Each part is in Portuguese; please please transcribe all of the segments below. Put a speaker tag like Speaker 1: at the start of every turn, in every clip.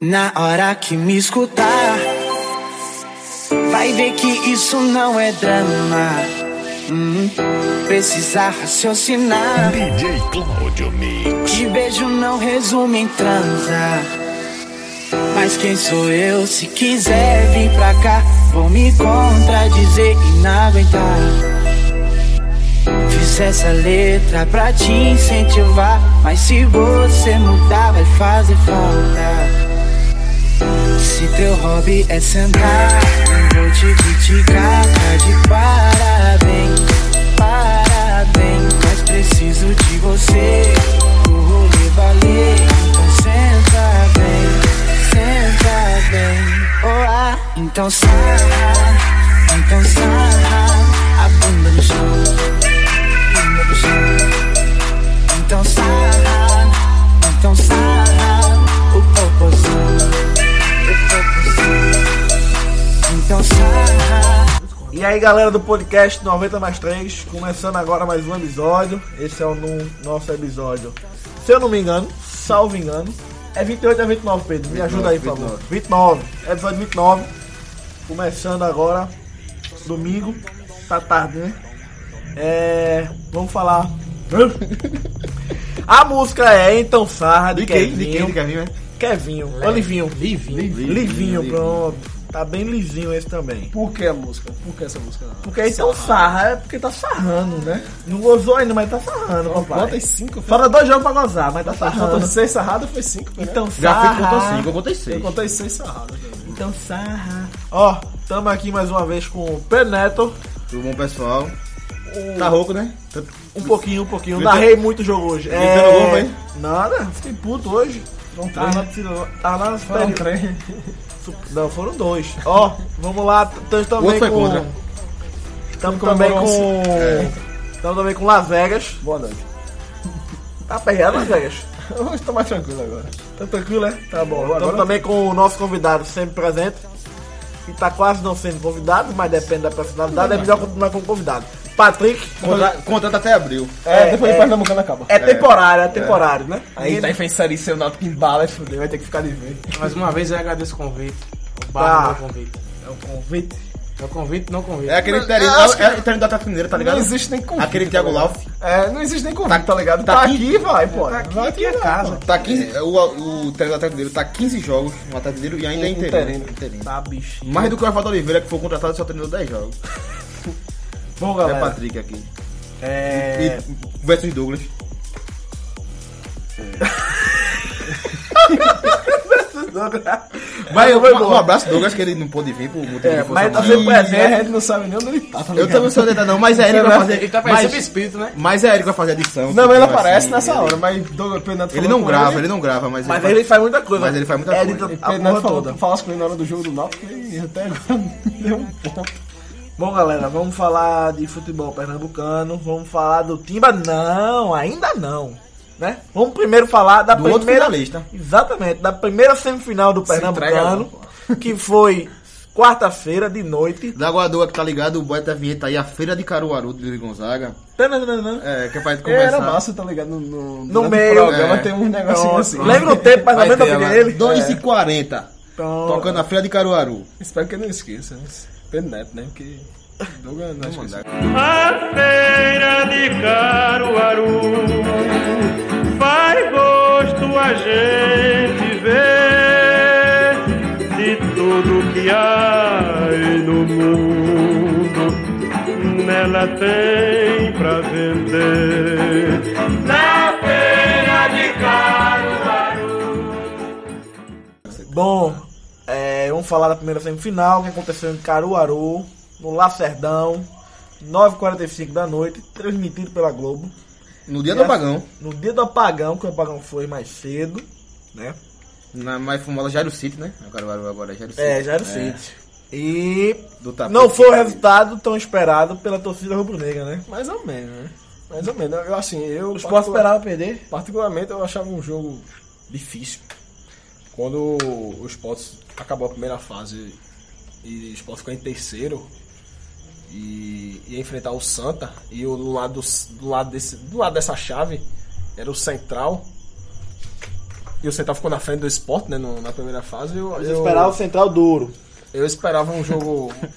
Speaker 1: Na hora que me escutar, vai ver que isso não é drama. Hum, precisar raciocinar.
Speaker 2: DJ Cláudio Mix.
Speaker 1: De beijo não resume em transa. Mas quem sou eu? Se quiser vir pra cá, vou me contradizer e não aguentar. Fiz essa letra pra te incentivar. Mas se você mudar, vai fazer falta. Se teu hobby é sentar, não vou te criticar. Tá de parabéns, parabéns. Mas preciso de você, o rolê valer. Então senta bem, senta bem. Oh, ah, então sarra, então sarra. A bunda no chão, bunda no chão. Então sarra, então sarra. O popozão, o popozão. Então sarra.
Speaker 3: E aí galera do podcast 90 mais 3, começando agora mais um episódio. Esse é o nu- nosso episódio, se eu não me engano, salvo engano, é 28 a 29, Pedro. Me ajuda aí, por favor. 29, episódio 29. Começando agora, domingo, tá tarde, né? É. Vamos falar. A música é Então Sarra, de,
Speaker 4: De quem? De quem?
Speaker 3: Kevinho.
Speaker 4: De Kevin, né?
Speaker 3: Kevinho, Olivinho. É. Livinho. Livinho,
Speaker 4: Livinho.
Speaker 3: pronto. Tá bem lisinho esse também.
Speaker 5: Por que a música? Por que essa música? Não?
Speaker 3: Porque aí tem um sarra, é porque tá sarrando, né? Não gozou ainda, mas tá sarrando, papai.
Speaker 5: Bota em cinco. foi-
Speaker 3: Falta dois jogos pra gozar, mas tá
Speaker 5: Faltam
Speaker 3: sarrando.
Speaker 5: seis sarradas, foi cinco. Né?
Speaker 3: Então
Speaker 4: Já fui
Speaker 3: sarra.
Speaker 4: com conta 5, eu contei
Speaker 5: Eu
Speaker 4: 6.
Speaker 5: contei seis sarradas. né?
Speaker 3: Então sarra. Ó, tamo aqui mais uma vez com o Peneto.
Speaker 4: Tudo bom, pessoal? Tá rouco, né?
Speaker 3: Um pouquinho, um pouquinho.
Speaker 4: Gritando-
Speaker 3: Narrei muito o jogo
Speaker 5: É,
Speaker 3: hoje.
Speaker 4: Gritando gol, hein?
Speaker 3: Nada, fiquei puto hoje. Não tá na Tava na
Speaker 5: Foram
Speaker 3: peri-
Speaker 5: três.
Speaker 3: Não, foram dois. Ó, vamos lá. Estamos também
Speaker 4: Outro foi
Speaker 3: com...
Speaker 4: contra.
Speaker 3: Estamos também
Speaker 5: comemorou
Speaker 3: com... Estamos também com Las Vegas.
Speaker 5: É, Boa noite.
Speaker 3: Tá perreado, Las Vegas?
Speaker 5: Hoje tô mais tranquilo agora. Então,
Speaker 3: Tá tranquilo, é? Tá bom. Estamos
Speaker 5: agora-
Speaker 3: também com o nosso convidado sempre presente. Que tá quase não sendo convidado, mas depende da personalidade. É melhor continuar como convidado. Patrick.
Speaker 4: Contra- Contrato até abril.
Speaker 5: É, depois de Pernambucano acaba.
Speaker 3: É temporário, é temporário, né?
Speaker 5: Aí tá em seu Náutico em bala, fudeu, vai ter que ficar de vez.
Speaker 6: Mais uma vez eu agradeço o convite. O barro
Speaker 3: Tá.
Speaker 4: né?
Speaker 6: do convite.
Speaker 5: É um convite.
Speaker 6: É o convite, não convite.
Speaker 4: É aquele interino,
Speaker 5: eu acho que-
Speaker 4: é o interino do Atlético Mineiro, tá ligado?
Speaker 5: Não existe nem convite.
Speaker 4: Aquele Thiago
Speaker 5: tá ligado?
Speaker 4: Lauf.
Speaker 5: É, não existe nem convite, tá, ligado?
Speaker 4: tá
Speaker 5: Tá,
Speaker 4: aqui,
Speaker 5: aqui, vai, pô.
Speaker 6: tá aqui,
Speaker 5: vai
Speaker 6: aqui é
Speaker 5: vai.
Speaker 6: casa.
Speaker 4: Tá 15, o, o interino do Atlético Mineiro tá 15 jogos no Atlético Mineiro e ainda é interino.
Speaker 5: Interino.
Speaker 4: Interino.
Speaker 5: Tá, bicho.
Speaker 4: Mais do que o Evandro Oliveira, que foi contratado e só treinou 10 jogos.
Speaker 3: Bom,
Speaker 4: É
Speaker 3: galera.
Speaker 4: Patrick aqui.
Speaker 3: É...
Speaker 4: E, versus Douglas. Vai,
Speaker 3: Foi
Speaker 4: um,
Speaker 3: bom.
Speaker 4: um abraço, Douglas, que ele não pôde vir por motivo de força
Speaker 3: mas tá
Speaker 4: maior.
Speaker 3: sempre presente.
Speaker 5: É, a gente não sabe nem onde ele tá, tá
Speaker 4: Eu também
Speaker 5: ligado?
Speaker 4: não sou detalhe, não, mas é ele que vai fazer.
Speaker 6: Ele tá
Speaker 4: mas-
Speaker 6: parecendo espírito, né?
Speaker 4: Mas é ele que vai fazer a edição.
Speaker 5: Não,
Speaker 4: tudo,
Speaker 5: mas ele
Speaker 4: assim,
Speaker 5: aparece nessa
Speaker 4: ele-
Speaker 5: hora, mas Douglas tá Penato
Speaker 4: Ele não grava, ele não grava, mas,
Speaker 3: Mas
Speaker 4: faz-
Speaker 3: ele faz muita coisa.
Speaker 4: Mas ele faz muita
Speaker 3: É,
Speaker 4: coisa.
Speaker 3: ele tá- a
Speaker 5: Ele não
Speaker 3: porra
Speaker 5: falou,
Speaker 3: toda.
Speaker 5: falas com ele na hora do jogo do Náutico e até agora não deu um ponto.
Speaker 3: Bom, galera, vamos falar de futebol pernambucano. Vamos falar do Timba. Não, ainda não. Né? Vamos primeiro falar da
Speaker 4: Do outro
Speaker 3: primeira.
Speaker 4: finalista.
Speaker 3: Exatamente, da primeira semifinal do Pernambucano, que foi quarta-feira de noite.
Speaker 4: Da Guadoa que tá ligado, o boy da vinheta aí, a Feira de Caruaru de Luiz Gonzaga.
Speaker 3: Tananana.
Speaker 4: É, que é pra gente
Speaker 5: É, Era
Speaker 4: conversar.
Speaker 5: massa, tá ligado? No, no,
Speaker 3: No
Speaker 5: durante o
Speaker 3: meio,
Speaker 5: programa
Speaker 4: é.
Speaker 5: tem um negocinho
Speaker 3: Pronto.
Speaker 5: assim.
Speaker 3: Lembra o tempo mais ou
Speaker 4: Vai
Speaker 3: menos da
Speaker 4: ter
Speaker 3: vida
Speaker 4: lá,
Speaker 3: dele?
Speaker 4: 2h40.
Speaker 3: Pronto.
Speaker 4: Tocando a Feira de Caruaru.
Speaker 5: Espero que eu não esqueça. né? Pedro Neto, né? Porque. Douglas não esquece.
Speaker 7: A feira de Caruaru faz gosto a gente ver de tudo que há no mundo. Nela tem pra vender. Na feira de Caruaru.
Speaker 3: Bom, é, vamos falar da primeira semifinal que aconteceu em Caruaru, no Lacerdão, 9h45 da noite, transmitido pela Globo.
Speaker 4: No dia do apagão,
Speaker 3: No dia do apagão, que o apagão foi mais cedo, né?
Speaker 4: na mais famosa Jairo City, né? O Caruaru agora é Jairo City.
Speaker 3: É, Tá já era o sítio. E
Speaker 4: Do tapete.
Speaker 3: não foi o resultado tão esperado pela torcida rubro-negra, né?
Speaker 5: Mais ou menos, né? Mais ou menos. Eu, assim, eu.
Speaker 3: O esporte
Speaker 5: particular-
Speaker 3: esperava perder.
Speaker 5: Particularmente, eu achava um jogo difícil. Quando o Sport acabou a primeira fase e o Sport ficou em terceiro e ia enfrentar o Santa e o do lado do lado desse do lado dessa chave era o Central e o Central ficou na frente do esporte, né? no- na primeira fase. Eu,
Speaker 3: Eles
Speaker 5: eu-
Speaker 3: esperavam o Central duro.
Speaker 5: eu esperava um jogo.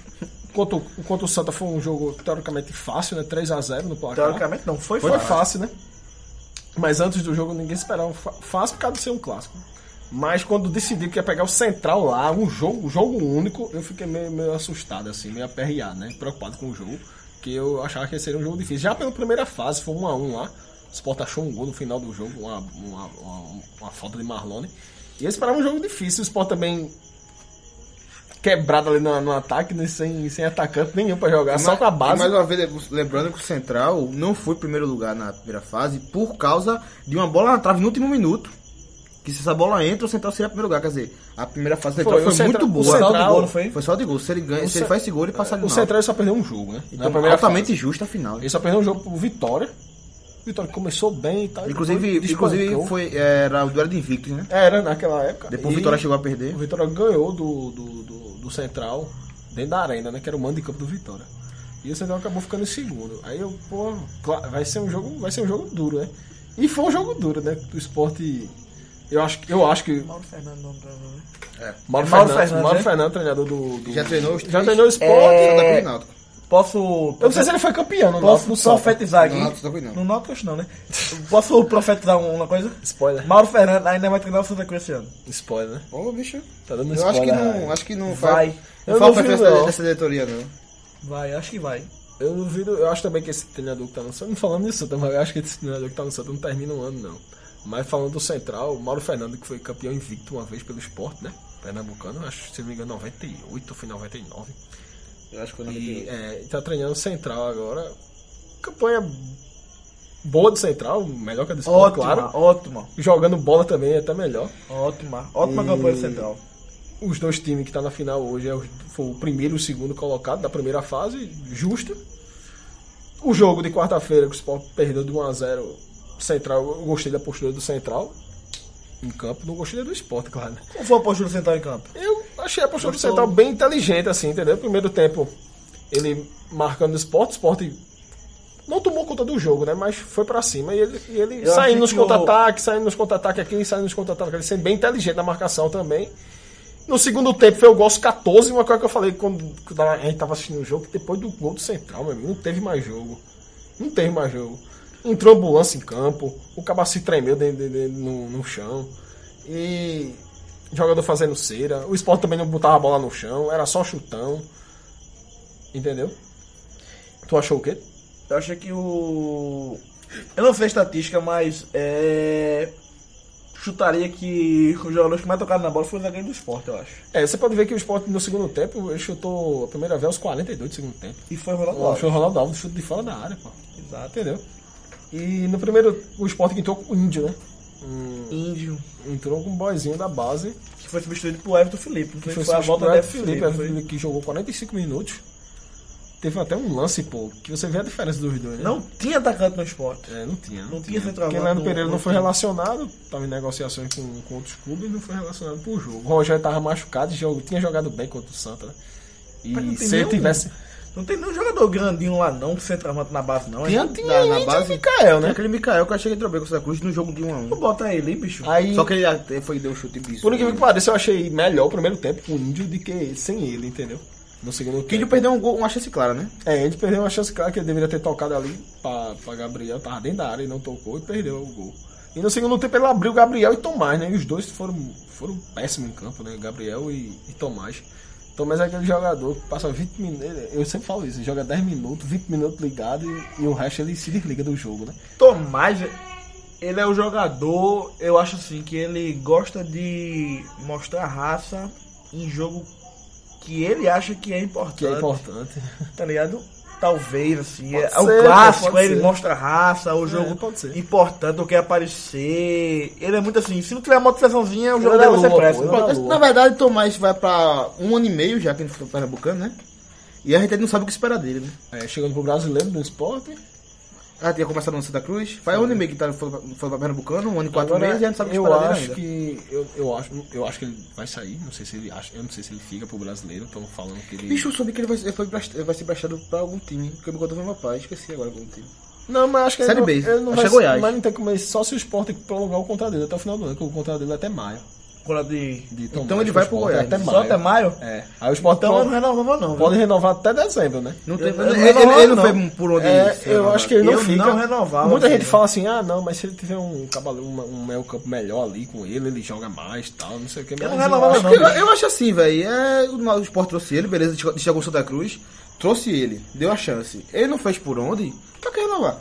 Speaker 5: Contra, o- contra o Santa foi um jogo teoricamente fácil, né? 3x0 no placar.
Speaker 3: Teoricamente não, foi,
Speaker 5: foi
Speaker 3: fácil.
Speaker 5: fácil, né? Mas antes do jogo ninguém esperava um fa- fácil por causa de ser um clássico. Mas quando decidi que ia pegar o Central lá, um jogo, um jogo único, eu fiquei meio, meio assustado, assim, meio aperreado, né? Preocupado com o jogo, que eu achava que seria um jogo difícil. Já pela primeira fase, foi 1 a 1 lá. O Sport achou um gol no final do jogo, uma, uma, uma, uma falta de Marlone. E eu esperava um jogo difícil. O Sport também quebrado ali no, no ataque, né? sem, sem atacante nenhum pra jogar, só
Speaker 4: Ma-
Speaker 5: com a base.
Speaker 4: e mais uma vez, le- lembrando que o Central não foi primeiro lugar na primeira fase por causa de uma bola na trave no último minuto. Que se essa bola entra, o Central seria primeiro lugar. Quer dizer, a primeira fase do Central
Speaker 5: o
Speaker 4: foi,
Speaker 5: Central-
Speaker 4: muito
Speaker 5: o
Speaker 4: boa.
Speaker 5: Central-
Speaker 4: Só de não
Speaker 5: foi?
Speaker 4: Foi só de gol. Se ele, ganha, se
Speaker 5: Ce-
Speaker 4: ele faz esse gol, ele passa
Speaker 5: O
Speaker 4: de novo.
Speaker 5: Central só perdeu um jogo, né?
Speaker 4: então, altamente justa a final.
Speaker 5: Ele só perdeu um jogo pro Vitória. Vitória começou bem e tal. e
Speaker 4: Inclusive,
Speaker 5: depois
Speaker 4: inclusive
Speaker 5: despencou.
Speaker 4: foi, era o duelo de invictos, né?
Speaker 5: Era naquela época.
Speaker 4: Depois
Speaker 5: E
Speaker 4: o Vitória chegou a perder.
Speaker 5: O Vitória ganhou do, do, do, do Central dentro da arena, né? Que era o mando de campo do Vitória. E o Central acabou ficando em segundo. Aí eu, pô, cla- vai ser um jogo, vai ser um jogo duro, né? E foi um jogo duro, né? O esporte. Eu acho, que- eu acho que. Mauro Mauro,
Speaker 3: Mauro
Speaker 5: Fernandes,
Speaker 3: Fernandes,
Speaker 5: Mauro
Speaker 3: né?
Speaker 5: Fernandes, treinador do. do-
Speaker 4: Já treinou os
Speaker 5: Já
Speaker 4: três?
Speaker 5: treinou o esporte.
Speaker 4: Só
Speaker 3: É.
Speaker 4: da Cruz Náutico.
Speaker 3: Posso.
Speaker 5: Eu não sei se ele foi campeão, não.
Speaker 3: Posso profetizar aqui?
Speaker 4: Não, Náutico também não.
Speaker 3: No Nautilus não, né? Posso profetizar uma coisa?
Speaker 5: Spoiler. né?
Speaker 3: Mauro Fernandes ainda é vai treinar o Santa Cruz esse ano.
Speaker 5: Spoiler, né?
Speaker 4: Ô, bicho.
Speaker 5: Tá dando
Speaker 4: Eu acho que
Speaker 5: spoiler.
Speaker 4: não, acho que não
Speaker 3: Vai.
Speaker 4: faz-
Speaker 5: Eu
Speaker 4: Não faz
Speaker 5: não vi,
Speaker 4: preferência
Speaker 5: não.
Speaker 4: dessa diretoria, não.
Speaker 3: Vai, acho que vai.
Speaker 5: Eu duvido, eu acho também que esse treinador que tá no Santos, não falando disso, mas eu acho que esse treinador que tá no Santos não termina um ano, não. Mas falando do Central, o Mauro Fernando, que foi campeão invicto uma vez pelo esporte, né? Pernambucano, acho, se não me engano, 98, foi 99.
Speaker 4: Eu acho que eu
Speaker 5: E é, tá treinando o Central agora. Campanha boa do Central, melhor que a do esporte,
Speaker 3: Ótima,
Speaker 5: claro.
Speaker 3: ótima.
Speaker 5: Jogando bola também é até melhor.
Speaker 3: Ótima. Ótima campanha do Central.
Speaker 5: Os dois times que tá na final hoje é o- foi o primeiro e o segundo colocado da primeira fase, justo. O jogo de quarta-feira que o Sport perdeu de 1 a 0 Central, eu gostei da postura do Central em campo, não gostei da do Sport, claro. né?
Speaker 3: Como foi a postura do Central em campo?
Speaker 5: Eu achei a postura do Central bem inteligente assim, entendeu? Primeiro tempo ele marcando o Sport, o Sport não tomou conta do jogo, né? Mas foi pra cima e ele, e ele
Speaker 3: Eu achei
Speaker 5: saindo nos
Speaker 3: que o-
Speaker 5: contra-ataques, saindo nos contra-ataques aqui, saindo nos contra-ataques ali, sendo bem inteligente na marcação também. No segundo tempo foi o Gosto 14, uma coisa que eu falei quando, quando a gente tava assistindo o jogo, que depois do gol do Central, meu amigo, não teve mais jogo. Não teve mais jogo. Entrou ambulância em campo, o caba se tremeu dentro- dentro- dentro- no, no chão. E jogador fazendo cera. O Sport também não botava a bola no chão, era só chutão. Entendeu? Tu achou o quê?
Speaker 3: Eu achei que o. Eu não sei a estatística, mas é. Chutaria que os jogadores que mais tocaram na bola foi o zagueiro do esporte, eu acho.
Speaker 5: É, você pode ver que o Sport no segundo tempo, ele chutou a primeira vez aos 42 do segundo tempo.
Speaker 3: E foi o Ronaldo
Speaker 5: Achou
Speaker 3: Alves.
Speaker 5: o Ronaldo Alves chute de fora da área, pô.
Speaker 3: Exato.
Speaker 5: Entendeu? E no primeiro, o Sport que entrou com o Índio, né? Um-
Speaker 3: Índio.
Speaker 5: entrou com um boyzinho da base.
Speaker 3: Que foi substituído por Everton Felipe. Não sei
Speaker 5: Foi,
Speaker 3: se foi a volta do
Speaker 5: Felipe,
Speaker 3: Everton
Speaker 5: Felipe,
Speaker 3: Felipe. né?
Speaker 5: Everton
Speaker 3: foi.
Speaker 5: Felipe que jogou 45 minutos. Teve até um lance, pô, que você vê a diferença dos dois, né?
Speaker 3: Não tinha atacante no esporte.
Speaker 5: É, não tinha. Não,
Speaker 3: Não tinha
Speaker 5: tinha
Speaker 3: centroavante,
Speaker 5: Porque Leandro
Speaker 3: não-
Speaker 5: Pereira
Speaker 3: não
Speaker 5: não foi
Speaker 3: tinha.
Speaker 5: relacionado, estava em negociações com, com outros clubes, não foi relacionado pro jogo. O Rogério tava machucado e jogo, tinha jogado bem contra o Santa, né?
Speaker 3: Mas não
Speaker 5: E
Speaker 3: tem
Speaker 5: se ele
Speaker 3: nenhum.
Speaker 5: tivesse.
Speaker 3: Não tem nenhum jogador grandinho lá não, que centroavante na base não. hein?
Speaker 5: Tinha,
Speaker 4: na
Speaker 5: tinha, na
Speaker 4: base?
Speaker 5: base. Mikael,
Speaker 4: Tem
Speaker 5: né?
Speaker 4: É aquele Mikael que eu achei que entrou bem com o Santa Cruz no jogo de 1 a 1
Speaker 3: Tu bota ele, hein, bicho?
Speaker 5: Aí,
Speaker 4: Só que ele até foi deu um chute bizarro.
Speaker 5: por incrível que pareça, eu achei melhor o primeiro tempo com o Índio do que sem ele, entendeu? No segundo
Speaker 4: Que ele
Speaker 5: tempo.
Speaker 4: perdeu um gol, uma chance clara, né?
Speaker 5: É, ele perdeu uma chance clara que ele deveria ter tocado ali pra, pra Gabriel, tava dentro da área e não tocou e perdeu o gol. E no segundo tempo ele abriu Gabriel e Tomás, né? E os dois foram, foram péssimos em campo, né? Gabriel e, e Tomás. Tomás é aquele jogador que passa 20 minutos, eu sempre falo isso, ele joga 10 minutos, 20 minutos ligado e, e o resto ele se desliga do jogo, né?
Speaker 3: Tomás, ele é o jogador, eu acho assim, que ele gosta de mostrar raça em jogo que ele acha que é importante.
Speaker 5: Que é importante.
Speaker 3: Tá ligado? Talvez, assim. é,
Speaker 5: Pode
Speaker 3: é
Speaker 5: ser,
Speaker 3: o clássico,
Speaker 5: pode
Speaker 3: aí ele
Speaker 5: ser.
Speaker 3: mostra raça, o jogo
Speaker 5: pode ser.
Speaker 3: importante, eu quero aparecer. Ele é muito assim, se não tiver motivaçãozinha, o jogo
Speaker 5: da
Speaker 3: deve ser
Speaker 5: lua,
Speaker 3: pressa.
Speaker 5: pô, ele é da
Speaker 4: Mas,
Speaker 5: lua.
Speaker 4: Na verdade, Tomás vai pra um ano e meio já que ele foi pernambucano, né? E a gente ainda não sabe o que esperar dele, né?
Speaker 5: É, chegando pro brasileiro no esporte.
Speaker 4: Ah, tinha começado no Santa Cruz? Faz um ano e meio que tá, foi, pra- foi pra Pernambucano, um ano e quatro
Speaker 5: Agora,
Speaker 4: meses e a gente sabe o que
Speaker 5: eu
Speaker 4: esperar
Speaker 5: acho
Speaker 4: dele ainda.
Speaker 5: que eu, eu acho eu acho que ele vai sair não sei se ele acha eu não sei se ele fica pro brasileiro estão falando que ele
Speaker 4: Bicho, eu soube que ele vai, ele foi brast- ele vai ser baixado pra algum time, porque eu me contou foi meu pai, esqueci agora algum time.
Speaker 5: Não, mas acho que
Speaker 4: Série
Speaker 5: ele
Speaker 4: B.
Speaker 5: não, ele não
Speaker 4: Acho
Speaker 5: vai,
Speaker 4: que é Goiás.
Speaker 5: Mas não tem como ele- só se o Sport prolongar o contrato dele até o final do ano, que o contrato dele é até maio.
Speaker 3: Cola é de.
Speaker 5: de
Speaker 4: Então
Speaker 5: Tomás
Speaker 4: ele vai
Speaker 5: pro
Speaker 4: pro
Speaker 5: Sport, é
Speaker 4: Goiás.
Speaker 5: Até maio.
Speaker 3: Só até maio?
Speaker 5: É. Aí o Sport
Speaker 3: Então eu
Speaker 5: pode,
Speaker 3: não renova, não. viu?
Speaker 5: pode renovar até dezembro, né?
Speaker 4: Não tem,
Speaker 3: Eu-
Speaker 4: ele,
Speaker 3: eu
Speaker 4: ele,
Speaker 3: não-
Speaker 4: ele não
Speaker 3: não.
Speaker 4: foi por onde.
Speaker 5: É,
Speaker 4: se
Speaker 5: eu
Speaker 4: renovar.
Speaker 5: acho que ele não
Speaker 3: Eu
Speaker 5: fica.
Speaker 3: não renovava,
Speaker 5: Muita gente
Speaker 3: filho.
Speaker 5: fala assim, ah não, mas se ele tiver um cavalo, um, um meio campo melhor ali com ele, ele joga mais e tal, não sei o que.
Speaker 3: Eu
Speaker 5: mas
Speaker 3: não renovava,
Speaker 5: acho
Speaker 3: não.
Speaker 4: Porque Eu, eu acho assim, velho. É, o Nau- o Sport trouxe ele, beleza, chegou- chegou o Santa Cruz, trouxe ele, deu a chance. Ele não fez por onde, tá pra que renovar?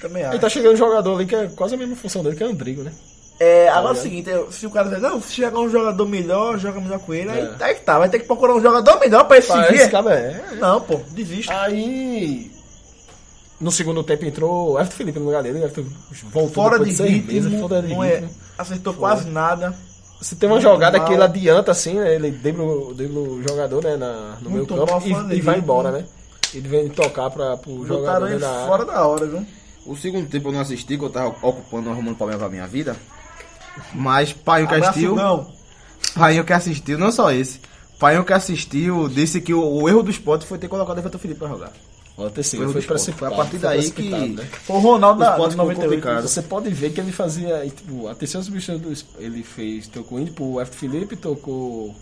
Speaker 3: Também
Speaker 5: Ele
Speaker 3: acho.
Speaker 5: tá chegando um jogador ali que é quase a mesma função dele, que é o Andrigo, né?
Speaker 3: É, agora é o seguinte, eu- se o cara dizer, não, se chegar um jogador melhor, joga melhor com ele,
Speaker 5: É.
Speaker 3: aí, aí tá, vai ter que procurar um jogador melhor pra esse
Speaker 5: Esse
Speaker 3: dia.
Speaker 5: cara é.
Speaker 3: Não, pô, desiste.
Speaker 5: Aí. No segundo tempo entrou o Everton Felipe no lugar dele, o Everton voltou
Speaker 3: Fora
Speaker 5: depois
Speaker 3: de
Speaker 5: seis
Speaker 3: ritmo,
Speaker 5: meses, fora de
Speaker 3: não é,
Speaker 5: ritmo.
Speaker 3: acertou quase nada.
Speaker 5: Se tem uma jogada
Speaker 3: mal.
Speaker 5: que ele adianta assim, né? Ele dribla, o- dribla o jogador, né? Na, no meio
Speaker 3: Muito
Speaker 5: campo
Speaker 3: mal,
Speaker 5: e,
Speaker 3: fora de
Speaker 5: e vai
Speaker 3: ritmo.
Speaker 5: embora, né? Ele vem tocar pra, pro
Speaker 3: Jogaram
Speaker 5: jogador né,
Speaker 3: ele
Speaker 5: na área.
Speaker 3: fora da hora, viu?
Speaker 4: O segundo tempo eu não assisti, que eu tava ocupando, arrumando problema pra minha vida. Mas Paio que
Speaker 3: Abraço,
Speaker 4: assistiu,
Speaker 3: não.
Speaker 4: Paio que assistiu, não só esse. Paio que assistiu disse que o, o erro do Sport foi ter colocado o Everton Felipe pra jogar.
Speaker 5: Pode ter sido,
Speaker 4: Foi
Speaker 5: foi,
Speaker 4: o
Speaker 5: foi
Speaker 4: Sport. Foi
Speaker 5: precipitado.
Speaker 4: a partir
Speaker 5: foi
Speaker 4: daí
Speaker 5: precipitado,
Speaker 4: que-
Speaker 5: né?
Speaker 3: Foi o Ronaldo
Speaker 4: Os
Speaker 3: da,
Speaker 4: pontos
Speaker 3: do
Speaker 4: ficou
Speaker 3: 98.
Speaker 4: complicado.
Speaker 5: Você pode ver que ele fazia, e, tipo, a terceira substituição do, ele fez, tocou indo pro F. Felipe, tocou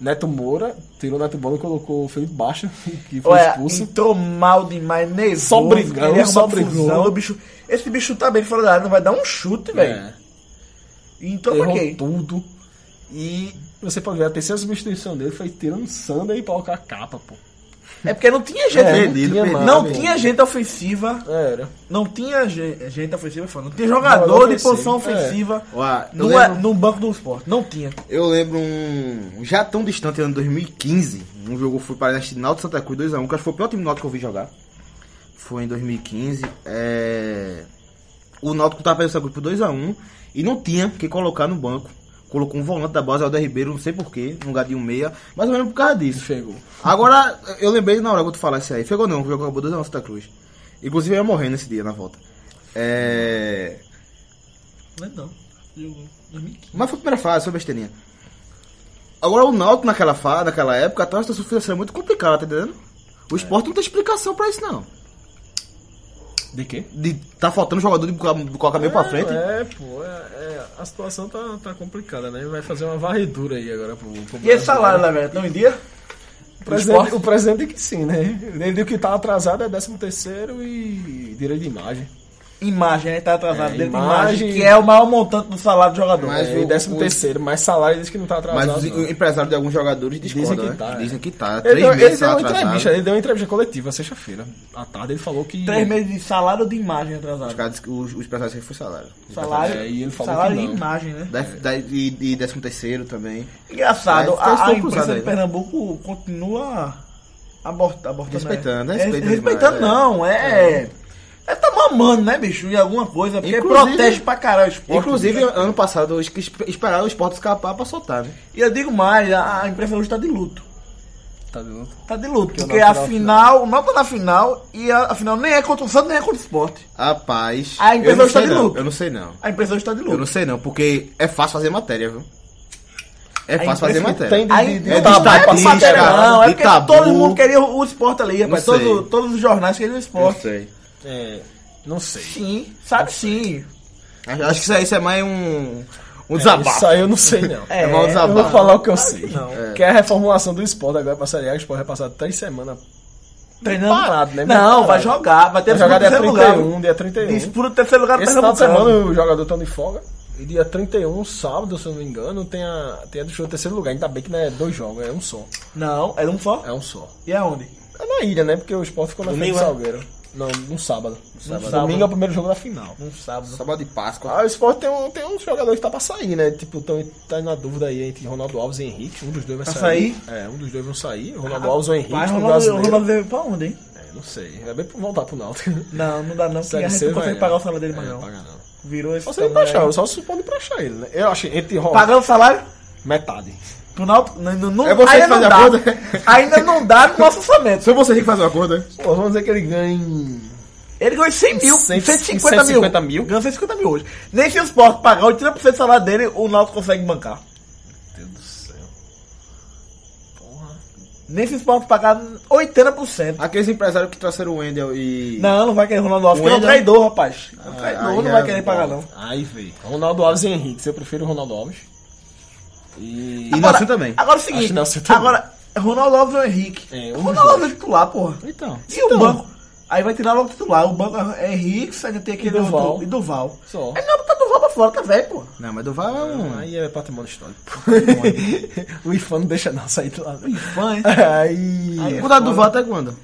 Speaker 5: Neto Moura, tirou o Neto Moura e colocou o Felipe Baixa, que foi
Speaker 3: Olha,
Speaker 5: expulso.
Speaker 3: entrou mal demais, nervoso.
Speaker 5: Só brigou,
Speaker 3: ele é uma
Speaker 5: só brigou.
Speaker 3: fusão, o bicho, esse bicho tá bem fora da área, não vai dar um chute, velho.
Speaker 5: É,
Speaker 3: Então pra
Speaker 5: errou
Speaker 3: quê?
Speaker 5: tudo. E você pode ver, a terceira substituição dele foi tirando o Sander e colocar a capa, pô.
Speaker 3: É porque não tinha gente.
Speaker 5: É,
Speaker 4: perdido,
Speaker 5: tinha
Speaker 4: perdido.
Speaker 5: mais,
Speaker 3: não
Speaker 5: né?
Speaker 3: tinha gente ofensiva,
Speaker 5: Era.
Speaker 3: não tinha ge- gente ofensiva, fala, não tinha jogador de
Speaker 5: ofensivo,
Speaker 3: posição
Speaker 5: é.
Speaker 3: ofensiva
Speaker 4: Ué, eu
Speaker 3: no,
Speaker 4: lembro-
Speaker 3: no banco do esporte. Não tinha.
Speaker 4: Eu lembro um. Já tão distante, ano 2015, um jogo foi para este Náutico Santa Cruz 2x1, que acho que foi o pior time do Náutico que eu vi jogar. Foi em 2015. é, O Náutico tava perdendo Santa Cruz por 2x1 e não tinha que colocar no banco. Colocou um volante da base, Aldo Ribeiro, não sei porquê, no lugar de um meia, mas eu lembro por causa disso.
Speaker 5: Chegou.
Speaker 4: Agora, eu lembrei na hora que tu falasse aí. Pegou não, o jogo acabou 2x1 Santa Cruz. Inclusive eu ia morrer nesse dia na volta. É.
Speaker 3: Não é não. Jogou.
Speaker 4: Mas foi a primeira fase, foi besteirinha. Agora o Náutico naquela fase, naquela época, tá uma situação financeira muito complicada, tá entendendo? O esporte não tem explicação pra isso, não.
Speaker 5: De quê?
Speaker 4: De tá faltando jogador de colocar- de colocar meio pra frente.
Speaker 5: É, pô, é, é, a situação tá, tá complicada, né? Vai fazer uma varredura aí agora pro, pro
Speaker 3: E esse salário lá, velho? Estão em dia?
Speaker 5: O presidente, o presidente que sim, né? Ele disse que tá atrasado é 13 terceiro e direito de imagem.
Speaker 3: Imagem, né? Tá atrasado.
Speaker 5: É,
Speaker 3: dentro de
Speaker 5: imagem.
Speaker 3: imagem, que é o maior montante do salário do jogador.
Speaker 4: Mas
Speaker 5: é,
Speaker 4: o-
Speaker 5: e 13
Speaker 4: o-
Speaker 5: terceiro, mas salário diz que não tá atrasado.
Speaker 4: Mas os
Speaker 5: não.
Speaker 4: o empresário de alguns jogadores discordam,
Speaker 5: Dizem que
Speaker 4: né?
Speaker 5: tá, é.
Speaker 4: Dizem que tá.
Speaker 5: Ele,
Speaker 4: Três
Speaker 5: deu, ele
Speaker 4: meses
Speaker 5: deu uma entrevista,
Speaker 4: atrasado.
Speaker 5: ele deu uma entrevista coletiva sexta-feira. À tarde ele falou que.
Speaker 3: Três meses de salário de imagem
Speaker 4: Os,
Speaker 3: atrasado.
Speaker 4: caras, dizem que os, os empresários dizem que foi salário.
Speaker 3: Salário,
Speaker 5: É, e ele falou
Speaker 3: salário
Speaker 5: que
Speaker 3: e
Speaker 5: não.
Speaker 3: imagem, né?
Speaker 4: Da,
Speaker 5: É.
Speaker 4: da- e, e décimo terceiro também.
Speaker 3: Engraçado,
Speaker 4: Mas tem
Speaker 3: a, a
Speaker 4: estão
Speaker 3: imprensa
Speaker 4: cruzados
Speaker 3: de
Speaker 4: aí, né?
Speaker 3: Pernambuco continua aborta, abortando.
Speaker 4: Respeitando,
Speaker 3: é.
Speaker 4: respeita
Speaker 3: É, Respeitando
Speaker 4: demais, é.
Speaker 3: não, é... É tá mamando, né, bicho? E alguma coisa, porque
Speaker 4: Inclusive-
Speaker 3: protege pra caralho o esporte.
Speaker 4: Inclusive,
Speaker 5: né?
Speaker 3: bicho.
Speaker 4: ano passado, eu es- esperava o esporte escapar pra soltar, né?
Speaker 3: E eu digo mais, a, a imprensa hoje tá de luto.
Speaker 5: Tá vendo?
Speaker 3: Tá de luto, porque,
Speaker 5: o Náutico
Speaker 3: a
Speaker 5: tá na
Speaker 3: final, não tá na final, e a, a final nem é contra o Santos, nem é contra o esporte.
Speaker 4: Rapaz.
Speaker 3: A empresa
Speaker 4: eu não
Speaker 5: tá
Speaker 3: está
Speaker 4: sei
Speaker 3: de
Speaker 4: não,
Speaker 3: lucro.
Speaker 4: Eu não sei não.
Speaker 3: A imprensa hoje tá de luto.
Speaker 4: Eu não sei não, porque é fácil fazer matéria, viu? É
Speaker 3: A
Speaker 4: fácil fazer
Speaker 3: imprensa
Speaker 4: matéria.
Speaker 5: Tem de,
Speaker 3: Aí,
Speaker 5: de, de,
Speaker 3: não,
Speaker 4: é
Speaker 3: tá,
Speaker 4: destaque,
Speaker 3: não é pra matéria,
Speaker 4: destaque,
Speaker 3: não, é
Speaker 4: de
Speaker 3: porque
Speaker 4: tabu.
Speaker 3: todo mundo queria o, o esporte ali, rapaz.
Speaker 4: Não sei.
Speaker 3: Todo, todos os jornais queriam o
Speaker 4: Eu
Speaker 3: esporte.
Speaker 4: sei.
Speaker 5: é, não sei.
Speaker 3: Sim, sabe sim.
Speaker 4: Eu Acho que isso aí isso é mais um, um desabafo.
Speaker 5: É, Isso aí eu não sei, não.
Speaker 4: É, mais um
Speaker 5: eu vou
Speaker 4: desabafo.
Speaker 5: falar o que eu sei.
Speaker 3: não.
Speaker 5: Que é a reformulação do esporte agora pra Série A. O esporte vai passar três semanas.
Speaker 3: Treinando.
Speaker 5: Parado, né?
Speaker 3: Não,
Speaker 5: Parado.
Speaker 3: vai jogar, vai ter
Speaker 5: Vai jogar dia
Speaker 3: disputa do terceiro
Speaker 5: 31,
Speaker 3: lugar.
Speaker 5: dia 31.
Speaker 3: Disputa do terceiro lugar do
Speaker 5: Esse final de semana
Speaker 3: Pernambucano.
Speaker 5: o jogador tá de folga. E dia 31, sábado, se eu não me engano, tem a, tem a do show do terceiro lugar. Ainda bem que não é dois jogos, é um só.
Speaker 3: Não, era um só.
Speaker 5: É um só.
Speaker 3: E aonde?
Speaker 5: É na ilha, né? Porque o esporte ficou na frente do
Speaker 3: Domingo,
Speaker 5: Salgueiro. Não, no sábado.
Speaker 3: sábado.
Speaker 5: Domingo é o primeiro jogo da final.
Speaker 3: Não Um sábado.
Speaker 4: Sábado de Páscoa.
Speaker 5: Ah, o esporte tem, um, tem um jogador que tá pra sair, né? Tipo, tão, tá na dúvida aí entre Ronaldo Alves e Henrique. Um dos dois vai
Speaker 3: Pra
Speaker 5: sair. É, um dos dois vão sair. Ronaldo Alves ou Henrique.
Speaker 3: Mas
Speaker 5: no
Speaker 3: Ah, Ronaldo
Speaker 5: brasileiro.
Speaker 3: Ronaldo veio pra onde, hein?
Speaker 5: É, não sei. É bem pra voltar pro Náutico.
Speaker 3: Não, não dá não, porque
Speaker 5: Série
Speaker 3: a gente
Speaker 5: C
Speaker 3: não
Speaker 5: vai,
Speaker 3: consegue
Speaker 5: né?
Speaker 3: pagar o salário dele Então, é- mais
Speaker 5: É,
Speaker 3: não.
Speaker 5: paga não.
Speaker 3: Virou esse
Speaker 5: Só se
Speaker 3: tamanho.
Speaker 5: emprestar, só se pode emprestar ele, né? Eu achei, entre Ronaldo...
Speaker 3: Pagando o salário
Speaker 5: Metade.
Speaker 3: pro Náutico? Não, não, não,
Speaker 4: É você
Speaker 3: ainda
Speaker 4: que faz
Speaker 3: não
Speaker 4: a
Speaker 3: dá.
Speaker 4: conta.
Speaker 3: Ainda não dá no nosso orçamento.
Speaker 4: Só você tem que fazer uma conta.
Speaker 5: Pô, vamos dizer que ele ganha.
Speaker 3: Ele ganhou 100 mil,
Speaker 5: Cem-
Speaker 3: 150 mil.
Speaker 5: 150 mil?
Speaker 3: Ganhou 150 mil hoje. Nem se o Sport pagar 80% do salário dele, o Náutico consegue bancar.
Speaker 5: Meu Deus do céu. Porra.
Speaker 3: Nem se o esporte pagar 80%.
Speaker 4: Aqueles empresários que trouxeram o Wendel e.
Speaker 3: Não, não vai querer Ronaldo Alves,
Speaker 4: O
Speaker 3: porque ele é um
Speaker 4: Wendel-
Speaker 3: traidor, rapaz. É
Speaker 5: Ah,
Speaker 3: um traidor,
Speaker 4: aí
Speaker 3: não
Speaker 4: é
Speaker 3: vai querer
Speaker 4: bom.
Speaker 3: pagar, não.
Speaker 5: Aí, velho. Ronaldo Alves e Henrique. Eu prefiro o Ronaldo Alves. E.
Speaker 4: E Nelson também.
Speaker 3: Agora é o seguinte,
Speaker 5: Acho que não, você também.
Speaker 3: agora, Ronaldo Alves ou Henrique?
Speaker 5: É, um dos
Speaker 3: Ronaldo Alves é titular, porra.
Speaker 5: Então.
Speaker 3: E o banco? Aí vai tirar logo o titular. O banco é Henrique, ainda tem aquele
Speaker 5: Duval.
Speaker 3: outro- E Duval.
Speaker 5: Só.
Speaker 3: É não, botar Duval pra fora, tá velho, porra.
Speaker 4: Não, mas Duval é um.
Speaker 5: Aí é patrimônio histórico. o IFAN não deixa não sair de lá. não.
Speaker 3: Fã, hein?
Speaker 5: Aí.
Speaker 4: O Cuidado Duval até quando?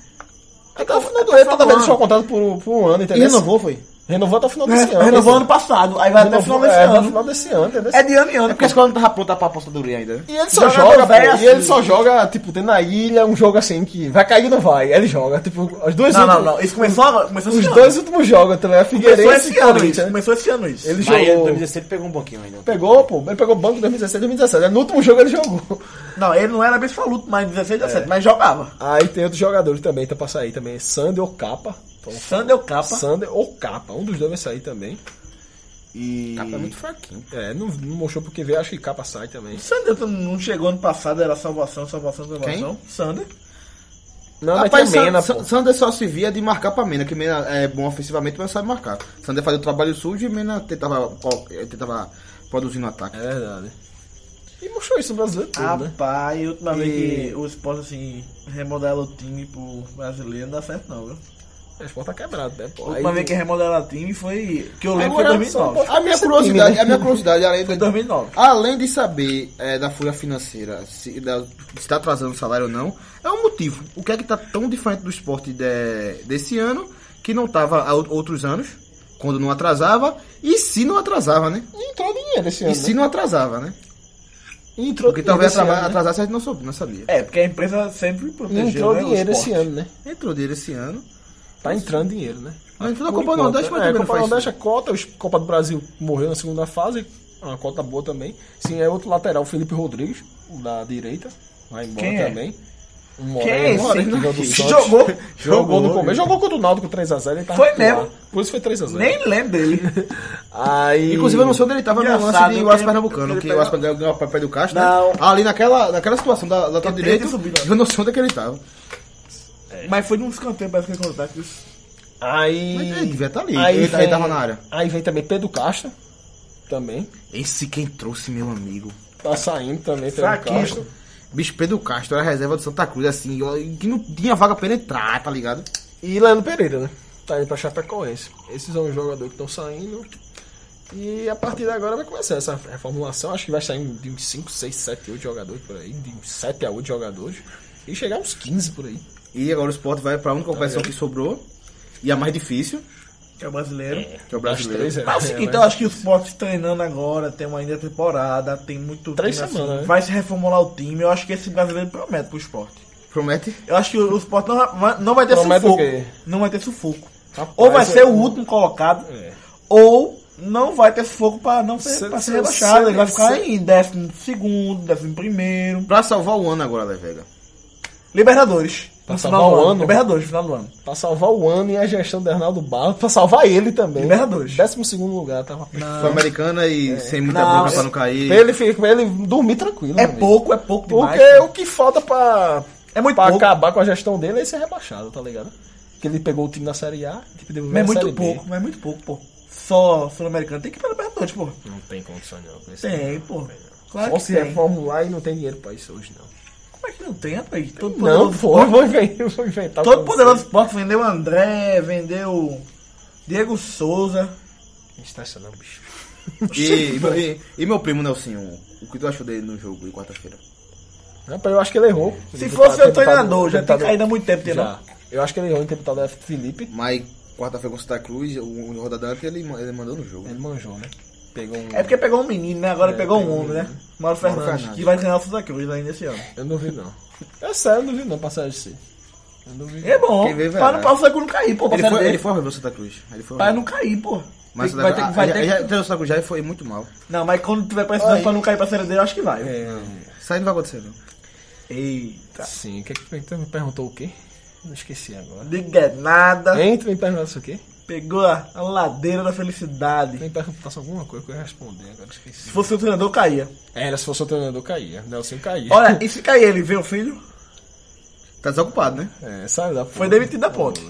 Speaker 5: Até o É final do ano, toda vez deixou o contrato por, por um ano, entendeu?
Speaker 4: foi?
Speaker 5: Renovou até o
Speaker 3: É,
Speaker 5: final desse ano.
Speaker 3: Renovou ano passado, aí vai até o final
Speaker 5: Renovou-
Speaker 3: desse
Speaker 5: é, até o
Speaker 3: ano.
Speaker 5: final desse ano, entendeu?
Speaker 3: É de ano em
Speaker 4: É
Speaker 3: ano. assim,
Speaker 4: porque a escola não tava pronta pra apostadoria ainda, né?
Speaker 5: E ele só
Speaker 3: Jogador
Speaker 5: joga, pô,
Speaker 3: velho assim.
Speaker 5: e ele só joga, tipo, tem na ilha um jogo assim que vai cair ou não vai. Ele joga, tipo, os dois
Speaker 3: Não, não,
Speaker 5: últimos,
Speaker 3: não. Isso começou agora. Começou
Speaker 5: Os
Speaker 3: esse
Speaker 5: dois últimos jogos, tá ligado?
Speaker 3: ano. Começou
Speaker 5: Figueirense e
Speaker 3: esse ano isso.
Speaker 5: Corinthians.
Speaker 3: Começou esse ano isso.
Speaker 5: Ele
Speaker 6: Mas ele, em
Speaker 5: jogou.
Speaker 6: 2016 pegou um pouquinho ainda.
Speaker 5: Pegou, pô. Ele pegou banco em 2016, 2017. Aí né? No último jogo ele jogou.
Speaker 3: Não, ele não era bem faluto, mas 16, 17, mas jogava.
Speaker 5: Aí tem outros jogadores também, tá pra sair também. Sander ou Capa. Então,
Speaker 3: Sandel Capa.
Speaker 5: Sander ou Capa. Um dos dois vai sair também. E.
Speaker 4: Tá muito fraquinho.
Speaker 5: É, não, não mostrou porque veio, acho que Capa sai também.
Speaker 3: Sander tu não chegou ano passado, era salvação, salvação, salvação. Sander.
Speaker 5: Não,
Speaker 4: Rapaz,
Speaker 5: mas tem a Mena,
Speaker 4: San-
Speaker 5: pô.
Speaker 4: San- Sander só se via de marcar pra Mena, que Mena é bom ofensivamente, mas sabe marcar. Sander fazia o trabalho sujo e Mena tentava, ó, eh, tentava produzir no ataque.
Speaker 5: É verdade. E mostrou isso no brasileiro
Speaker 3: Ah.
Speaker 5: todo, né?
Speaker 3: Rapaz, e última vez
Speaker 5: E-
Speaker 3: que o Sport, assim, remodela o time pro brasileiro, não dá certo não, viu?
Speaker 5: O esporte tá quebrado, né, pô?
Speaker 3: A última
Speaker 5: Aí-
Speaker 3: vez que remodela o time foi... Que eu lembro É, foi
Speaker 5: Agora, só
Speaker 3: 2009.
Speaker 5: pode-
Speaker 4: A minha
Speaker 5: Esse
Speaker 4: curiosidade,
Speaker 5: time, né?
Speaker 4: a minha curiosidade, além
Speaker 3: Foi
Speaker 4: de,
Speaker 3: 2009.
Speaker 4: além de saber eh, da folha financeira, se, da, se tá atrasando o salário ou não, é um motivo. O que é que tá tão diferente do esporte de- desse ano, que não tava há ou- outros anos, quando não atrasava, e se não atrasava, né?
Speaker 5: E entrou dinheiro esse ano.
Speaker 4: E se não atrasava, né?
Speaker 5: né? E entrou
Speaker 4: Porque talvez
Speaker 5: dinheiro esse
Speaker 4: atrava-
Speaker 5: ano, né?
Speaker 4: atrasasse, a gente não soube, não sabia.
Speaker 3: É, porque a empresa sempre protegeu,
Speaker 5: E entrou
Speaker 3: né, o
Speaker 5: dinheiro
Speaker 3: Sport.
Speaker 5: esse ano, né?
Speaker 4: Entrou dele esse ano.
Speaker 5: Tá entrando dinheiro, né?
Speaker 4: Mas entrou na
Speaker 5: Por
Speaker 4: Copa do
Speaker 5: enquanto,
Speaker 4: Nordeste, mas
Speaker 5: é,
Speaker 4: também não
Speaker 5: Copa do
Speaker 4: faz
Speaker 5: Nordeste é cota, os- Copa do Brasil morreu na segunda fase, uma cota boa também. Sim, é outro lateral, Felipe Rodrigues, o da direita, vai embora
Speaker 3: Quem é?
Speaker 5: também. Um
Speaker 3: Quem é esse?
Speaker 5: Moreno, que veio do Santos.
Speaker 3: Jogou.
Speaker 5: Jogou, no começo. Jogou contra o Náutico 3x0. ele tava
Speaker 3: Foi
Speaker 5: titular.
Speaker 3: mesmo.
Speaker 5: Por isso foi 3x0.
Speaker 3: Nem lembro dele.
Speaker 5: Aí...
Speaker 4: Inclusive, eu não sei onde ele tava no
Speaker 3: Engraçado,
Speaker 4: lance de
Speaker 3: eu
Speaker 4: Wasp
Speaker 3: queria-
Speaker 4: Pernambucano,
Speaker 3: eu
Speaker 4: que
Speaker 3: queria
Speaker 4: o Wasp ganhou o papel do Castro,
Speaker 3: Não.
Speaker 4: né? Ali naquela, naquela situação da, da tal
Speaker 3: Eu
Speaker 4: direita,
Speaker 3: tentei subir lá.
Speaker 4: eu não sei onde é que ele tava.
Speaker 5: É.
Speaker 3: Mas foi num escanteio, parece que ele contato. isso.
Speaker 5: Aí...
Speaker 4: Mas ele devia tá ali, ele, ele tava na área.
Speaker 5: Aí vem também Pedro Castro, também.
Speaker 4: Esse quem trouxe, meu amigo.
Speaker 5: Tá saindo também Pedro
Speaker 3: Fraquinho.
Speaker 5: Castro.
Speaker 4: Bicho, Pedro Castro era reserva do Santa Cruz, assim, ó, que não tinha vaga pra ele entrar, tá ligado?
Speaker 5: E Leandro Pereira, né? Tá indo pra Chapecoense. Esses são os jogadores que estão saindo. E a partir de agora vai começar essa reformulação. Acho que vai sair de uns 5, 6, 7, 8 jogadores por aí. De uns 7 a 8 jogadores. E chegar uns 15 por aí.
Speaker 4: E agora o Sport vai pra única competição que sobrou, e a mais difícil,
Speaker 3: Que é o brasileiro.
Speaker 4: que é o
Speaker 5: As
Speaker 4: brasileiro.
Speaker 5: três, é,
Speaker 3: Mas é o
Speaker 5: é,
Speaker 3: seguinte,
Speaker 5: mas-
Speaker 3: eu acho que o esporte treinando agora, tem ainda temporada, tem muito
Speaker 5: Três
Speaker 3: time, assim,
Speaker 5: semanas, né?
Speaker 3: Vai se reformular o time. Eu acho que esse brasileiro promete pro esporte.
Speaker 4: Promete?
Speaker 3: Eu acho que o esporte não vai, não vai ter
Speaker 5: Promete
Speaker 3: sufoco.
Speaker 5: o quê?
Speaker 3: Não vai ter sufoco.
Speaker 5: Rapaz,
Speaker 3: ou vai
Speaker 5: eu-
Speaker 3: ser o último colocado,
Speaker 5: É.
Speaker 3: ou não vai ter sufoco pra não ser,
Speaker 5: Cê-
Speaker 3: pra ser
Speaker 5: cê-
Speaker 3: rebaixado.
Speaker 5: cê-
Speaker 3: Ele vai ficar
Speaker 5: cê-
Speaker 3: em décimo segundo, décimo primeiro.
Speaker 4: Pra salvar o ano agora, Levega.
Speaker 3: Libertadores.
Speaker 5: Pra
Speaker 3: no
Speaker 5: salvar
Speaker 3: final do
Speaker 5: o
Speaker 3: ano.
Speaker 5: ano.
Speaker 3: Libertadores, final do ano.
Speaker 5: Pra salvar o ano e a gestão do Arnaldo Barros. Pra salvar ele também.
Speaker 3: Libertadores.
Speaker 5: 12 lugar. Tava...
Speaker 4: Sul-Americana e sem muita
Speaker 3: Não,
Speaker 4: bronca pra não
Speaker 5: Pra
Speaker 4: cair.
Speaker 5: ele, fi- pra ele dormir tranquilo.
Speaker 3: É
Speaker 5: meu amigo.
Speaker 3: pouco, é pouco demais.
Speaker 5: Porque o que falta pra,
Speaker 3: É muito
Speaker 5: pra
Speaker 3: pouco.
Speaker 5: acabar com a gestão dele é ser rebaixado, tá ligado? Porque ele pegou o time na Série A, tipo, devolveu
Speaker 3: Mas é
Speaker 5: na
Speaker 3: muito
Speaker 5: Série B.
Speaker 3: pouco, mas é muito pouco, pô. Só Sul-Americano. Tem que ir pra Libertadores, pô.
Speaker 5: Não tem condição não. com esse
Speaker 3: Tem,
Speaker 5: time.
Speaker 3: pô. Claro
Speaker 5: Só
Speaker 3: que
Speaker 5: se é
Speaker 3: tem.
Speaker 5: reformular e não tem dinheiro pra isso hoje, não.
Speaker 3: Como é que não tem, rapaz? Todo
Speaker 5: Não,
Speaker 3: poderoso
Speaker 5: pô, eu
Speaker 3: esporte,
Speaker 5: vou inventar, eu vou inventar
Speaker 3: todo
Speaker 5: pra
Speaker 3: poderoso
Speaker 5: você.
Speaker 3: esporte vendeu André, vendeu Diego Souza.
Speaker 5: Me estressa tá não, bicho.
Speaker 4: E, e, e meu primo Nelsinho, o que tu achou dele no jogo de quarta-feira?
Speaker 5: Rapaz, eu acho que ele errou.
Speaker 3: Se
Speaker 5: Ele
Speaker 3: fosse
Speaker 5: tá
Speaker 3: o
Speaker 5: tentado-
Speaker 3: treinador, já tem
Speaker 5: tentado-
Speaker 3: caído há muito tempo, tem não?
Speaker 5: Já. Eu acho que ele errou em tentar do Felipe.
Speaker 4: Mas quarta-feira com Santa Cruz, o, o Rodadante, ele, ma- ele mandou no jogo.
Speaker 5: Ele manjou, né? Pegou um...
Speaker 3: É porque pegou um menino, né? Agora
Speaker 5: É,
Speaker 3: pegou um
Speaker 5: pegou um
Speaker 3: homem, né?
Speaker 5: menino.
Speaker 3: Mauro Fernandes,
Speaker 4: Fernandes.
Speaker 3: que vai ganhar o Santa Cruz ainda esse ano.
Speaker 5: Eu não vi, não. É sério, eu não vi, não, pra Série C. Eu não vi.
Speaker 3: É bom.
Speaker 4: Quem vê,
Speaker 3: Para
Speaker 4: verá.
Speaker 3: o Santa Cruz não cair, pô. pra
Speaker 4: Ele
Speaker 3: Série
Speaker 4: foi,
Speaker 3: B.
Speaker 4: ele foi horrível o Santa Cruz. Ele foi
Speaker 3: Pra
Speaker 4: horrível.
Speaker 3: não cair, pô.
Speaker 4: Mas
Speaker 3: Tem- vai ter, vai ter-
Speaker 4: já, já, já, o Santa Cruz já e foi muito mal.
Speaker 3: Não, mas quando tiver precisando pra não cair pra série dele, eu acho que vai.
Speaker 5: É,
Speaker 4: Isso aí não vai acontecer, não.
Speaker 3: Eita.
Speaker 5: sim, o que é que tu me perguntou o quê? Não esqueci agora.
Speaker 3: Diga é nada.
Speaker 5: Hein, tu me perguntasse o quê?
Speaker 3: Pegou a, a ladeira da felicidade.
Speaker 5: Tu me perguntasse alguma coisa que eu ia responder, agora eu esqueci.
Speaker 3: Se fosse o treinador, caía.
Speaker 5: É, Era, se fosse o treinador, caía. Nelson caía.
Speaker 3: Olha, e se cair ele, vê o filho?
Speaker 4: Tá desocupado, né?
Speaker 5: É, saiu da ponte. É
Speaker 3: Foi demitido da ponte.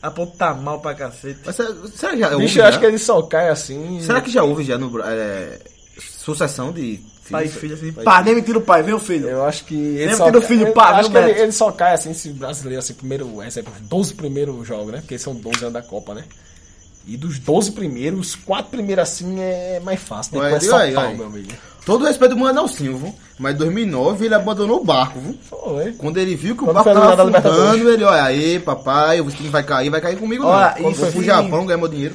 Speaker 3: A ponta tá mal pra cacete.
Speaker 4: Mas será, será que já houve?
Speaker 5: Bicho, eu
Speaker 4: já?
Speaker 5: acho que é ele só cai assim.
Speaker 4: Será que já houve já no. Bra- É, sucessão de.
Speaker 3: Pai e
Speaker 4: filhos?
Speaker 3: filho assim, pá, nem me tira o pai, vem o filho.
Speaker 5: Eu acho que. Ele
Speaker 3: Lembra
Speaker 5: só
Speaker 3: que no
Speaker 5: cai-
Speaker 3: filho,
Speaker 5: eu
Speaker 3: pá, viu,
Speaker 5: acho que ele,
Speaker 3: Beto?
Speaker 5: ele só cai assim, se brasileiro, assim, primeiro. Recebe os 12 primeiros jogos, né? Porque são 12 anos da Copa, né? E dos 12 primeiros, os 4 primeiros assim é mais fácil. Depois
Speaker 4: Ué,
Speaker 5: é São
Speaker 4: aí,
Speaker 5: Paulo,
Speaker 4: aí.
Speaker 5: meu amigo.
Speaker 4: Todo o respeito do Manelzinho, viu? Mas em 2009 ele abandonou o barco, viu?
Speaker 5: Foi.
Speaker 4: Quando ele viu que o
Speaker 5: Quando
Speaker 4: barco
Speaker 5: foi
Speaker 4: tava
Speaker 5: eliminado da
Speaker 4: afundando,
Speaker 5: Libertadores.
Speaker 4: ele, olha, aí, papai, o time vai cair, vai cair comigo
Speaker 3: Olha,
Speaker 4: não. Quando
Speaker 3: isso
Speaker 4: foi pro
Speaker 3: sim.
Speaker 4: Japão, ganhou meu dinheiro.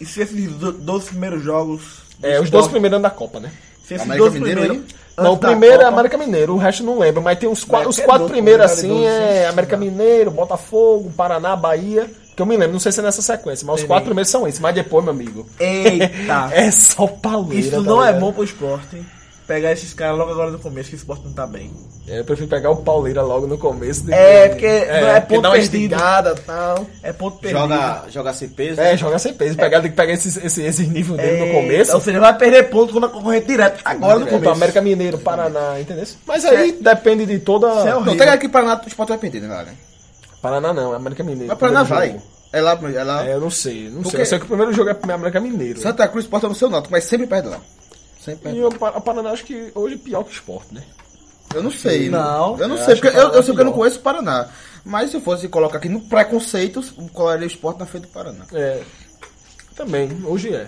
Speaker 3: E se esses do- 12 primeiros jogos.
Speaker 5: É, os 12 primeiros anos da Copa, né?
Speaker 3: Se esses
Speaker 4: América
Speaker 3: 12
Speaker 4: Mineiro,
Speaker 3: primeiros.
Speaker 4: hein?
Speaker 3: antes
Speaker 5: Não, o
Speaker 3: da
Speaker 5: primeiro é
Speaker 3: Copa,
Speaker 5: América Mineiro, o resto não lembro, mas tem os quatro,
Speaker 3: Mas
Speaker 5: os
Speaker 3: é
Speaker 5: quatro
Speaker 3: doido,
Speaker 5: primeiros
Speaker 3: cara,
Speaker 5: assim,
Speaker 3: doido, sim,
Speaker 5: é
Speaker 3: sim.
Speaker 5: América Mineiro, Botafogo, Paraná, Bahia, que eu me lembro, não sei se é nessa sequência, mas os quatro primeiros são esses, mas depois, meu amigo,
Speaker 3: Eita!
Speaker 5: é só paleira.
Speaker 3: Isso
Speaker 5: tá
Speaker 3: não é
Speaker 5: ligado?
Speaker 3: bom pro esporte. Pegar esses caras logo agora no começo, que o esporte não tá bem.
Speaker 5: É, Eu prefiro pegar o pauleira logo no começo. do
Speaker 3: É,
Speaker 5: que-
Speaker 3: porque não é ponto
Speaker 5: dá uma
Speaker 3: perdido.
Speaker 5: esticada e tal.
Speaker 3: É ponto perdido.
Speaker 4: Joga, joga sem peso.
Speaker 5: É, jogar sem peso, pegar, tem que pegar esses, esses, esses níveis dele
Speaker 3: É,
Speaker 5: no começo.
Speaker 3: Ou seja, vai perder ponto quando a concorrente direto. Agora no
Speaker 5: Direto,
Speaker 3: começo.
Speaker 5: América Mineiro, Paraná, entendeu? Mas aí depende de
Speaker 3: Isso é
Speaker 5: toda.
Speaker 3: horrível.
Speaker 4: Não, tá ligado que Paraná, o esporte vai perder, né, lá, né?
Speaker 5: Paraná não, é América Mineiro.
Speaker 4: Mas Paraná
Speaker 5: primeiro
Speaker 4: vai.
Speaker 5: jogo.
Speaker 4: É lá, é lá.
Speaker 5: É, eu não sei, não
Speaker 4: Porque-
Speaker 5: sei. Eu sei que o primeiro jogo é América Mineiro.
Speaker 4: Santa Cruz, esporte é o seu Náutico, mas sempre perde lá. Sempre perde.
Speaker 5: E o Pa- o Paraná acho que hoje é pior que o esporte, né?
Speaker 4: Eu não sei.
Speaker 3: Não.
Speaker 4: Eu não
Speaker 5: Eu
Speaker 4: sei,
Speaker 5: acho que o
Speaker 4: porque eu, eu
Speaker 5: Paraná
Speaker 4: sei que eu não
Speaker 5: é
Speaker 4: conheço o Paraná. Mas se eu fosse colocar aqui no preconceito, eu colocaria o esporte na frente do Paraná.
Speaker 5: É. Também, hoje é.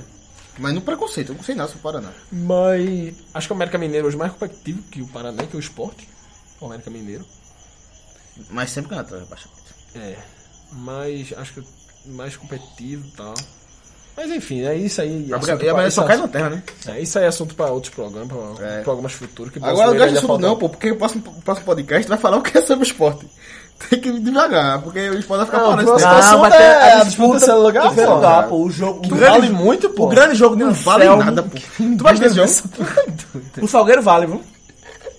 Speaker 4: Mas no preconceito, eu não sei nada sobre o Paraná.
Speaker 5: Mas acho que o América Mineiro hoje é mais competitivo que o Paraná, que o esporte. O América Mineiro.
Speaker 4: Mas sempre ganha atrás, rebaixamento.
Speaker 5: É. Mas acho que é mais competitivo e tal. Mas enfim, é isso aí.
Speaker 4: E a
Speaker 5: assunto pra-
Speaker 4: Bahia só
Speaker 5: isso
Speaker 4: cai
Speaker 5: é
Speaker 4: na terra, né?
Speaker 5: assunto- É, isso aí é assunto para outros programas, pra
Speaker 4: É.
Speaker 5: programas futuros. Que
Speaker 4: Agora não
Speaker 5: brasileiro
Speaker 4: gasta
Speaker 5: ainda
Speaker 4: tudo
Speaker 5: falta-
Speaker 4: não, pô, porque o próximo, o próximo podcast vai falar o que é sobre o esporte. Tem que ir devagar, porque o esporte vai ficar
Speaker 5: Não,
Speaker 4: parando.
Speaker 5: o
Speaker 4: esse
Speaker 5: próximo-
Speaker 4: tempo.
Speaker 5: assunto
Speaker 3: mas tem
Speaker 5: é
Speaker 3: a
Speaker 5: a disputa
Speaker 3: disputa
Speaker 5: pelo lugar,
Speaker 3: do primeiro
Speaker 5: pô.
Speaker 3: lugar, pô. O jogo. O
Speaker 5: vale muito, pô. é
Speaker 3: O grande jogo de
Speaker 4: Não vale nada, pô. Tu vai ver esse jogo?
Speaker 3: O Salgueiro vale, viu?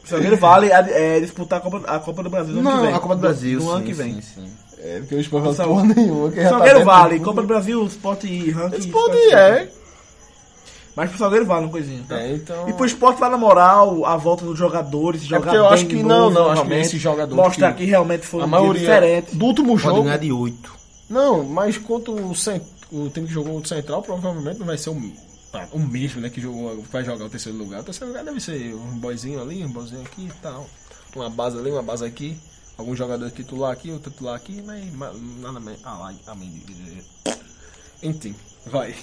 Speaker 3: O Salgueiro vale a- é, disputar a Copa, a Copa do Brasil. no ano que
Speaker 4: Não,
Speaker 3: vem.
Speaker 4: a Copa do Brasil,
Speaker 3: No ano
Speaker 4: sim,
Speaker 3: que vem.
Speaker 4: sim, sim.
Speaker 5: É, porque o esporte não salvou nenhuma. que já
Speaker 3: O
Speaker 5: tá
Speaker 3: Salgueiro
Speaker 5: dentro
Speaker 3: vale.
Speaker 5: do-
Speaker 3: Copa do Brasil, esporte e ranking.
Speaker 5: Esporte
Speaker 3: esporte,
Speaker 5: é.
Speaker 3: Mas pro Salgueiro vale uma coisinha. Tá?
Speaker 5: É, então-
Speaker 3: E pro esporte vale a moral, a volta dos jogadores, jogar
Speaker 5: porque eu
Speaker 3: bem
Speaker 5: acho
Speaker 3: de
Speaker 5: que
Speaker 3: novo,
Speaker 5: não, não, acho que
Speaker 3: novamente,
Speaker 5: esse jogador
Speaker 3: Mostrar
Speaker 5: que-
Speaker 3: que realmente foi
Speaker 5: A
Speaker 3: um dia
Speaker 5: maioria.
Speaker 3: diferente.
Speaker 5: Do último
Speaker 4: Pode
Speaker 5: jogo.
Speaker 4: ganhar de 8.
Speaker 5: Não, mas quanto o, cen- o time que jogou o Central, provavelmente não vai ser o, tá, o mesmo, né? Que jogou, vai jogar o terceiro lugar. O terceiro lugar deve ser um boizinho ali, um boizinho aqui e tal. Uma base ali, uma base aqui. Algum jogador titular aqui, outro titular aqui, mas ma- nada mais. Ah, lá, amém. de- de- de- Enfim, vai.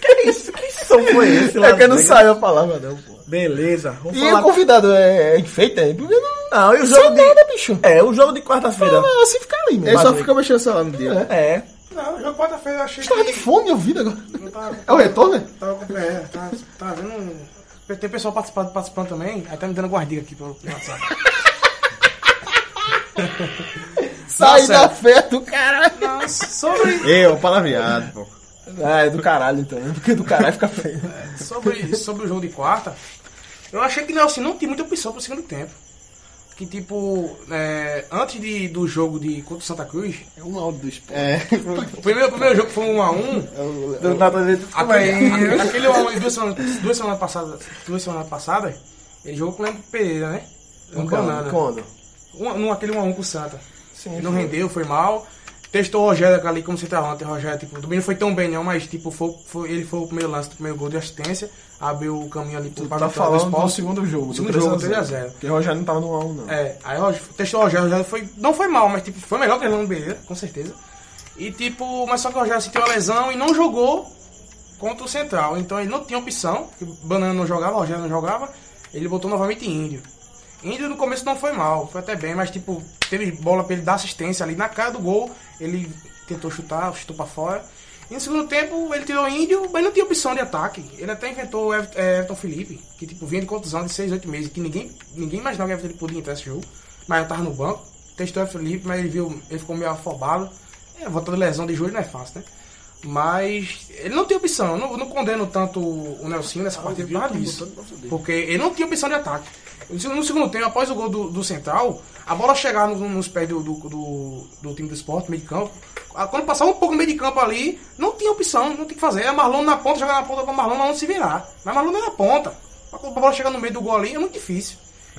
Speaker 3: Que isso? Que som foi esse?
Speaker 5: É
Speaker 3: Las Vegas?
Speaker 5: saiu a palavra, não, "Ah, pô.
Speaker 3: Beleza. Vamos
Speaker 5: E
Speaker 3: falar...
Speaker 5: o convidado é, é enfeita aí? Porque não.
Speaker 3: Não, e o
Speaker 5: Sem
Speaker 3: jogo de...
Speaker 5: nada, bicho.
Speaker 3: É, o jogo de quarta-feira.
Speaker 5: Não, assim fica ali, meu.
Speaker 4: Ele só
Speaker 5: Mas-
Speaker 4: fica mexendo o celular no dia. né?
Speaker 3: É.
Speaker 6: Não, já quarta-feira eu achei
Speaker 5: É. Tava de fone né? ouvido agora.
Speaker 6: Não tava,
Speaker 4: É o retorno, né?
Speaker 6: tava com é, tava, tava vendo. Tem pessoal participando, participando também, aí tá me dando algumas dicas aqui pelo pelo WhatsApp.
Speaker 4: Sai
Speaker 6: certo.
Speaker 4: da fé do caralho.
Speaker 6: Não, sobre,
Speaker 4: é. Eu, palavreado, pô.
Speaker 5: Ah, é do caralho então, né? Porque do caralho fica feio.
Speaker 6: sobre, sobre o jogo de quarta, eu achei que não, assim, não tinha muita opção pro segundo tempo. Que tipo, é, antes de, do jogo de contra o Santa Cruz,
Speaker 5: É um É áudio do esporte.
Speaker 4: É.
Speaker 6: o primeiro, o primeiro jogo foi um a um,
Speaker 3: Do nada dele, tudo
Speaker 6: Aquele, aquele homem, duas semanas, duas semanas passadas, duas semanas passadas, ele jogou com o Leandro Pereira, né? Um banana.
Speaker 5: Quando?
Speaker 6: Um, num- aquele 1x1 com o Santa. não rendeu, foi mal. Testou o Rogério ali como centroavante. O Rogério, tipo, também não foi tão bem não, mas tipo, foi, foi- ele foi o primeiro lance, o primeiro gol de assistência. Abriu o caminho ali pro
Speaker 5: Tá
Speaker 6: pra vitória do
Speaker 5: falando do
Speaker 6: esporte.
Speaker 5: segundo jogo.
Speaker 6: Segundo
Speaker 5: do
Speaker 6: jogo,
Speaker 5: 3x0.
Speaker 6: 3x0.
Speaker 5: Porque o Rogério não tava no 1x1, não.
Speaker 6: É, aí o Roger- testou o Rogério, o Rogério foi, não foi mal, mas tipo, foi melhor que o Leandro Pereira, com certeza. E tipo, mas só que o Rogério sentiu uma lesão e não jogou contra o Central. Então ele não tinha opção, porque o Banana não jogava, o Rogério não jogava, ele botou novamente Índio. Índio no começo não foi mal, foi até bem, mas tipo, teve bola pra ele dar assistência ali na cara do gol, ele tentou chutar, chutou pra fora. E no segundo tempo ele tirou Índio, mas não tinha opção de ataque. Ele até inventou o Ev- eh, Everton Felipe, que tipo vinha de contusão de 6, 8 meses, que ninguém, ninguém imaginava que o Everton Felipe podia entrar nesse jogo, mas eu tava no banco. Testou o Everton Felipe, mas ele viu, ele ficou meio afobado. É, voltando de lesão de joelho não é fácil, né? Mas ele não tem opção. Eu não, não condeno tanto o Nelsinho nessa partida por causa disso. Porque ele não tinha opção de ataque. No segundo- no segundo tempo, após o gol do, do Central, a bola chegar no- nos pés do, do, do- do time do esporte, meio de campo. Ah, Quando passava um pouco no meio de campo ali, não tinha opção, não tinha o que fazer. Era Marlon na ponta, jogar na ponta com Marlon, Marlon se virar. Mas Marlon não é na ponta. A bola chegar no meio do gol ali é muito difícil.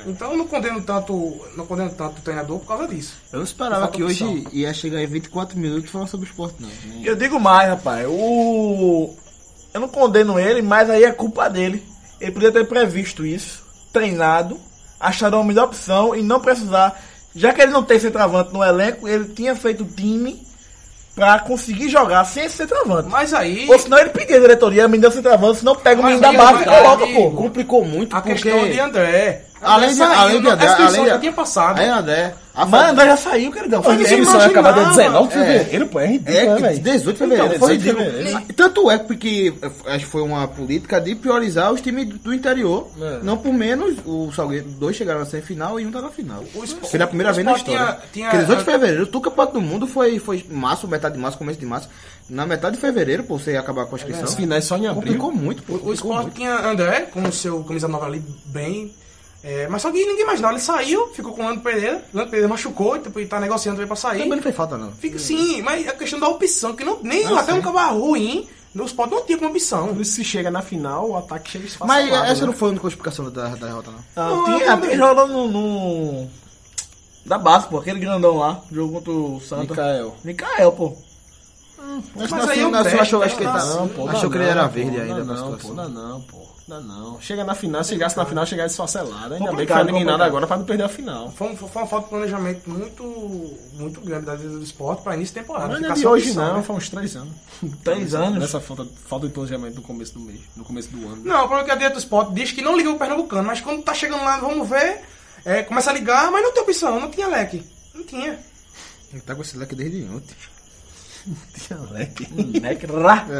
Speaker 6: Então eu não condeno tanto, não condeno tanto o treinador por causa disso.
Speaker 4: Eu não esperava
Speaker 6: Falta
Speaker 4: que hoje
Speaker 6: opção.
Speaker 4: ia chegar em 24 minutos falando sobre esporte, não. Nem-
Speaker 3: Eu digo mais, rapaz. O. Eu não condeno ele, mas aí é culpa dele. Ele podia ter previsto isso, treinado, acharam a melhor opção e não precisar. Já que ele não tem centroavante no elenco, ele tinha feito o time pra conseguir jogar sem esse centroavante.
Speaker 6: Mas aí
Speaker 3: Ou senão ele pedia a diretoria, me deu centroavante, senão pega o
Speaker 6: Mas
Speaker 3: menino da
Speaker 6: aí,
Speaker 3: base e
Speaker 6: mas aí,
Speaker 3: coloca, pô.
Speaker 4: Complicou muito
Speaker 6: a
Speaker 4: porque...
Speaker 6: questão de André.
Speaker 4: Além de,
Speaker 6: André saiu,
Speaker 4: além de
Speaker 6: não-
Speaker 4: André,
Speaker 6: essa
Speaker 4: além
Speaker 6: discussão
Speaker 4: de
Speaker 6: já tinha passado.
Speaker 4: Além de André. A
Speaker 3: Mano, já saiu, queridão. Foi
Speaker 6: Mas
Speaker 3: dele.
Speaker 6: isso-
Speaker 8: Isso é acabado
Speaker 6: imaginava.
Speaker 8: de 19 de
Speaker 4: É.
Speaker 8: fevereiro, pô. É ridículo, né,
Speaker 4: É, que
Speaker 8: velho?
Speaker 4: 18 de fevereiro.
Speaker 8: Então,
Speaker 4: foi
Speaker 8: 18 de
Speaker 4: ridículo. Tanto é porque eh, acho que foi uma política de priorizar os times do- do interior. Não por menos, o Salgueiro, dois chegaram na semifinal e um tá na final.
Speaker 6: O Spo-
Speaker 4: Foi a primeira
Speaker 6: o
Speaker 4: vez na
Speaker 6: Sport
Speaker 4: história.
Speaker 6: tinha- tinha-
Speaker 4: Porque 18 de fevereiro, o Tuca Pato do Mundo foi, foi em março, metade de março, começo de março. Na metade de fevereiro, pô, você ia acabar com a inscrição.
Speaker 8: As finais só em abril.
Speaker 4: Complicou muito, pô.
Speaker 6: O Sport tinha André com o seu camisa nova ali bem. é, mas só que ninguém imaginava, ele saiu, ficou com o Lando Pereira, Lando Pereira machucou e tipo, ele tá negociando também pra sair.
Speaker 4: Também não fez falta, não.
Speaker 6: Fica sim, mas é questão da opção, que não, nem até um cavalo ruim, no Sport não tinha como opção.
Speaker 8: Por isso, se chega na final, o ataque chega espaçado.
Speaker 4: Mas essa não foi a única explicação da, da derrota, não.
Speaker 3: Não, tinha, tinha jogado no, no- Da base, pô. Aquele grandão lá. Jogo contra o Santa.
Speaker 8: Micael.
Speaker 3: Mikael, pô.
Speaker 4: Mas,
Speaker 6: aí
Speaker 4: assim,
Speaker 6: eu
Speaker 4: não,
Speaker 6: vejo,
Speaker 4: achou,
Speaker 6: eu
Speaker 4: acho que ele tá-
Speaker 8: Não, pô, dá
Speaker 4: achou que ele
Speaker 8: não,
Speaker 4: era
Speaker 8: pô,
Speaker 4: verde
Speaker 8: dá
Speaker 4: ainda pra
Speaker 8: não, pô,
Speaker 4: situação.
Speaker 8: dá não, pô. Dá não. Chega na final, chegasse na final, chegasse esfacelada. Ainda bem que foi
Speaker 3: Complicado,
Speaker 8: eliminado
Speaker 3: complicado.
Speaker 8: agora pra não perder a final.
Speaker 6: Foi, um- foi uma falta de planejamento muito, muito grande da vida do Sport pra início de temporada.
Speaker 8: Mas não
Speaker 6: Ficar
Speaker 8: é de
Speaker 6: sem
Speaker 8: hoje
Speaker 6: opção,
Speaker 8: não,
Speaker 6: né?
Speaker 8: foi uns três anos.
Speaker 3: Três anos.
Speaker 8: Nessa falta, falta de planejamento no começo do mês, no começo do ano.
Speaker 6: Não, o problema é que a direita do Sport diz que não ligou o Pernambucano, mas quando tá chegando lá, vamos ver, é, começa a ligar, mas não tem opção, não tinha leque. Não tinha.
Speaker 4: Ele tá com esse leque desde ontem.
Speaker 3: Moleque, rá.
Speaker 4: É,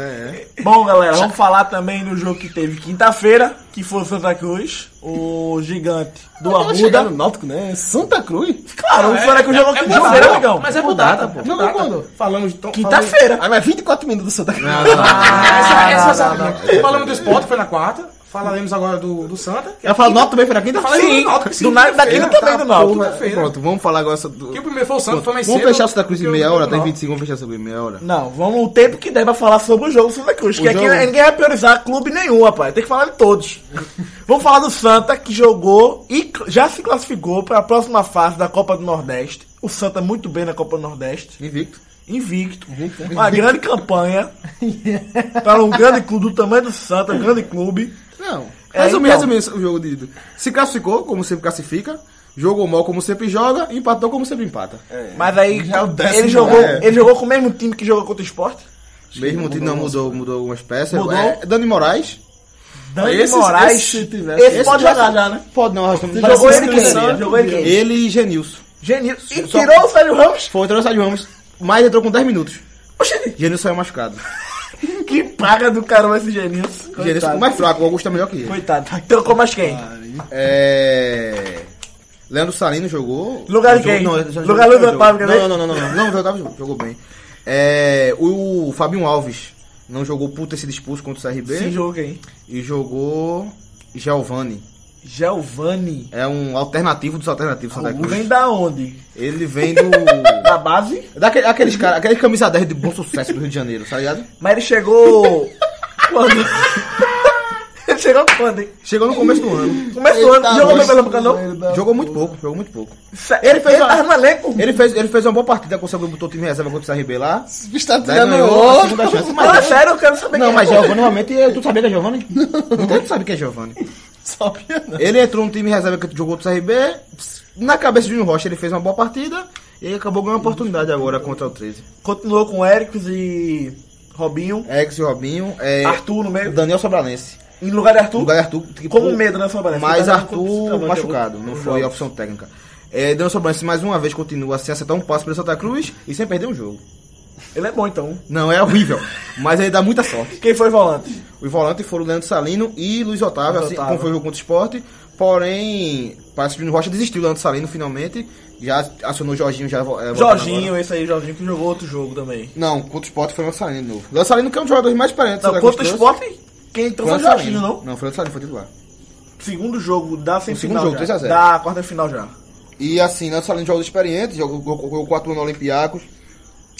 Speaker 4: é.
Speaker 3: Bom, galera, vamos falar também do jogo que teve quinta-feira, que foi o Santa Cruz, o gigante do
Speaker 8: Chegar
Speaker 3: Arruda.
Speaker 8: tá no Náutico, né? É, Santa Cruz.
Speaker 3: Claro, o Santa Cruz jogou quinta-feira,
Speaker 6: mudada,
Speaker 3: amigão.
Speaker 6: Mas é por data, pô. Jogou quando? Falamos então, de Tom.
Speaker 3: Quinta-feira.
Speaker 8: Ah, mas 24 minutos do Santa Cruz.
Speaker 6: Essa, essa, essa, Falamos
Speaker 4: né?
Speaker 6: do Sport, foi na quarta. Falaremos agora do, do Santa. que é
Speaker 4: Eu falo, nota também foi na quinta?
Speaker 6: Falei do Náutico, sim,
Speaker 3: Do nada da
Speaker 6: quinta-feira.
Speaker 3: quinta também
Speaker 8: Tá
Speaker 3: do Náutico.
Speaker 6: Quinta-feira.
Speaker 4: Pronto, vamos falar agora sobre...
Speaker 6: Que o primeiro foi o Santos, foi mais cedo.
Speaker 4: Vamos fechar o Santa Cruz em
Speaker 6: que o-
Speaker 4: meia hora, tem
Speaker 6: não.
Speaker 4: 25, vamos fechar sobre meia hora.
Speaker 3: Não, vamos o tempo que der pra falar sobre o jogo do Santa Cruz.
Speaker 4: O
Speaker 3: Porque aqui
Speaker 4: jogo.
Speaker 3: ninguém vai priorizar clube nenhum, rapaz. Tem que falar de todos. vamos falar do Santa, que jogou e cl- já se classificou pra próxima fase da Copa do Nordeste. O Santa muito bem na Copa do Nordeste.
Speaker 4: Invicto.
Speaker 3: invicto, uma grande campanha para um grande clube do tamanho do Santa, um grande clube.
Speaker 4: Não.
Speaker 3: É,
Speaker 4: Resumindo,
Speaker 3: então.
Speaker 4: resumindo o jogo de Se classificou, como sempre classifica. Jogou mal, como sempre joga. Empatou, como sempre empata.
Speaker 3: Mas aí
Speaker 8: Já é o décimo,
Speaker 3: ele jogou,
Speaker 4: é.
Speaker 3: ele jogou com o mesmo time que jogou contra o Sport.
Speaker 4: Mesmo o time não mudou, mudou algumas peças.
Speaker 3: Mudou.
Speaker 4: É, Dani Moraes.
Speaker 3: Dani
Speaker 8: Esse-
Speaker 3: Moraes,
Speaker 8: esse
Speaker 3: esse,
Speaker 8: se tivesse-
Speaker 3: pode
Speaker 4: já-
Speaker 3: jogar já, né?
Speaker 4: Pode não, arrastamos.
Speaker 3: Jogou ele
Speaker 8: inscrição,
Speaker 3: quem? Jogou ele quem?
Speaker 4: né? Ele e Genilson.
Speaker 3: Genil. E
Speaker 4: Só-
Speaker 3: tirou o Sérgio Ramos?
Speaker 4: Foi o Sérgio Ramos, mas entrou com 10 minutos.
Speaker 3: Oxi,
Speaker 4: Genilson saiu machucado.
Speaker 3: que praga do caramba esse Genil.
Speaker 4: Genilson ficou mais fraco, o Augusto é melhor que ele.
Speaker 3: Coitado. Trocou mais quem?
Speaker 4: É... Leandro Salino jogou.
Speaker 3: Lugar de
Speaker 4: Jogou-
Speaker 3: quem?
Speaker 4: Não,
Speaker 3: Lugar
Speaker 4: já-
Speaker 3: do
Speaker 4: já-
Speaker 3: Luiz
Speaker 4: já-
Speaker 3: Otávio, né?
Speaker 4: Não, não, não, não, não. Não, jogava jogou, jogou bem. É, o Fabinho Alves não jogou por ter sido expulso contra o CRB.
Speaker 3: Sim, jogou quem?
Speaker 4: E jogou Giovani.
Speaker 3: Giovani.
Speaker 4: É um alternativo dos alternativos Santa Cruz.
Speaker 3: Vem da onde?
Speaker 4: Ele vem do.
Speaker 3: Da base?
Speaker 4: Daquele, aqueles caras, aqueles camisa 10 de bom sucesso do Rio de Janeiro, tá ligado?
Speaker 3: Mas ele chegou. quando? ele chegou quando, hein?
Speaker 4: Chegou no começo do ano.
Speaker 3: Começou
Speaker 8: tá
Speaker 3: ano, jogou bem pelo Pernambucano?
Speaker 4: Jogou muito pouco, jogou muito pouco.
Speaker 3: Ele fez
Speaker 4: Ele tava
Speaker 3: no elenco.
Speaker 4: Ele fez, ele fez uma boa partida quando o botou o time reserva contra o CRB lá.
Speaker 8: Está
Speaker 4: Daí
Speaker 8: tá tirando
Speaker 4: ganhou a
Speaker 8: outro.
Speaker 4: segunda chance.
Speaker 3: Mas é
Speaker 4: Mas
Speaker 3: sério, eu quero saber
Speaker 4: Não,
Speaker 3: quem
Speaker 4: mas
Speaker 3: é.
Speaker 4: Giovani normalmente. é- Tu sabia que é Giovani? Então tu sabe que é Giovani.
Speaker 8: Sabia não.
Speaker 4: Ele entrou no time reserva que jogou pro CRB. Na cabeça de Júnior Rocha ele fez uma boa partida e ele acabou ganhando uma oportunidade agora contra o 13.
Speaker 3: Continuou com Éricos e Robinho.
Speaker 4: Ex e Robinho. É,
Speaker 3: Arthur no meio.
Speaker 4: Daniel Sobralense.
Speaker 3: Em lugar de Arthur.
Speaker 4: Lugar de Arthur. que-
Speaker 3: Como medo, né, Sobré?
Speaker 4: Mas
Speaker 3: Tá
Speaker 4: Arthur
Speaker 3: jogando-
Speaker 4: machucado, não foi a opção técnica. É, Daniel Sobralense mais uma vez continua sem acertar um passo pelo Santa Cruz e sem perder um jogo.
Speaker 3: Ele é bom então.
Speaker 4: Não, é horrível, mas ele dá muita sorte.
Speaker 3: Quem foi volante?
Speaker 4: Os volantes foram Leandro Salino e Luiz Otávio,
Speaker 3: Luiz
Speaker 4: assim
Speaker 3: Otávio.
Speaker 4: como foi o jogo contra o esporte. Porém, parece que o Bruno Rocha desistiu do Leandro Salino finalmente. Já acionou o Jorginho, já vo- é, voltando
Speaker 3: Jorginho,
Speaker 4: agora.
Speaker 3: esse aí, Jorginho, que jogou outro jogo também.
Speaker 4: Não, contra o esporte foi o Leandro Salino de novo. Leandro Salino que é um dos jogadores mais experientes.
Speaker 3: Não,
Speaker 4: da
Speaker 3: contra o
Speaker 4: Cruz
Speaker 3: Sport, quem entrou foi o
Speaker 4: trouxe. Foi o Leandro
Speaker 3: Jorginho,
Speaker 4: Salino,
Speaker 3: não?
Speaker 4: Não, foi o Leandro Salino, foi titular.
Speaker 3: Segundo jogo da semifinal
Speaker 4: jogo,
Speaker 3: já.
Speaker 4: 3 a 0.
Speaker 3: Da quarta final já.
Speaker 4: E assim, Leandro Salino jogou experiente, jogou- jogou jogou quatro anos no Olympiacos.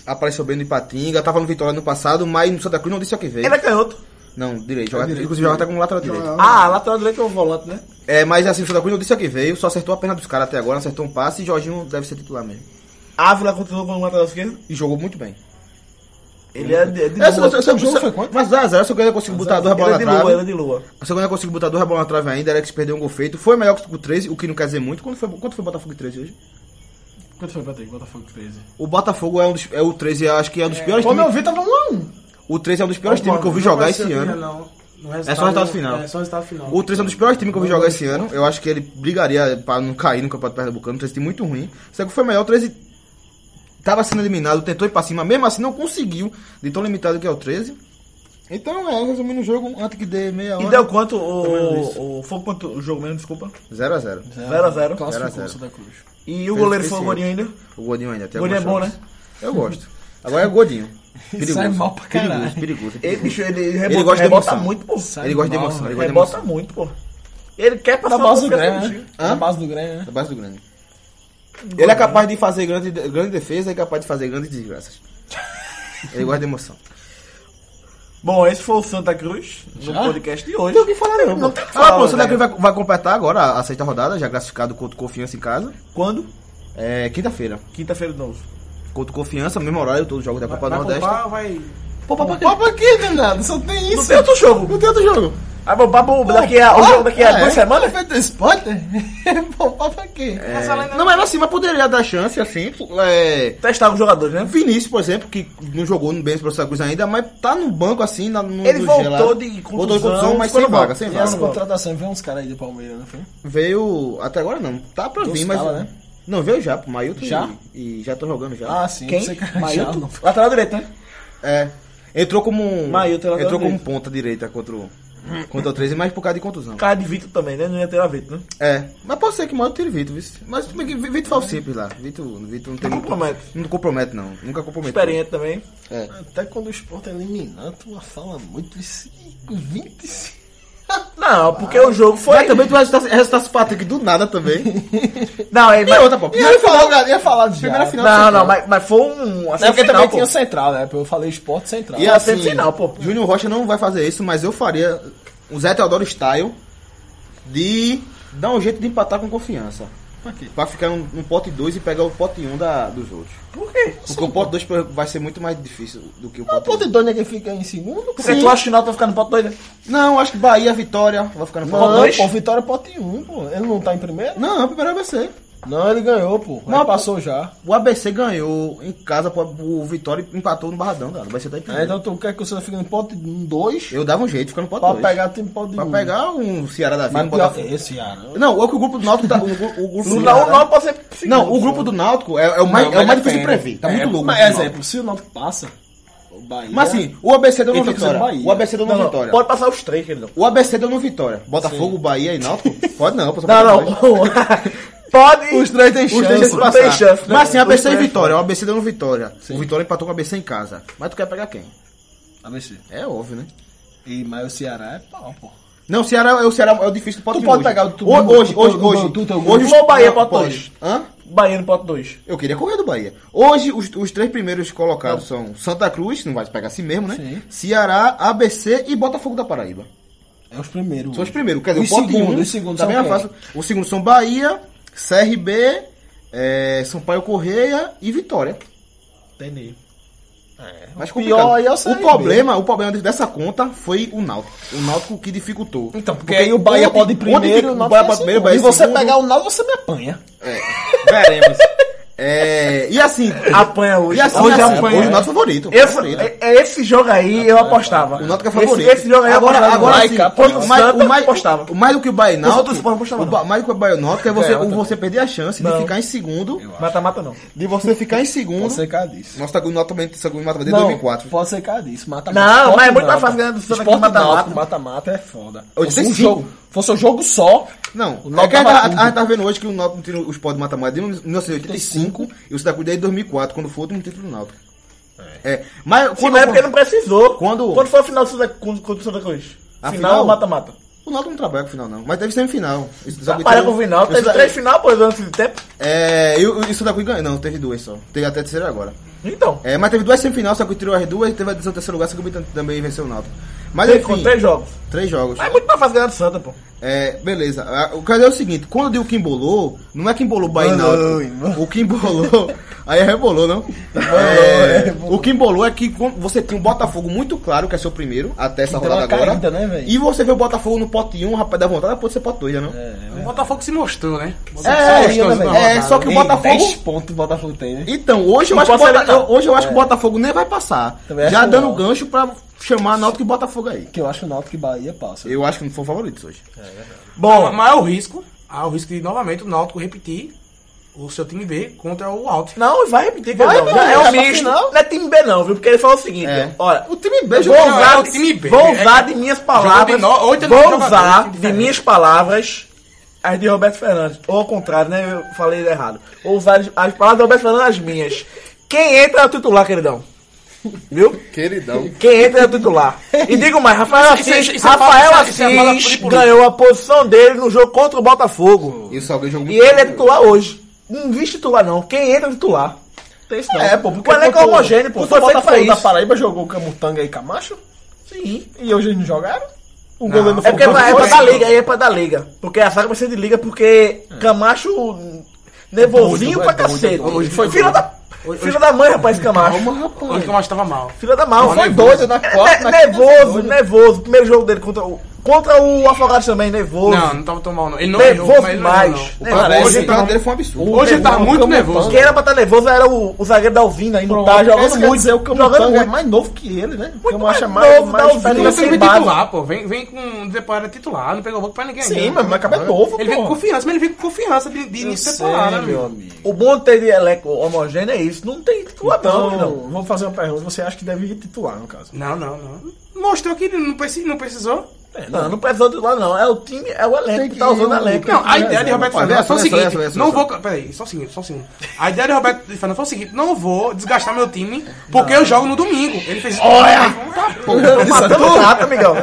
Speaker 4: Apareceu bem no Ipatinga, tava no Vitória no passado, mas no Santa Cruz não disse a que veio.
Speaker 3: Ele é canhoto.
Speaker 4: Não, direito. Joga, inclusive, joga até como lateral direito.
Speaker 3: Ah, lateral direito é o volante, né?
Speaker 4: É, mas assim, o Santa Cruz não disse a que veio, só acertou a perna dos caras até agora, não acertou um passe e Jorginho deve ser titular mesmo.
Speaker 3: Ávila continuou como lateral esquerdo.
Speaker 4: E jogou muito bem.
Speaker 3: Ele é de, é de
Speaker 4: É, se,
Speaker 3: lua.
Speaker 4: se, se, se, mas dá zero, se eu ganhar consigo botar duas
Speaker 3: Ele é
Speaker 4: bolas
Speaker 3: de
Speaker 4: na
Speaker 3: lua, ele é
Speaker 4: trave.
Speaker 3: de lua.
Speaker 4: Se eu ganhar consigo botar duas bolas na trave ainda, Alex perdeu um gol feito. Foi melhor que o 13, o que não quer dizer muito. Quando foi, quanto foi o Botafogo e 13 hoje?
Speaker 8: Quanto foi, Patrick? Botafogo 13.
Speaker 4: O Botafogo é um dos. É o 13, eu acho que é um dos piores
Speaker 8: Como eu
Speaker 4: times.
Speaker 8: vi, tava 1x1.
Speaker 4: O 13 é um dos piores times que eu vi
Speaker 6: Não
Speaker 4: jogar
Speaker 6: vai ser
Speaker 4: esse
Speaker 6: o
Speaker 4: ano.
Speaker 6: dia, não. No
Speaker 4: É só o resultado final.
Speaker 6: É só o resultado final.
Speaker 4: O 13 é um dos piores times que eu vi jogar esse ano. Eu acho que ele brigaria pra não cair no Campeonato Pernambucano. O 13 time muito ruim. Só que foi melhor. O 13 tava sendo eliminado, tentou ir pra cima. Mesmo assim, não conseguiu. De tão limitado que é o 13. Então, é, resumindo o jogo, antes que dê meia hora.
Speaker 3: E deu quanto o, o, foi quanto o jogo mesmo, desculpa?
Speaker 4: 0x0.
Speaker 3: 0x0.
Speaker 4: zero.
Speaker 8: Classificou o Santa Cruz.
Speaker 3: E o goleiro
Speaker 4: É. Fez
Speaker 3: foi o
Speaker 4: eficiente.
Speaker 3: Godinho ainda?
Speaker 4: O Godinho ainda. Tem
Speaker 3: Godinho é
Speaker 4: alguns
Speaker 3: bom, né?
Speaker 4: jogos. Eu gosto. Agora é o Godinho. Perigoso.
Speaker 8: Sai mal pra caralho.
Speaker 4: Perigoso, perigoso.
Speaker 3: Ele,
Speaker 4: perigoso.
Speaker 3: bicho, ele rebota,
Speaker 4: gosta de
Speaker 3: rebota
Speaker 4: emoção.
Speaker 3: muito, pô.
Speaker 4: Ele gosta de emoção. Ele gosta de
Speaker 3: Rebota
Speaker 4: emoção.
Speaker 3: muito, pô. Ele quer
Speaker 8: Na
Speaker 3: passar
Speaker 8: base do
Speaker 3: confiança
Speaker 8: Grêmio,
Speaker 3: no
Speaker 8: né?
Speaker 3: time.
Speaker 8: Na base do Grêmio, né?
Speaker 4: Da base do Grêmio. Ele é capaz de fazer grande, grande defesa e é capaz de fazer grandes desgraças. Ele gosta de emoção.
Speaker 3: Bom, esse foi o Santa Cruz no podcast de hoje.
Speaker 4: Tem Então, o que falar, não.
Speaker 3: Não
Speaker 4: não
Speaker 3: tem o que
Speaker 4: Fala,
Speaker 3: falar,
Speaker 4: pô, o Santa
Speaker 3: velho.
Speaker 4: Cruz vai, vai completar agora a- a sexta rodada, já classificado contra o Confiança em casa.
Speaker 3: Quando?
Speaker 4: É quinta-feira.
Speaker 3: Quinta-feira de novo.
Speaker 4: Contra o Confiança, mesmo horário, todo jogo da Copa do
Speaker 6: Vai
Speaker 4: Nordeste.
Speaker 6: poupar, vai...
Speaker 8: Popa pra quê? Popa aqui, danado. Só tem
Speaker 3: Não
Speaker 8: isso.
Speaker 3: tem outro jogo. Não tem outro jogo. Ah, bom, babo, daqui a, o jogo
Speaker 4: é,
Speaker 3: daqui a duas semanas?
Speaker 8: Feito spoiler? Popa pra quê?
Speaker 4: É, Não, mas assim, mas poderia dar chance, assim. É,
Speaker 3: Testar os jogadores, né?
Speaker 4: Vinícius, por exemplo, que não jogou no bem pro Santa Cruz ainda, mas tá no banco assim, na, no,
Speaker 3: Ele
Speaker 4: no
Speaker 3: voltou
Speaker 4: gelado.
Speaker 3: de contusão,
Speaker 4: voltou de contusão, mas
Speaker 3: quando
Speaker 4: sem vaga,
Speaker 3: volta?
Speaker 4: sem
Speaker 8: E
Speaker 4: vaga.
Speaker 8: essa contratação, vê uns caras aí do Palmeiras, não foi?
Speaker 4: Veio. Até agora não. Tá pra
Speaker 8: Dos
Speaker 4: vir, mas.
Speaker 8: caras, né?
Speaker 4: Não, veio já, pro Mailton.
Speaker 8: Já?
Speaker 4: E, e já tô jogando já.
Speaker 8: Ah, sim.
Speaker 3: Quem?
Speaker 8: Você
Speaker 3: Mailton?
Speaker 8: Mailton.
Speaker 3: Lateral direito, né?
Speaker 4: É. Entrou como. um-
Speaker 3: Mailton, lateral
Speaker 4: entrou como
Speaker 3: direito.
Speaker 4: ponta direita contra o. Contra o 13, mas por causa de contusão.
Speaker 3: Cara de Vitor também, né? Não ia ter a Vitor, né?
Speaker 4: É. Mas pode ser que o Mailton tire Vitor, viu? Mas tudo bem que Vitor faz o simples lá. Vitor, Vitor não tem.
Speaker 3: Não
Speaker 4: muito-
Speaker 3: compromete.
Speaker 4: Não compromete, não. Nunca compromete.
Speaker 3: Experiente também.
Speaker 4: É.
Speaker 8: Até quando o esporte é eliminado, tu fala é muito de 5, 25.
Speaker 3: Não, porque o jogo foi.
Speaker 4: Ah. Mas também tu vai restar- restar esse Patrick do nada também.
Speaker 3: Não, é,
Speaker 4: E outra, pô.
Speaker 8: E eu ia falar, ia falar né? de
Speaker 4: Primeira
Speaker 8: Jara.
Speaker 4: final.
Speaker 3: Não,
Speaker 4: Central.
Speaker 3: não, mas, mas foi um. Assim,
Speaker 8: Não, porque
Speaker 3: final,
Speaker 8: também
Speaker 3: pô.
Speaker 8: tinha o Central, né? Eu falei esporte Central.
Speaker 4: E
Speaker 3: Ah,
Speaker 4: assim,
Speaker 3: semifinal, pô.
Speaker 4: Júnior Rocha não vai fazer isso, mas eu faria o Zé Teodoro Style de dar um jeito de empatar com confiança. Pra, ficar no, no pote 2 e pegar o pote 1 um da- dos outros.
Speaker 3: Por quê?
Speaker 4: Porque o pote 2 vai ser muito mais difícil do que o
Speaker 8: O
Speaker 4: pote 1.
Speaker 8: ponto de dois, né? Quem fica em segundo?
Speaker 3: Porque tu acha que o final tá ficando pra doida?
Speaker 4: Não, acho que Bahia, Vitória, vai ficar no
Speaker 8: Não,
Speaker 4: pote 2.
Speaker 8: pô, Vitória pode ter um, pô. Ele não tá em primeiro?
Speaker 4: Não, primeiro é o ABC.
Speaker 8: Não, ele ganhou, pô. Mas
Speaker 4: Não,
Speaker 8: passou já.
Speaker 4: O ABC ganhou em casa, pô, o Vitória empatou no Barradão, cara. O ABC tá em
Speaker 8: É,
Speaker 4: primeiro.
Speaker 8: então tu quer que o Santa fique no pote 2
Speaker 4: Eu dava um jeito de ficar no pote
Speaker 8: pra
Speaker 4: 2.
Speaker 8: pegar tem pote 1.
Speaker 4: Pra pegar um Ceará da Vida,
Speaker 8: Mas
Speaker 4: um
Speaker 8: pior
Speaker 4: Botafogo.
Speaker 8: que esse, Yara.
Speaker 4: Não, é que o grupo do Náutico tá. O, gru- o grupo do
Speaker 3: Não dá um
Speaker 4: Náutico-
Speaker 3: nome pra ser.
Speaker 4: Não, o grupo do Náutico é, é o mais,
Speaker 8: Não,
Speaker 4: é o mais
Speaker 8: depende.
Speaker 4: difícil de prever. Tá muito
Speaker 8: É,
Speaker 4: louco.
Speaker 8: Mas,
Speaker 4: o Náutico.
Speaker 8: exemplo, se o Náutico passa, o Bahia...
Speaker 4: Mas assim, o ABC deu uma
Speaker 8: Ele tem que ser
Speaker 4: vitória.
Speaker 8: Bahia.
Speaker 4: O ABC deu uma
Speaker 3: Não, não,
Speaker 4: vitória.
Speaker 3: pode passar os três, querido.
Speaker 4: O ABC deu uma vitória. Botafogo, Bahia e Náutico? Pode não, pode só
Speaker 3: Não,
Speaker 4: passar
Speaker 3: não.
Speaker 4: dois.
Speaker 3: pode.
Speaker 4: Os três têm chance.
Speaker 3: três
Speaker 4: de
Speaker 3: têm
Speaker 4: passar.
Speaker 3: chance, né?
Speaker 4: Mas assim,
Speaker 3: Os
Speaker 4: ABC e
Speaker 3: três
Speaker 4: Vitória. O ABC deu uma vitória. O Vitória empatou com o ABC em casa. Mas tu quer pegar quem?
Speaker 8: ABC.
Speaker 4: É óbvio, né?
Speaker 8: E, mas o Ceará é pau, pô.
Speaker 4: Não, o Ceará, é- o Ceará é o difícil do pote
Speaker 8: Tu
Speaker 4: de
Speaker 8: pode
Speaker 4: hoje.
Speaker 8: pegar o- tu-
Speaker 4: Ho- Hoje,
Speaker 8: tu-
Speaker 4: hoje,
Speaker 8: tu-
Speaker 4: hoje.
Speaker 8: tu- tu-
Speaker 4: Hoje
Speaker 3: tu- ou Bahia,
Speaker 4: pode.
Speaker 3: pode dois.
Speaker 4: Hã?
Speaker 3: Bahia no ponto 2.
Speaker 4: Eu queria correr do Bahia. Hoje, os, os três primeiros colocados são Santa Cruz, não vai pegar assim mesmo, né?
Speaker 8: É. Sim.
Speaker 4: Ceará, ABC e Botafogo da Paraíba.
Speaker 8: É os primeiros.
Speaker 4: São os primeiros. Quer dizer,
Speaker 8: Os
Speaker 4: o pote
Speaker 8: segundos,
Speaker 4: um
Speaker 8: os segundos
Speaker 4: também
Speaker 8: são
Speaker 4: é
Speaker 8: quem?
Speaker 4: fácil. Os segundos são Bahia, CRB, é, Sampaio Correia e Vitória.
Speaker 3: Entendi.
Speaker 4: Mas
Speaker 8: pior
Speaker 4: complicado.
Speaker 8: aí é o
Speaker 4: o
Speaker 8: CRB.
Speaker 4: problema, o problema dessa conta foi o Náutico. O Náutico que dificultou.
Speaker 8: Então, porque, aí o Bahia
Speaker 4: onde-
Speaker 8: pode ir
Speaker 4: onde fica-
Speaker 8: primeiro,
Speaker 4: o
Speaker 8: o Náutico
Speaker 4: Bahia
Speaker 8: é
Speaker 4: pode primeiro, o
Speaker 8: segundo.
Speaker 4: Bahia
Speaker 8: E você
Speaker 4: segundo.
Speaker 8: pegar o Náutico, você me apanha.
Speaker 4: Veremos. É, e assim,
Speaker 3: Apanha hoje.
Speaker 4: e assim,
Speaker 3: hoje
Speaker 4: assim,
Speaker 3: apanha.
Speaker 4: hoje o Náutico é favorito.
Speaker 3: Esse-
Speaker 4: favorito.
Speaker 3: é, é esse jogo aí eu apostava.
Speaker 4: O Náutico é favorito.
Speaker 3: Esse, esse jogo aí eu
Speaker 4: agora,
Speaker 3: apostava.
Speaker 4: agora
Speaker 3: Vai,
Speaker 4: sim,
Speaker 3: cara,
Speaker 4: o, mais,
Speaker 3: Santa,
Speaker 4: o, mais,
Speaker 3: apostava.
Speaker 4: o mais do que o Bahia
Speaker 3: Os
Speaker 4: Náutico,
Speaker 3: outros esportes não apostavam,
Speaker 4: o ba- mais do que o Bahia Náutico é você, ou você perder a chance
Speaker 3: Não.
Speaker 4: de ficar em segundo,
Speaker 3: Mata-mata não.
Speaker 4: de você ficar em segundo.
Speaker 8: Pode ser cara disso.
Speaker 4: Nossa, tá com o Náutico também, tá com o Náutico desde
Speaker 8: Não,
Speaker 4: 2004.
Speaker 8: Pode ser cara disso. Mata
Speaker 3: Não, mas é muito mais fácil ganhar do Santa que
Speaker 8: Esporte
Speaker 3: mata-mata.
Speaker 8: mata-mata. Mata-mata é foda.
Speaker 4: Eu
Speaker 8: Fosse
Speaker 4: disse
Speaker 8: um
Speaker 4: cinco.
Speaker 8: jogo, fosse um jogo só.
Speaker 4: Não,
Speaker 8: O Náutico
Speaker 4: é que a, gente
Speaker 8: tava
Speaker 4: tá- a,
Speaker 8: tudo.
Speaker 4: a gente tá vendo hoje que o Náutico não tira os pó de mata-mata desde 1985 e o Santa Cruz desde 2004, quando foi o último título do Náutico. É. mas
Speaker 3: Sim,
Speaker 4: quando,
Speaker 3: mas é porque não precisou.
Speaker 4: Quando-
Speaker 3: Quando foi a final do Santa- contra o Santa Cruz?
Speaker 4: A
Speaker 3: Final
Speaker 4: final?
Speaker 3: mata-mata.
Speaker 4: o Náutico não trabalha com final não, mas teve semifinal. Isso-
Speaker 3: Para Tá com o final.
Speaker 4: Isso-
Speaker 3: Teve três final, pô, antes do tempo.
Speaker 4: É, e o e o Santa Cruz ganhou. Não, teve duas só. Teve até a terceira agora.
Speaker 3: Então,
Speaker 4: É, mas teve duas semifinais, o Santa Cruz tirou as duas, teve a decisão do terceiro lugar, o Santa Cruz também venceu o Náutico. Mas
Speaker 3: tem
Speaker 4: enfim,
Speaker 3: três jogos.
Speaker 4: três jogos.
Speaker 3: Mas é muito pra fazer ganhar do Santa, pô.
Speaker 4: É, beleza. Ah, O caso é o seguinte, quando eu digo que embolou, não é que embolou o Bahia e
Speaker 9: Embolou,
Speaker 4: Náutico. O que embolou, aí é rebolou, não? É, o que embolou é que quando você tem um Botafogo muito claro, que é seu primeiro, até essa
Speaker 9: Que deu
Speaker 4: rodada
Speaker 9: uma
Speaker 4: agora.
Speaker 9: caída, né, velho?
Speaker 4: e você vê o Botafogo no pote 1, rapaz, dá vontade, pode ser pote 2, já não? É,
Speaker 6: O Botafogo se mostrou, né?
Speaker 5: É,
Speaker 9: saiu, né, velho?
Speaker 4: é, só que o
Speaker 9: Ei,
Speaker 4: Botafogo...
Speaker 9: 10 pontos o Botafogo tem, né?
Speaker 4: Então, hoje eu,
Speaker 3: Não
Speaker 4: acho que, o
Speaker 3: passa ele,
Speaker 4: Bota-
Speaker 3: não.
Speaker 4: hoje eu acho que o Botafogo nem vai passar.
Speaker 9: É. Também acho
Speaker 4: Já
Speaker 9: que
Speaker 4: dando
Speaker 9: não.
Speaker 4: gancho pra chamar Náutico e Botafogo aí.
Speaker 9: Que eu acho que o Náutico e Bahia passa.
Speaker 4: Eu acho que não foram favoritos hoje.
Speaker 3: Bom,
Speaker 6: Mas é o risco. Há o risco de novamente o Náutico repetir o seu time B contra o Alto.
Speaker 3: não, vai repetir, que não. Já é
Speaker 4: é
Speaker 3: um
Speaker 4: pra
Speaker 3: misto.
Speaker 4: final.
Speaker 3: Não é time B, não, viu? Porque ele falou o seguinte:
Speaker 4: É.
Speaker 3: olha,
Speaker 4: O time B
Speaker 3: vou
Speaker 4: jogou
Speaker 6: não,
Speaker 3: usar,
Speaker 6: é o time B.
Speaker 3: vou
Speaker 6: É que-
Speaker 3: usar de minhas
Speaker 6: Jogou
Speaker 3: palavras.
Speaker 6: de no- oito
Speaker 3: vou
Speaker 6: jogadores,
Speaker 3: usar
Speaker 6: time
Speaker 3: de
Speaker 6: diferente.
Speaker 3: minhas palavras as de Roberto Fernandes. Ou ao contrário, né? Eu falei errado. Vou usar as, as palavras de Roberto Fernandes as minhas. Quem entra é o titular, queridão. Viu?
Speaker 4: Queridão.
Speaker 3: Quem entra é o titular. E digo mais, Rafael
Speaker 6: Isso- isso-
Speaker 3: Assis,
Speaker 6: isso é
Speaker 3: Rafael
Speaker 6: fala- isso é fala
Speaker 3: Assis
Speaker 6: político.
Speaker 3: ganhou a posição dele no jogo contra o Botafogo.
Speaker 4: E o Salgueiro jogou
Speaker 3: E ele é titular hoje. Não vi titular, não. Quem entra é titular. Tem isso, não. É, pô, porque o elenco é homogêneo, pô.
Speaker 8: O
Speaker 3: Foi feito pra
Speaker 8: Botafogo da
Speaker 3: isso.
Speaker 8: Paraíba jogou Camutanga e Camacho?
Speaker 3: Sim.
Speaker 8: E hoje eles não jogaram?
Speaker 5: Um
Speaker 8: O goleiro não
Speaker 3: É porque é pra, é pra
Speaker 8: foi-
Speaker 3: dar liga, aí é pra dar liga. Porque a saga vai ser de liga, porque Camacho hum, nervosinho pra cacete.
Speaker 6: É. Hoje foi
Speaker 3: Filha
Speaker 6: doido.
Speaker 3: da. Filha da mãe, rapaz, Camacho.
Speaker 6: Hoje que eu estava mal.
Speaker 3: Filha da mal.
Speaker 6: Foi
Speaker 9: doido na quarta,
Speaker 3: É,
Speaker 9: na
Speaker 3: ne-
Speaker 9: quinta,
Speaker 3: Nervoso,
Speaker 5: né?
Speaker 3: nervoso. Primeiro jogo dele contra o. Contra o Afogados também, nervoso.
Speaker 6: Não, não tava tão mal, não. Ele não
Speaker 3: nervoso
Speaker 6: mas ele não errou,
Speaker 3: demais.
Speaker 6: não.
Speaker 3: Nervoso.
Speaker 4: Hoje o
Speaker 6: Hoje,
Speaker 3: tá-
Speaker 6: tá-
Speaker 4: campeonato dele foi um absurdo.
Speaker 6: hoje ele tava muito nervoso.
Speaker 3: Quem era pra estar nervoso era o, o zagueiro da Alvina ainda. tá jogando
Speaker 6: é
Speaker 3: muito.
Speaker 5: é
Speaker 3: jogando muito.
Speaker 8: mais novo que ele, né?
Speaker 3: Muito
Speaker 8: Camacho é
Speaker 3: mais
Speaker 8: mais
Speaker 3: novo,
Speaker 8: mais
Speaker 3: Dalvinho.
Speaker 8: velho.
Speaker 6: Ele
Speaker 3: sem
Speaker 6: sempre
Speaker 3: base.
Speaker 6: titular, pô. Vem, vem com temporada titular, não pegou boca pra ninguém.
Speaker 8: Sim,
Speaker 6: ainda.
Speaker 8: mas meu cabelo é novo,
Speaker 6: Ele vem com
Speaker 8: pô.
Speaker 6: confiança, mas ele vem com confiança de, de início de temporada, amigo.
Speaker 8: amigo.
Speaker 3: O bom de ter de elenco homogêneo é isso. Não tem titular,
Speaker 8: Então,
Speaker 3: não, não.
Speaker 8: vamos fazer uma pergunta. Você acha que deve ir titular, no caso?
Speaker 6: Não, não, não. Mostrou que ele não, preci- não precisou.
Speaker 3: Não, não precisa de titular, não. É o time, é o elenco que tá usando o elenco.
Speaker 6: Não, a ideia de Roberto
Speaker 4: Olha,
Speaker 6: Fernandes foi o
Speaker 4: olha só, olha só, olha
Speaker 6: seguinte.
Speaker 4: só,
Speaker 6: Não
Speaker 4: olha só.
Speaker 6: vou. Peraí, só um segundo, só um segundo. A ideia de Roberto Fernandes foi o seguinte: não vou desgastar meu time porque eu jogo no domingo. Ele fez isso.
Speaker 3: Não, matando o rato, amigão.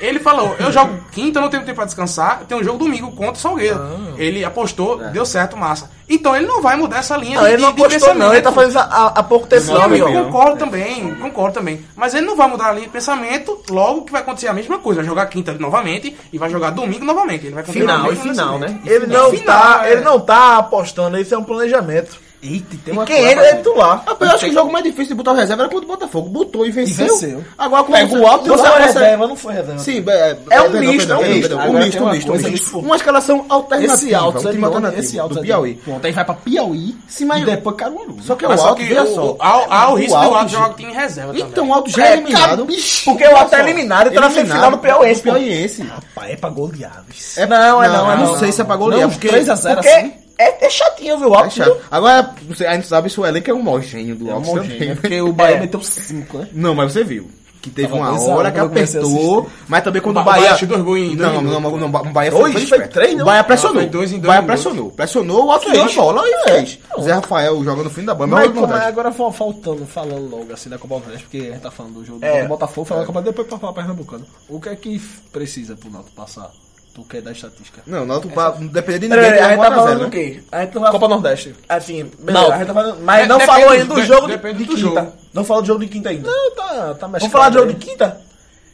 Speaker 6: Ele falou: eu jogo quinta, não tenho tempo pra descansar, eu tenho um jogo domingo contra o Salgueiro.
Speaker 3: Ah.
Speaker 6: Ele apostou, deu certo, massa. Então ele não vai mudar essa linha
Speaker 3: Não, ele não apostou, não. Ele tá fazendo isso há há pouco tempo,
Speaker 6: Sim,
Speaker 3: não,
Speaker 6: amigo,
Speaker 3: amigão.
Speaker 6: concordo também, concordo também. Mas ele não vai mudar a linha de pensamento, logo que vai acontecer a mesma coisa. Vai jogar quinta novamente e vai jogar domingo novamente. Ele vai continuar
Speaker 8: Final,
Speaker 6: mesmo
Speaker 8: e final,
Speaker 6: nesse-
Speaker 8: né?
Speaker 3: Ele não,
Speaker 6: assim, Final,
Speaker 3: tá,
Speaker 6: é.
Speaker 3: ele não tá apostando, isso é um planejamento.
Speaker 8: Eita, tem
Speaker 3: E quem entra é titular.
Speaker 4: Eu acho que o jogo mais difícil de botar o reserva era contra o Botafogo. Botou e venceu.
Speaker 8: E venceu.
Speaker 4: Agora quando
Speaker 9: Pega o alto e
Speaker 4: você,
Speaker 9: não é
Speaker 4: você-
Speaker 9: reserva, não foi reserva.
Speaker 4: Sim, é,
Speaker 3: É um misto, é um misto.
Speaker 4: Um
Speaker 9: Agora
Speaker 4: misto,
Speaker 9: tem
Speaker 4: um
Speaker 9: uma
Speaker 4: misto, um
Speaker 9: coisa
Speaker 4: misto.
Speaker 9: que-
Speaker 4: Uma escalação alternativa.
Speaker 9: Esse alto,
Speaker 4: um time alternativo
Speaker 9: esse alto
Speaker 4: do Piauí.
Speaker 9: Pronto, aí vai pra Piauí
Speaker 4: Sim, mas-
Speaker 9: e depois Caruaru.
Speaker 4: Só que é o
Speaker 6: Mas só
Speaker 4: alto,
Speaker 6: que
Speaker 4: veja
Speaker 6: o-
Speaker 4: só.
Speaker 6: o- há há o risco do
Speaker 4: Alto-
Speaker 6: Alto jogar o time em reserva
Speaker 4: Então
Speaker 6: também.
Speaker 4: o alto já é
Speaker 3: É,
Speaker 4: eliminado.
Speaker 3: Porque o Alto é eliminado e tá na
Speaker 4: Eliminado.
Speaker 3: semifinal do Piauí. pô.
Speaker 4: Piauiense.
Speaker 9: Pá,
Speaker 3: tá
Speaker 9: é pra goleadas.
Speaker 4: É,
Speaker 3: Não, é não, é
Speaker 4: eu
Speaker 3: não.
Speaker 4: Não sei se é pra golear,
Speaker 9: Não,
Speaker 4: porque...
Speaker 9: 3x0
Speaker 3: Porque
Speaker 9: assim.
Speaker 3: é, é chatinho, viu? O
Speaker 4: É
Speaker 3: Alto
Speaker 4: chato. Agora, você- a gente sabe se o elenco é um homogêneo do
Speaker 9: É um
Speaker 4: Alto
Speaker 9: monte,
Speaker 4: também.
Speaker 9: né? Porque o Bahia
Speaker 3: É.
Speaker 9: meteu 5, né?
Speaker 4: Não, mas você viu. Que teve
Speaker 9: Tava
Speaker 4: uma
Speaker 9: dois a um
Speaker 4: hora que
Speaker 9: quando eu comecei a
Speaker 4: apertou, mas também quando o
Speaker 6: Ba- o Bahia
Speaker 4: Bahia.
Speaker 6: achou dois gols em dois
Speaker 4: não, não, não, não, o Bahia
Speaker 3: Dois, foi
Speaker 4: esperto.
Speaker 3: três, não?
Speaker 4: O Bahia
Speaker 6: Não,
Speaker 4: pressionou.
Speaker 6: foi dois em dois
Speaker 4: o Bahia
Speaker 6: minutos.
Speaker 4: pressionou. Pressionou, o Alto deu a bola e fez. Zé Rafael joga no fim da bola,
Speaker 8: Mas,
Speaker 4: mas não
Speaker 8: como é,
Speaker 4: dá.
Speaker 8: agora fa- faltando, falando logo assim da Copa do Nordeste, porque a gente tá falando do jogo
Speaker 3: É.
Speaker 8: do Botafogo, falando da Copa depois pra falar Pernambucano. O que é que f- precisa pro Náutico passar? Tu quer dar estatística?
Speaker 4: Não, não, não depender de ninguém.
Speaker 3: Peraí, a
Speaker 4: é
Speaker 3: gente tá
Speaker 4: 4 a
Speaker 3: falando
Speaker 4: 0,
Speaker 3: do
Speaker 4: né?
Speaker 3: quê? A gente tá não vai
Speaker 8: Copa Nordeste.
Speaker 3: Assim, beleza, a gente tá falando. Mas
Speaker 6: De-
Speaker 3: não
Speaker 6: depende
Speaker 3: falou
Speaker 6: do-
Speaker 3: ainda do jogo de,
Speaker 6: depende
Speaker 3: de
Speaker 6: do
Speaker 3: quinta.
Speaker 6: jogo.
Speaker 3: Não falou do jogo de quinta ainda.
Speaker 8: Não, tá, tá
Speaker 3: Vamos falar do
Speaker 5: né?
Speaker 3: jogo de quinta?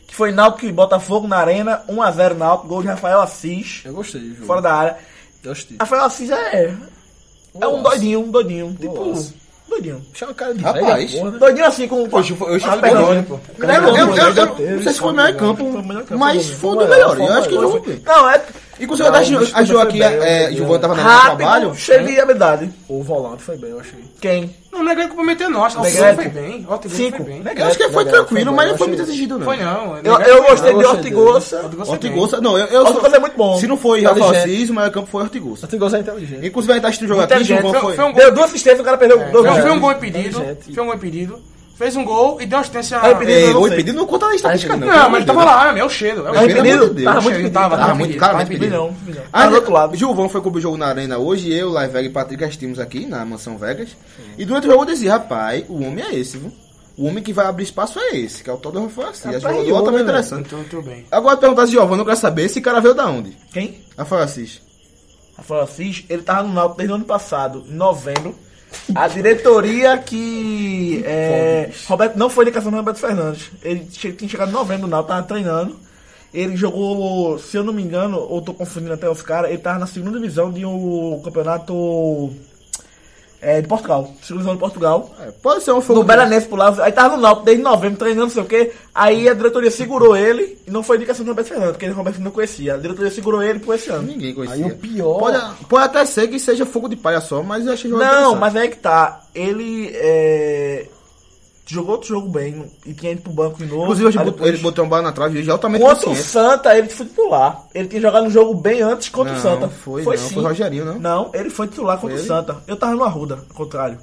Speaker 3: Que foi Náutico e Botafogo na Arena, 1x0 Náutico, gol de Rafael Assis,
Speaker 8: Eu gostei do jogo.
Speaker 3: fora da área.
Speaker 8: Gostei.
Speaker 3: Rafael Assis é. É um
Speaker 8: Golaço.
Speaker 3: doidinho, um doidinho. Tipo.
Speaker 8: Golaço.
Speaker 3: Doidinho.
Speaker 8: Deixa uma cara de
Speaker 4: Rapaz.
Speaker 8: velha porra, né?
Speaker 3: Doidinho assim com.
Speaker 4: Hoje foi- hoje
Speaker 3: as
Speaker 4: foi
Speaker 3: pernas.
Speaker 4: melhor, né, pô? Eu eu- eu- eu- eu não sei é, se foi o melhor em campo, mas foi um dos melhores. Eu acho que não.
Speaker 3: Não, é.
Speaker 4: E com certeza a Jo aqui, é, Gilvan tava na linha de trabalho.
Speaker 3: Rápido, cheio de habilidade.
Speaker 8: O volante foi bem, eu achei.
Speaker 3: Quem?
Speaker 6: Não, não é grande comprometer nós. Alto
Speaker 3: Negrete.
Speaker 6: foi bem. Alto
Speaker 3: Cinco. né?
Speaker 6: foi bem.
Speaker 4: É, Eu acho que foi
Speaker 8: Legal,
Speaker 4: tranquilo,
Speaker 8: foi
Speaker 4: mas
Speaker 8: bom,
Speaker 4: não foi
Speaker 8: eu
Speaker 4: muito
Speaker 8: achei.
Speaker 4: exigido, não.
Speaker 6: Foi não. é
Speaker 3: Eu,
Speaker 6: Negrete
Speaker 3: eu
Speaker 6: foi
Speaker 3: gostei
Speaker 6: não.
Speaker 3: de
Speaker 8: eu gostei
Speaker 3: Ortigoça.
Speaker 6: Alto gostou bem.
Speaker 4: Ortigosa, não, eu, eu sou.
Speaker 3: Ortigosa é muito bom.
Speaker 4: Se não foi Rafael Assis, o maior campo foi Ortigosa.
Speaker 8: Ortigosa é inteligente.
Speaker 4: Inclusive, a gente tá assistindo o jogo aqui,
Speaker 3: Inteligente,
Speaker 4: Gilvan
Speaker 6: foi-
Speaker 4: foi.
Speaker 6: foi um
Speaker 3: Deu duas assistências, o cara perdeu dois
Speaker 6: Foi,
Speaker 3: gols.
Speaker 6: foi um gol impedido.
Speaker 8: Inteligente.
Speaker 6: Foi um gol impedido. Fez um gol e deu uma assistência.
Speaker 3: Ah, impedido.
Speaker 4: É,
Speaker 3: Eu não
Speaker 4: o
Speaker 3: sei.
Speaker 4: impedido não conta na estatística, não.
Speaker 6: Não, mas tava lá, é o cheiro. É o
Speaker 3: Tava
Speaker 6: cheiro.
Speaker 4: impedido?
Speaker 6: Pelo amor de Deus,
Speaker 3: Tava muito
Speaker 6: cheiro,
Speaker 3: impedido.
Speaker 6: Tava,
Speaker 4: Tava
Speaker 6: tava
Speaker 4: muito
Speaker 6: impedido.
Speaker 4: claramente impedido.
Speaker 3: Milhão, milhão.
Speaker 4: Ah,
Speaker 3: Ah, do outro lado.
Speaker 4: Gilvão foi cobrir o jogo na arena hoje, eu, Laiveg e Patrick assistimos aqui na Mansão Vegas. E durante o jogo eu dizia, rapaz, o homem é esse, viu? O homem que vai abrir espaço é esse, que é o tal do Rafael Assis. Acho que o também interessante.
Speaker 6: Então, tudo bem.
Speaker 4: Agora perguntar se Giovanni, eu quero saber esse cara veio da onde?
Speaker 3: Quem?
Speaker 4: Rafael Assis.
Speaker 3: Rafael Assis, ele tava no Náutico desde o ano passado, em novembro. A diretoria que. é, Roberto, não foi indicação do Roberto Fernandes. Ele che- tinha chegado em novembro no Náutico, tava treinando. Ele jogou, se eu não me engano, ou tô confundindo até os caras, ele tava na segunda divisão de um campeonato é, de Portugal. Segunda divisão de Portugal.
Speaker 4: Pode ser um
Speaker 3: No
Speaker 4: fogo.
Speaker 3: Belenense pro Lázaro. Aí tava no Náutico desde novembro, treinando, não sei o quê. Aí a diretoria segurou ele e não foi indicação do Roberto Fernandes, porque o Roberto não conhecia. A diretoria segurou ele por esse ano.
Speaker 4: Ninguém conhecia.
Speaker 9: Aí o pior-
Speaker 4: Pode, pode até ser que seja fogo de palha só, mas eu achei
Speaker 3: Não, mas aí que tá. Ele é, jogou outro jogo bem e tinha ido pro banco de novo.
Speaker 4: Inclusive, hoje
Speaker 3: Aí
Speaker 4: botou-
Speaker 3: depois-
Speaker 4: ele botou um bala na trave, hoje altamente
Speaker 3: Contra o
Speaker 4: consciente.
Speaker 3: Santa, ele foi titular. Ele tinha jogado um jogo bem antes contra o
Speaker 4: Não,
Speaker 3: Santa.
Speaker 4: foi não, foi Rogerinho, não?
Speaker 3: Não, ele foi titular contra
Speaker 4: Foi
Speaker 3: o
Speaker 4: ele?
Speaker 3: Santa. Eu tava no Arruda, ao contrário.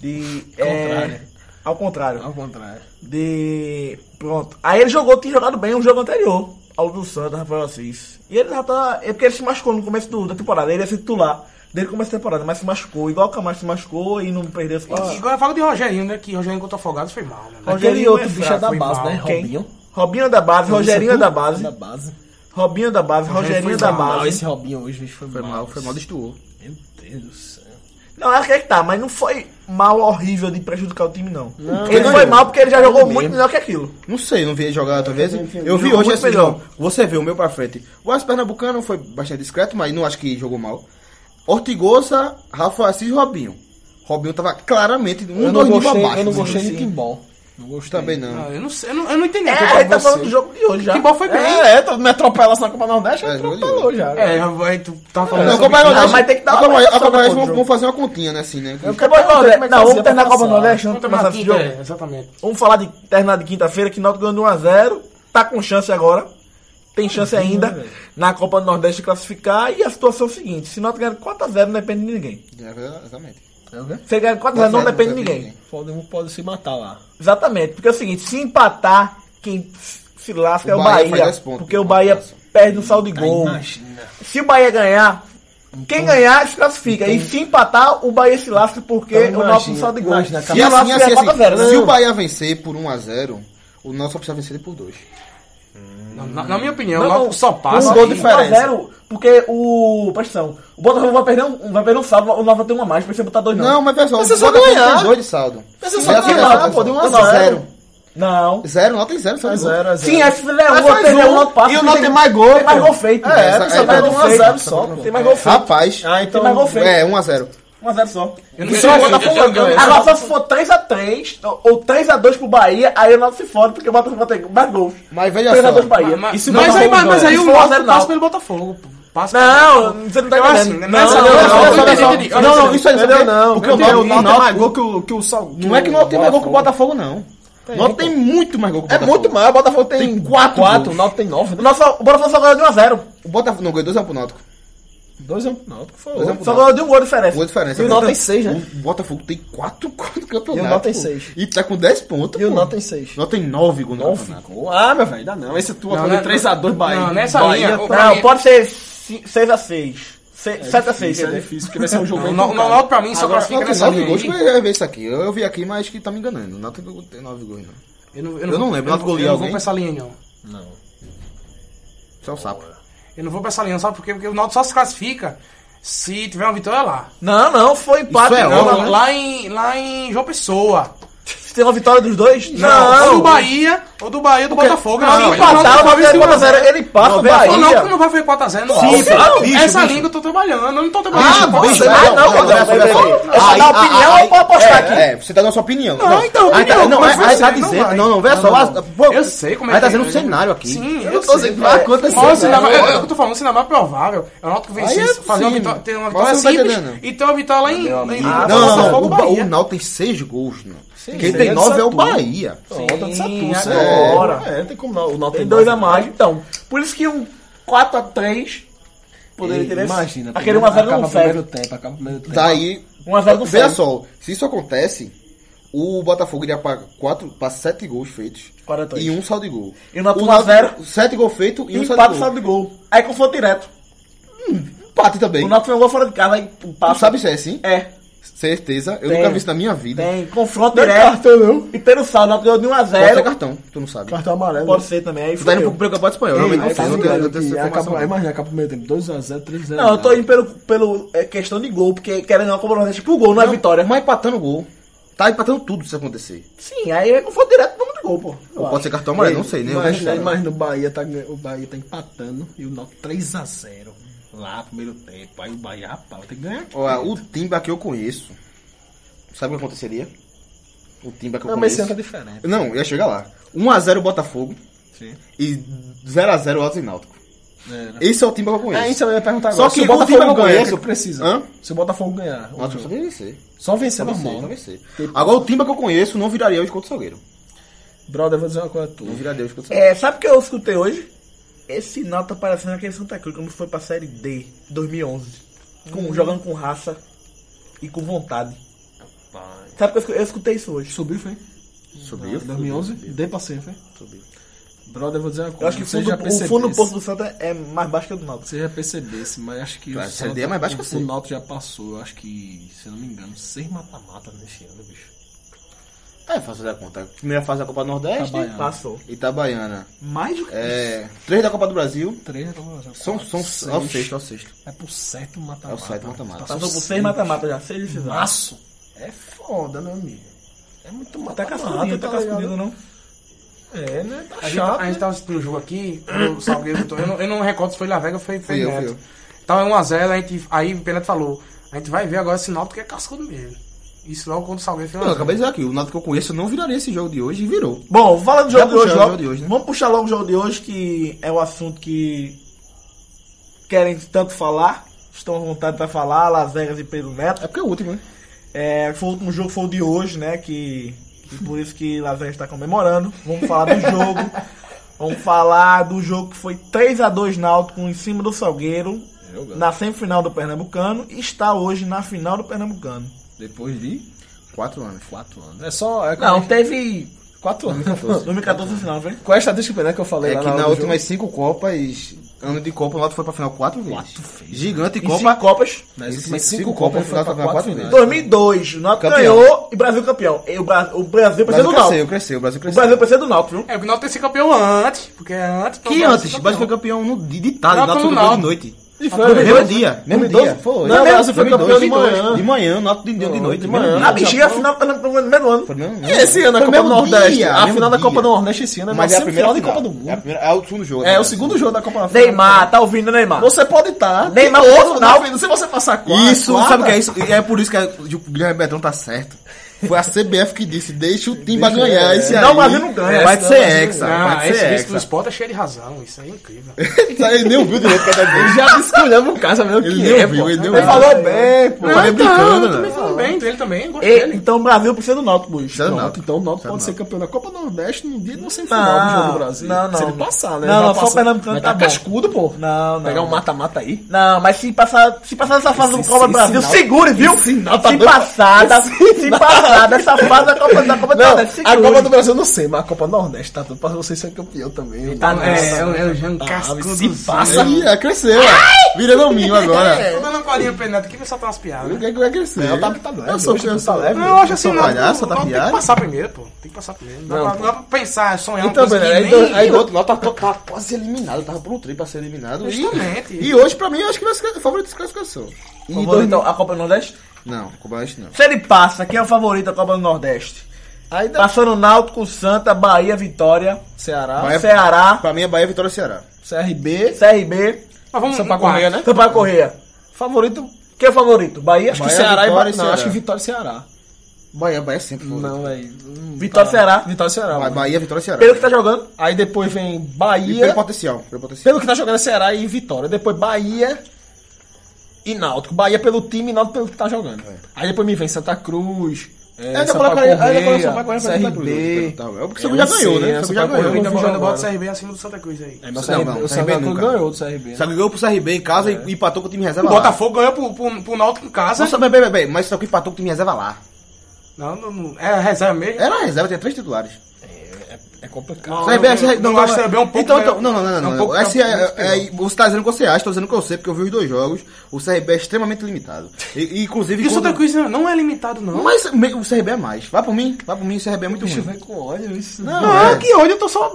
Speaker 3: De.
Speaker 5: Contrário.
Speaker 3: É, ao contrário.
Speaker 5: Ao contrário.
Speaker 3: De. Pronto. Aí ele jogou, tinha jogado bem um jogo anterior ao do Santa, Rafael Assis. E ele já tá. É porque ele se machucou no começo do- da temporada. Ele ia ser titular desde o começo da temporada, mas se machucou. Igual o Camacho se machucou e não perdeu esse
Speaker 6: E agora fala de Rogerinho, né? Que Rogerinho contra o Afogados foi mal, né? velho?
Speaker 3: Rogerinho
Speaker 9: Aquele outro
Speaker 3: é
Speaker 9: bicho é
Speaker 3: fraco,
Speaker 9: da
Speaker 6: foi
Speaker 9: base,
Speaker 6: mal.
Speaker 9: né?
Speaker 3: Quem?
Speaker 9: Robinho.
Speaker 3: Robinho é da base, Rogerinho é da base.
Speaker 9: Da base.
Speaker 3: Robinho é da base, Rogerinho é da
Speaker 9: Mal,
Speaker 3: base.
Speaker 9: esse Robinho hoje, bicho, foi,
Speaker 4: Foi mal,
Speaker 9: mal.
Speaker 4: foi mal, destoou.
Speaker 9: Meu Deus do céu.
Speaker 3: Não, é que é que tá, mas não foi mal horrível de prejudicar o time, não. ele foi mal porque ele já jogou muito melhor que aquilo.
Speaker 4: Não sei, não vi ele jogar
Speaker 3: É,
Speaker 4: outra vez. Eu vi
Speaker 3: Jogou
Speaker 4: hoje
Speaker 3: muito
Speaker 4: esse
Speaker 3: melhor.
Speaker 4: jogo. Você vê o meu pra frente. O As Pernambucano foi bastante discreto, mas não acho que jogou mal. Ortigosa, Rafa Assis e Robinho. Robinho tava claramente um,
Speaker 9: Eu
Speaker 4: dois
Speaker 9: não
Speaker 4: níveis
Speaker 9: gostei,
Speaker 4: abaixo.
Speaker 9: eu não
Speaker 4: do
Speaker 9: gostei
Speaker 4: Brasil.
Speaker 9: de Timbó.
Speaker 5: Não gostei.
Speaker 4: Também não.
Speaker 6: Ah, eu, não sei, eu, não, eu não entendi.
Speaker 3: É,
Speaker 6: eu tô
Speaker 3: a gente tá
Speaker 6: com
Speaker 3: falando do
Speaker 6: você.
Speaker 3: jogo de hoje já.
Speaker 6: Futebol foi bem.
Speaker 9: É, é, tu me atropela na Copa Nordeste,
Speaker 4: É,
Speaker 9: é, atropelou
Speaker 4: jogou
Speaker 9: já.
Speaker 6: É, vai, tu tava falando
Speaker 4: Então, Não,
Speaker 6: sobre
Speaker 4: Copa
Speaker 3: Não,
Speaker 4: Nordeste,
Speaker 3: mas tem é, que dar
Speaker 4: a
Speaker 3: uma
Speaker 4: Copa- a
Speaker 3: avaliação
Speaker 4: Copa Nordeste
Speaker 3: depois do
Speaker 4: vão, vão fazer uma continha, né, assim, né?
Speaker 9: Eu
Speaker 3: Futebol de
Speaker 9: quero
Speaker 3: Nordeste.
Speaker 9: ver como é que
Speaker 3: Não, vamos
Speaker 9: fazia pra
Speaker 3: terminar a Copa
Speaker 9: passar.
Speaker 3: Nordeste, vamos
Speaker 6: Vamos terminar
Speaker 3: começar
Speaker 6: aqui,
Speaker 3: esse jogo.
Speaker 6: é, exatamente.
Speaker 3: Vamos falar de terminar de quinta-feira, que o Náutico ganhou 1x0, tá com chance agora. Tem chance ainda na Copa do Nordeste de classificar. E a situação é o seguinte: se o Náutico ganhar 4x0, não depende de ninguém.
Speaker 4: É, Exatamente. é
Speaker 3: Se ele ganhar 4x0, não depende de ninguém.
Speaker 5: Podemos pode se matar lá.
Speaker 3: Exatamente, porque é o seguinte, se empatar, quem se lasca é o
Speaker 4: O Bahia
Speaker 3: Bahia.
Speaker 4: faz dez pontos.
Speaker 3: porque o Bahia perde um saldo de gol. Se o Bahia ganhar, quem
Speaker 9: Então,
Speaker 3: ganhar se classifica. e se empatar, o Bahia se lasca porque
Speaker 9: Então,
Speaker 3: o nosso
Speaker 9: imagina,
Speaker 3: saldo de gol.
Speaker 9: imagina,
Speaker 3: se
Speaker 9: cara.
Speaker 4: E
Speaker 3: o
Speaker 4: assim,
Speaker 3: Náutico
Speaker 4: assim,
Speaker 3: ganhar
Speaker 4: assim,
Speaker 3: 4 a 0,
Speaker 4: se o
Speaker 3: né?
Speaker 4: Bahia vencer por 1x0, o nosso precisa vencer por 2.
Speaker 6: Na, na- na minha opinião,
Speaker 3: Não,
Speaker 6: o Náutico só passa.
Speaker 9: gol
Speaker 3: um gol
Speaker 9: de
Speaker 6: e-
Speaker 9: diferença.
Speaker 3: diferença. porque o. Prestação, o Botafogo vai perder um, vai perder um saldo, o Nova vai ter uma mais, precisa botar dois não.
Speaker 4: Não, mas pessoal,
Speaker 9: Mas é só ganhar.
Speaker 4: tem 2 de saldo.
Speaker 9: Mas
Speaker 4: assim,
Speaker 9: é só ganhar,
Speaker 4: pô, de
Speaker 9: pô,
Speaker 4: 1 a
Speaker 9: tá
Speaker 4: 0.
Speaker 3: Não.
Speaker 4: 0, não tem 0, só de gol.
Speaker 9: Zero, é zero.
Speaker 3: Sim, aí se fizer um,
Speaker 9: Mas
Speaker 3: vai
Speaker 9: faz
Speaker 3: perder
Speaker 9: um,
Speaker 3: um, outro passa.
Speaker 9: e o
Speaker 3: não
Speaker 9: Náutico tem mais gol,
Speaker 3: Tem mais
Speaker 9: pô.
Speaker 3: gol feito.
Speaker 9: É,
Speaker 3: velho.
Speaker 9: só
Speaker 3: Tem mais
Speaker 9: perde
Speaker 3: gol
Speaker 9: um a
Speaker 3: feito.
Speaker 9: zero só, pô.
Speaker 3: Tem mais gol feito.
Speaker 4: Rapaz.
Speaker 9: Ah, então...
Speaker 3: Tem mais gol feito.
Speaker 4: É, 1 a 0.
Speaker 3: 1x0 só.
Speaker 6: Eu não
Speaker 3: Se
Speaker 6: sei,
Speaker 3: o
Speaker 6: eu-
Speaker 3: Botafogo
Speaker 6: eu- eu- eu-
Speaker 3: Agora só se for 3x3 ou 3x2 pro Bahia, aí o Náutico se fode, porque o Botafogo tem mais gols.
Speaker 4: Mas veja
Speaker 3: 3x2 pro
Speaker 4: só.
Speaker 6: Mas,
Speaker 3: Bahia.
Speaker 6: mas-
Speaker 3: E se
Speaker 6: mas aí,
Speaker 3: Botafogo
Speaker 6: mas, mas
Speaker 3: ganha?
Speaker 6: aí
Speaker 3: Se
Speaker 6: o
Speaker 3: for um a
Speaker 6: Náutico
Speaker 3: zero,
Speaker 6: passa
Speaker 3: não.
Speaker 6: pelo Botafogo. pô. Passa
Speaker 3: Não, você não tá
Speaker 6: Eu acho-
Speaker 3: entendendo.
Speaker 6: nessa-
Speaker 3: não,
Speaker 6: nessa-
Speaker 3: não,
Speaker 6: nessa-
Speaker 3: não, não.
Speaker 6: entendi.
Speaker 4: Não, não, isso aí
Speaker 3: Entendeu?
Speaker 4: sabe?
Speaker 3: Não,
Speaker 4: Porque o
Speaker 3: entendeu?
Speaker 4: Náutico tem
Speaker 3: Náutico-
Speaker 4: mais
Speaker 5: gol que o que o Sal.
Speaker 4: Não é que o Náutico tem mais gol que o Botafogo, não. O Náutico tem muito mais gol que o
Speaker 9: É
Speaker 4: Botafogo.
Speaker 9: muito mais, o Botafogo tem,
Speaker 4: Tem quatro
Speaker 9: quatro
Speaker 4: gols.
Speaker 9: o Náutico tem nove,
Speaker 3: O
Speaker 9: né?
Speaker 3: nosso- o Botafogo só ganhou de 1x0.
Speaker 4: O Botafogo não ganhou 2 a 1 pro Náutico.
Speaker 9: Dois é um Náutico, foi
Speaker 4: Dois é um
Speaker 9: outro.
Speaker 4: pro
Speaker 3: Só
Speaker 4: Náutico.
Speaker 3: ganhou de um gol de diferença.
Speaker 4: Boa diferença.
Speaker 9: E o Náutico tem seis, né?
Speaker 4: O Botafogo tem 4 gols no campeonato.
Speaker 9: E o Náutico tem
Speaker 4: pô.
Speaker 9: seis.
Speaker 4: E tá com 10 pontos.
Speaker 9: E o
Speaker 4: pô.
Speaker 9: Náutico tem seis.
Speaker 4: O Náutico tem 9 gols no
Speaker 9: Nove
Speaker 4: campeonato.
Speaker 9: gols. Ah, meu velho, dá não.
Speaker 5: é
Speaker 9: Esse tua
Speaker 6: Não,
Speaker 9: foi
Speaker 6: né?
Speaker 9: 3x2 Bahia.
Speaker 6: Não, nessa
Speaker 9: Bahia,
Speaker 6: linha, o-
Speaker 9: tá-
Speaker 6: pra
Speaker 3: Não,
Speaker 6: mim-
Speaker 3: pode ser 6x6. 7x6,
Speaker 9: Isso é
Speaker 3: entendeu?
Speaker 9: difícil, porque vai ser um jogo
Speaker 6: O
Speaker 9: bem
Speaker 6: Náutico- o
Speaker 9: truncado.
Speaker 6: Náutico pra mim só
Speaker 9: Agora,
Speaker 4: Não,
Speaker 6: classifica
Speaker 4: tem
Speaker 6: nessa
Speaker 4: 9
Speaker 9: assim.
Speaker 6: linha.
Speaker 4: gols,
Speaker 6: aí.
Speaker 4: mas eu ia ver isso aqui. Eu eu vi aqui, mas que tá me enganando. O Náutico tem 9 gols, não.
Speaker 6: Eu não,
Speaker 4: Eu não
Speaker 6: vou-
Speaker 4: lembro,
Speaker 6: Eu
Speaker 4: Náutico
Speaker 6: não,
Speaker 4: goleou
Speaker 6: eu não vou
Speaker 4: alguém?
Speaker 6: pra essa linha, não.
Speaker 4: Isso é um sapo.
Speaker 6: Eu não vou pra essa linha, sabe por quê? Porque o Náutico só se classifica se tiver uma vitória lá.
Speaker 3: Não, não, foi empate.
Speaker 4: Isso é
Speaker 3: não,
Speaker 4: óbvio,
Speaker 3: não.
Speaker 4: né?
Speaker 6: lá, em, lá em João Pessoa.
Speaker 3: Se tem uma vitória dos dois?
Speaker 6: Ou do Bahia, ou do Bahia, ou do Botafogo.
Speaker 3: Não,
Speaker 6: Não,
Speaker 3: se empatar, o Bahia 4x0. Ele passa o Bahia.
Speaker 6: Não, não, não vai fazer 4x0 no Sim, Essa
Speaker 4: bicho.
Speaker 6: língua eu tô trabalhando, eu não
Speaker 4: Ah,
Speaker 6: tô trabalhando.
Speaker 4: bicho,
Speaker 3: sei lá, não, não, não, não, não. Eu só dar opinião, eu vou apostar
Speaker 4: é,
Speaker 3: aqui.
Speaker 4: É, você tá dando sua opinião.
Speaker 6: Não, então,
Speaker 4: Aí tá-
Speaker 6: opinião,
Speaker 4: não,
Speaker 6: mas
Speaker 4: aí- aí
Speaker 6: você
Speaker 4: tá
Speaker 6: não
Speaker 4: dizendo.
Speaker 6: vai.
Speaker 4: Não, não, vê só. as- pô,
Speaker 6: eu sei como é
Speaker 4: Aí tá
Speaker 6: que é,
Speaker 4: dizendo um
Speaker 6: eu-
Speaker 4: cenário aqui.
Speaker 6: Sim, eu,
Speaker 4: eu
Speaker 6: sei.
Speaker 4: tô dizendo pra quanto
Speaker 6: Mas o
Speaker 4: é
Speaker 6: cenário- eu, eu tô falando, o cenário mais provável é o Náutico vencer,
Speaker 4: Aí é
Speaker 6: fazer uma
Speaker 4: sim.
Speaker 6: vitória, ter uma
Speaker 4: Mas você
Speaker 6: vitória
Speaker 4: não tá
Speaker 6: simples
Speaker 4: entendendo.
Speaker 6: e ter uma vitória lá em, lá em
Speaker 4: Não,
Speaker 6: lá em
Speaker 4: não, não.
Speaker 6: Botafogo,
Speaker 4: O, Ba-
Speaker 6: Bahia.
Speaker 4: o Náutico tem 6 gols, não. Quem
Speaker 9: seis
Speaker 4: tem
Speaker 9: é
Speaker 4: 9 é o
Speaker 9: Saturno.
Speaker 4: Bahia.
Speaker 9: Volta de Saturno,
Speaker 3: Sim,
Speaker 9: né?
Speaker 3: agora.
Speaker 9: É, tem como não- o Náutico
Speaker 3: Tem
Speaker 9: tem
Speaker 3: dois a
Speaker 4: é.
Speaker 9: nove.
Speaker 3: mais, então. Por isso que um 4x3 poderia ter
Speaker 9: Ei,
Speaker 3: esse-
Speaker 9: Imagina,
Speaker 3: Aquele
Speaker 5: um
Speaker 9: primeiro-
Speaker 3: 1x0
Speaker 9: acaba
Speaker 3: não
Speaker 9: o primeiro
Speaker 3: serve.
Speaker 9: tempo, acaba o primeiro tempo.
Speaker 4: Daí.
Speaker 3: 1x0 não
Speaker 4: Tá Veja
Speaker 3: serve.
Speaker 4: só, se isso acontece, o Botafogo iria pra 4, pra 7 gols feitos.
Speaker 3: 42.
Speaker 4: E um saldo de gol.
Speaker 3: E o Náutico
Speaker 4: O
Speaker 3: um a zero.
Speaker 4: 7 gols feitos e um
Speaker 3: Empate,
Speaker 4: saldo
Speaker 3: saldo
Speaker 4: de
Speaker 3: de gol. Aí confronto direto.
Speaker 4: gol. Empate também.
Speaker 3: O Náutico fez um gol fora de casa, aí
Speaker 4: Tu
Speaker 3: passa.
Speaker 4: sabe se é assim?
Speaker 3: É.
Speaker 4: Certeza, eu
Speaker 3: Tem.
Speaker 4: nunca vi isso na minha vida.
Speaker 3: Tem confronto
Speaker 4: Não é
Speaker 3: direto.
Speaker 4: cartão, não.
Speaker 3: E pelo saldo, ela ganhou de 1 a
Speaker 4: Pode ser
Speaker 3: 0
Speaker 4: cartão, tu não sabe.
Speaker 5: Cartão amarelo.
Speaker 3: Pode ser também. Aí
Speaker 4: Tu tá
Speaker 3: fudeu.
Speaker 4: indo pro campeonato espanhol,
Speaker 5: Ei,
Speaker 4: realmente
Speaker 5: aí
Speaker 4: não sei,
Speaker 5: faz
Speaker 4: não
Speaker 5: um
Speaker 4: tenho-
Speaker 5: gol
Speaker 4: não tenho
Speaker 5: aqui,
Speaker 4: essa
Speaker 5: acabou- é,
Speaker 4: informação.
Speaker 5: Imagina, acaba o primeiro tempo. 2x0, 3x0.
Speaker 3: Não, eu tô indo pelo, pelo é, questão de gol, porque querendo ou não, comprou pro gol, não, é vitória.
Speaker 4: Mas empatando o gol. Tá empatando tudo se acontecer.
Speaker 3: Sim, aí é confronto direto pro de gol, pô.
Speaker 4: Ou pode ser cartão amarelo, não sei, nem o
Speaker 5: Imagina,
Speaker 4: resto. é-
Speaker 5: imagina o Bahia tá, ganha- o Bahia tá empatando e o Náutico 3x0 lá, primeiro tempo. Aí o Bahia, rapaz, tem que ganhar. aqui.
Speaker 4: Olha, o Timba que eu conheço. Sabe o que aconteceria? O Timba que eu
Speaker 5: Não, mas esse
Speaker 4: conheço.
Speaker 5: ano tá diferente.
Speaker 4: Não, eu ia chegar lá. 1x0 Botafogo
Speaker 5: Sim.
Speaker 4: e 0x0 Altos e Náutico.
Speaker 5: É, né?
Speaker 4: Esse é o Timba que eu conheço.
Speaker 5: É, isso eu ia perguntar
Speaker 4: Só
Speaker 5: agora. se
Speaker 4: que
Speaker 5: o
Speaker 4: o time
Speaker 5: Botafogo
Speaker 4: não
Speaker 5: ganhar,
Speaker 4: ganha,
Speaker 5: o que
Speaker 4: se-
Speaker 5: que precisa?
Speaker 4: Hã? Ah,
Speaker 5: Se o Botafogo ganhar, o jogo.
Speaker 4: Náutico só vencer.
Speaker 5: só vencer
Speaker 4: Só
Speaker 5: normal.
Speaker 4: vencer, só
Speaker 5: né?
Speaker 4: vencer. Agora o Timba que eu conheço não viraria hoje contra o Salgueiro.
Speaker 5: Brother, eu vou dizer uma coisa a tu.
Speaker 4: Não viraria hoje contra o Salgueiro.
Speaker 3: É, sabe o que eu escutei hoje? Esse sinal tá parecendo aquele Santa Cruz quando foi pra Série D, 2011. Com, Jogando com raça e com vontade. Sabe o que eu escu- eu escutei isso hoje?
Speaker 5: Subiu, foi?
Speaker 4: Subiu.
Speaker 5: 2011, dei pra ser, foi?
Speaker 4: Subiu.
Speaker 5: Brother, eu vou dizer uma coisa.
Speaker 3: Eu acho que o
Speaker 5: você
Speaker 3: fundo,
Speaker 5: já
Speaker 3: o fundo do
Speaker 5: percebesse.
Speaker 3: posto do Santa é mais baixo que o do Náutico.
Speaker 5: Você já percebesse, mas acho que.
Speaker 4: Claro,
Speaker 5: o
Speaker 4: Série D é
Speaker 5: Santa-
Speaker 4: mais baixo que
Speaker 5: o-
Speaker 4: você.
Speaker 5: O Nauta já passou, acho que, se eu não me engano, seis mata-mata nesse ano, bicho.
Speaker 4: É fácil da conta. Primeira fase da Copa do Nordeste.
Speaker 5: Itabaiana.
Speaker 3: Passou.
Speaker 4: Itabaiana.
Speaker 3: é Mais do que.
Speaker 4: É, três da Copa do Brasil.
Speaker 5: Três, agora já
Speaker 4: São,
Speaker 5: quatro,
Speaker 4: são
Speaker 5: seis.
Speaker 4: ao sexto, ao sexto.
Speaker 5: É pro sétimo
Speaker 4: É o
Speaker 5: mata-mata.
Speaker 4: sétimo mata-mata.
Speaker 3: Passou por seis mata-mata já, seis decisões.
Speaker 5: Maço. É foda, meu amigo. É muito
Speaker 3: Tá
Speaker 5: mata-mata.
Speaker 3: cascudido, tá
Speaker 5: ligado?
Speaker 3: cascudido não.
Speaker 5: É, né? Tá
Speaker 6: A gente,
Speaker 5: chato.
Speaker 6: a gente tava assistindo um jogo aqui, o Salgueiro botou. Eu não, eu não recordo se foi La Vega ou foi, foi
Speaker 4: Fui eu,
Speaker 6: Neto.
Speaker 4: fui eu.
Speaker 6: Tava 1x0, Então, é a gente, aí o Penedo falou: a gente vai ver agora esse Náutico que é cascudo mesmo. Isso logo quando o Salgueiro foi
Speaker 4: Não, eu
Speaker 6: 1x0.
Speaker 4: acabei de dizer aqui, o Náutico que eu conheço não viraria esse jogo de hoje e virou.
Speaker 3: Bom, fala do
Speaker 4: Já
Speaker 3: jogo de hoje,
Speaker 4: puxaram o
Speaker 3: logo.
Speaker 4: jogo de hoje, né?
Speaker 3: Vamos puxar logo o jogo de hoje, que é o assunto que querem tanto falar. Estão à vontade pra falar, Las Vegas e Pedro Neto.
Speaker 4: É porque é o último, né?
Speaker 3: É, foi o último jogo foi o de hoje, né? Que, que por isso que Las Vegas está comemorando. Vamos falar do jogo. Vamos falar do jogo que foi 3 a 2 Náutico em cima do Salgueiro.
Speaker 5: Jogando.
Speaker 3: Na semifinal do Pernambucano e está hoje na final do Pernambucano.
Speaker 5: Depois de
Speaker 4: Quatro anos.
Speaker 5: quatro anos. É só. É
Speaker 3: Não, teve
Speaker 5: quatro anos.
Speaker 3: 2014 final, não foi?
Speaker 5: Qual é a estatística né, que eu falei
Speaker 4: É
Speaker 5: lá
Speaker 4: que
Speaker 5: na
Speaker 4: na
Speaker 5: hora do jogo?
Speaker 4: últimas cinco Copas, ano de Copa, o Náutico foi pra final quatro vezes. Gigante
Speaker 3: Em
Speaker 4: Copa.
Speaker 3: cinco Copas.
Speaker 5: Nas
Speaker 4: Esse-
Speaker 5: últimas
Speaker 4: cinco
Speaker 5: cinco Copas,
Speaker 4: Copas, foi pra
Speaker 5: foi pra
Speaker 4: quatro
Speaker 5: quatro
Speaker 4: vezes.
Speaker 5: finais.
Speaker 3: 2002, o Náutico
Speaker 4: Campeão.
Speaker 3: ganhou e Brasil campeão. E o, Bra o Brasil
Speaker 4: O Brasil
Speaker 3: precisa do
Speaker 4: cresceu,
Speaker 3: Náutico.
Speaker 4: cresceu, o Brasil
Speaker 3: O
Speaker 4: cresceu.
Speaker 3: Brasil precisa do Náutico, viu?
Speaker 6: É, porque o Náutico tem sido campeão antes, porque é antes. então
Speaker 4: Que
Speaker 6: o Náutico
Speaker 4: antes?
Speaker 6: tem
Speaker 4: O
Speaker 6: sido
Speaker 4: Brasil foi
Speaker 6: campeão.
Speaker 4: campeão no de tarde, o
Speaker 6: Náutico
Speaker 4: Náutico
Speaker 6: no
Speaker 4: jogou de
Speaker 6: Náutico.
Speaker 4: noite.
Speaker 5: E
Speaker 4: No
Speaker 5: foi,
Speaker 4: mesmo dia, mesmo dia.
Speaker 5: 2012? Foi.
Speaker 4: Não, o Brasil
Speaker 5: 2012,
Speaker 4: foi campeão de
Speaker 5: de
Speaker 4: manhã.
Speaker 5: manhã.
Speaker 4: De manhã, o Náutico deu de noite, de manhã.
Speaker 3: Ah, bicho, e a final do Pernambucano no mesmo ano.
Speaker 4: É, Foi mesmo, mesmo.
Speaker 5: É, Esse ano, a
Speaker 4: Foi
Speaker 5: Copa do
Speaker 4: mesmo
Speaker 5: Nordeste.
Speaker 4: dia,
Speaker 5: a
Speaker 4: mesmo
Speaker 5: final da
Speaker 4: dia.
Speaker 5: Copa do Nordeste esse ano é
Speaker 4: Mas é a primeira
Speaker 5: de
Speaker 4: final.
Speaker 5: Copa do
Speaker 4: É, a
Speaker 5: Mundo.
Speaker 4: primeira- é o segundo jogo.
Speaker 5: É,
Speaker 4: né?
Speaker 5: o segundo jogo da Copa da
Speaker 3: Neymar, tá ouvindo, né, Neymar?
Speaker 5: Você pode tá estar.
Speaker 3: Neymar, outro Náutico.
Speaker 5: Se você passar quarta.
Speaker 4: Isso, sabe o que é isso? É por isso que a- o Guilherme Betão tá certo. Foi a CBF que disse, deixa o Timba
Speaker 5: Deixa-
Speaker 4: ganhar.
Speaker 5: é.
Speaker 4: Esse
Speaker 3: Não,
Speaker 4: aí
Speaker 3: o Brasil não ganha.
Speaker 4: Vai
Speaker 5: Esse não,
Speaker 4: ser
Speaker 5: Brasil
Speaker 4: hexa,
Speaker 6: Não,
Speaker 4: vai
Speaker 6: esse
Speaker 4: ser
Speaker 6: visto do
Speaker 4: hexa.
Speaker 6: esporte é cheio de razão, isso aí é incrível.
Speaker 4: Ele nem ouviu direito o que eu tava dizendo.
Speaker 5: Ele já escolheu o cara, sabe o
Speaker 4: Ele
Speaker 5: que
Speaker 4: nem
Speaker 5: é,
Speaker 4: ouviu,
Speaker 5: pô.
Speaker 4: ele nem
Speaker 3: Ele
Speaker 4: ouviu.
Speaker 3: falou bem, pô.
Speaker 4: Eu falei brincando, né?
Speaker 6: Também falando bem dele também, eu gostei
Speaker 3: Ei,
Speaker 6: dele.
Speaker 3: então o Brasil precisa do Náutico, bicho.
Speaker 4: Precisa do
Speaker 5: Pronto,
Speaker 4: Náutico.
Speaker 5: então o Náutico
Speaker 4: Precisa do
Speaker 5: pode ser campeão da Copa do Nordeste num dia de uma
Speaker 3: Não,
Speaker 5: semifinal do Jogo do Brasil.
Speaker 3: não, não.
Speaker 5: Se ele passar, né?
Speaker 3: Não, não,
Speaker 5: Vai
Speaker 3: só
Speaker 5: passar-
Speaker 3: o Pernambucano
Speaker 5: vai
Speaker 3: tá
Speaker 5: tá
Speaker 3: bom.
Speaker 5: cascudo, pô.
Speaker 3: Não, não.
Speaker 5: Pegar um mata-mata aí.
Speaker 3: Não, mas se passar, se passar dessa fase do
Speaker 5: Esse-
Speaker 3: Copa do
Speaker 5: esse
Speaker 3: Brasil,
Speaker 5: sinal-
Speaker 3: segure, viu?
Speaker 5: esse sinal tá
Speaker 3: se
Speaker 5: doido.
Speaker 3: passar, da,
Speaker 5: Esse
Speaker 3: se passar dessa fase da Copa, da Copa do
Speaker 5: Não,
Speaker 3: Nordeste,
Speaker 5: a
Speaker 3: segure.
Speaker 5: Copa do Brasil eu não sei, mas a Copa do Nordeste tá tudo pra você ser campeão também.
Speaker 6: Tá,
Speaker 5: Nossa.
Speaker 6: é, é, o- é o Jean Cascudo.
Speaker 5: se passa.
Speaker 4: Ih, é, cresceu. ó. Vira nominho agora.
Speaker 6: Tô dando uma colinha pro Neto aqui pra soltar umas piadas.
Speaker 4: O que é que vai crescer?
Speaker 5: É, o Tabi tá leve,
Speaker 4: Eu sou
Speaker 5: hoje
Speaker 4: eu
Speaker 5: tá
Speaker 4: sou
Speaker 5: leve.
Speaker 6: Não, eu acho assim,
Speaker 4: Sou
Speaker 6: não.
Speaker 4: palhaço, tá
Speaker 6: não, tem que
Speaker 4: piada.
Speaker 6: passar primeiro, pô. Tem que passar primeiro. Não, dá pra, não dá pra pensar, sonhar
Speaker 5: Então,
Speaker 6: coisa
Speaker 5: velho,
Speaker 6: que
Speaker 5: aí
Speaker 6: nem-
Speaker 5: dois- aí
Speaker 4: E o outro lá tá, tá- tá quase eliminado, tava pro tri pra ser eliminado. E,
Speaker 6: Justamente.
Speaker 4: e hoje, pra mim, eu acho que vai ser favorito de classificação. E
Speaker 3: Vamos,
Speaker 4: dois-
Speaker 3: então, a Copa do Nordeste?
Speaker 4: Não, Copa Oeste não.
Speaker 3: Se ele passa, quem é o favorito da Copa do Nordeste?
Speaker 5: Aí dá
Speaker 3: Passando Náutico, Santa, Bahia, Vitória,
Speaker 5: Ceará,
Speaker 4: Bahia-
Speaker 3: Ceará,
Speaker 4: Pra mim é Bahia, Vitória e Ceará.
Speaker 5: CRB,
Speaker 3: CRB,
Speaker 6: Mas vamos um
Speaker 5: Sampaio Correia, né?
Speaker 3: Sampaio Correia.
Speaker 5: Favorito,
Speaker 3: Quem é o favorito? Bahia?
Speaker 5: acho que
Speaker 4: Bahia,
Speaker 5: Ceará e
Speaker 4: Vitória e
Speaker 5: Bahia. Não,
Speaker 4: Ceará.
Speaker 5: acho que Vitória e Ceará.
Speaker 4: Bahia, Bahia sempre foi.
Speaker 5: Não, velho.
Speaker 3: Vitória e Ceará.
Speaker 5: Vitória e Ceará.
Speaker 4: Ba-
Speaker 5: mano.
Speaker 4: Bahia, Vitória e Ceará.
Speaker 3: Pelo que tá jogando?
Speaker 5: Aí depois vem
Speaker 4: E pelo
Speaker 5: Bahia.
Speaker 4: potencial. Pelo potencial.
Speaker 5: Pelo que tá jogando é Ceará e Vitória. Depois Bahia e Náutico. Bahia pelo time e Náutico pelo que tá jogando. Aí depois me vem Santa Cruz. É,
Speaker 4: Ainda
Speaker 5: Sampaio
Speaker 4: colocaria- ainda
Speaker 5: Correia,
Speaker 4: colocaria Sampaio Correia pra Santa Cruz,
Speaker 5: CRB.
Speaker 4: eu tava- é, porque o Sampaio já
Speaker 5: não sei,
Speaker 4: ganhou, né? O Sampaio já
Speaker 5: Sampaio
Speaker 4: ganhou.
Speaker 5: Correia
Speaker 6: Eu
Speaker 5: tá
Speaker 6: tô jogando
Speaker 5: jogando
Speaker 6: bota
Speaker 5: agora.
Speaker 6: CRB acima do Santa Cruz aí.
Speaker 5: É, mas
Speaker 4: Não,
Speaker 5: CRB
Speaker 4: não,
Speaker 5: O
Speaker 4: CRB
Speaker 5: Santa Cruz
Speaker 4: nunca.
Speaker 5: ganhou do CRB.
Speaker 4: Só que ganhou pro CRB em casa e- e empatou com o time reserva
Speaker 6: O
Speaker 4: lá.
Speaker 6: Botafogo ganhou pro, pro, pro Náutico em casa.
Speaker 4: Nossa, bem, bem, bem, bem, mas só que empatou com o time reserva lá.
Speaker 6: Não, não, não. É a reserva mesmo.
Speaker 4: Era a reserva, tinha três titulares.
Speaker 5: É complicado.
Speaker 4: CRB,
Speaker 6: eu
Speaker 4: não,
Speaker 6: acho
Speaker 4: não,
Speaker 6: também um pouco
Speaker 4: Então, então,
Speaker 6: melhor.
Speaker 4: não, não, não,
Speaker 6: É
Speaker 4: não.
Speaker 6: um
Speaker 4: não.
Speaker 6: pouco-
Speaker 4: Esse é-
Speaker 6: é um pouco
Speaker 4: é- você tá dizendo o que você acha, tô dizendo o que eu sei, porque eu vi os dois jogos. O CRB é extremamente limitado. E, e, inclusive.
Speaker 6: E o
Speaker 4: quando-
Speaker 6: Santa Cruz não, não é limitado, não.
Speaker 4: Mas me- o CRB é mais. Vai por mim, vai por mim, o CRB é muito ruim.
Speaker 9: com óleo, isso.
Speaker 4: Não,
Speaker 6: Ah,
Speaker 4: é.
Speaker 6: que olho, eu tô só.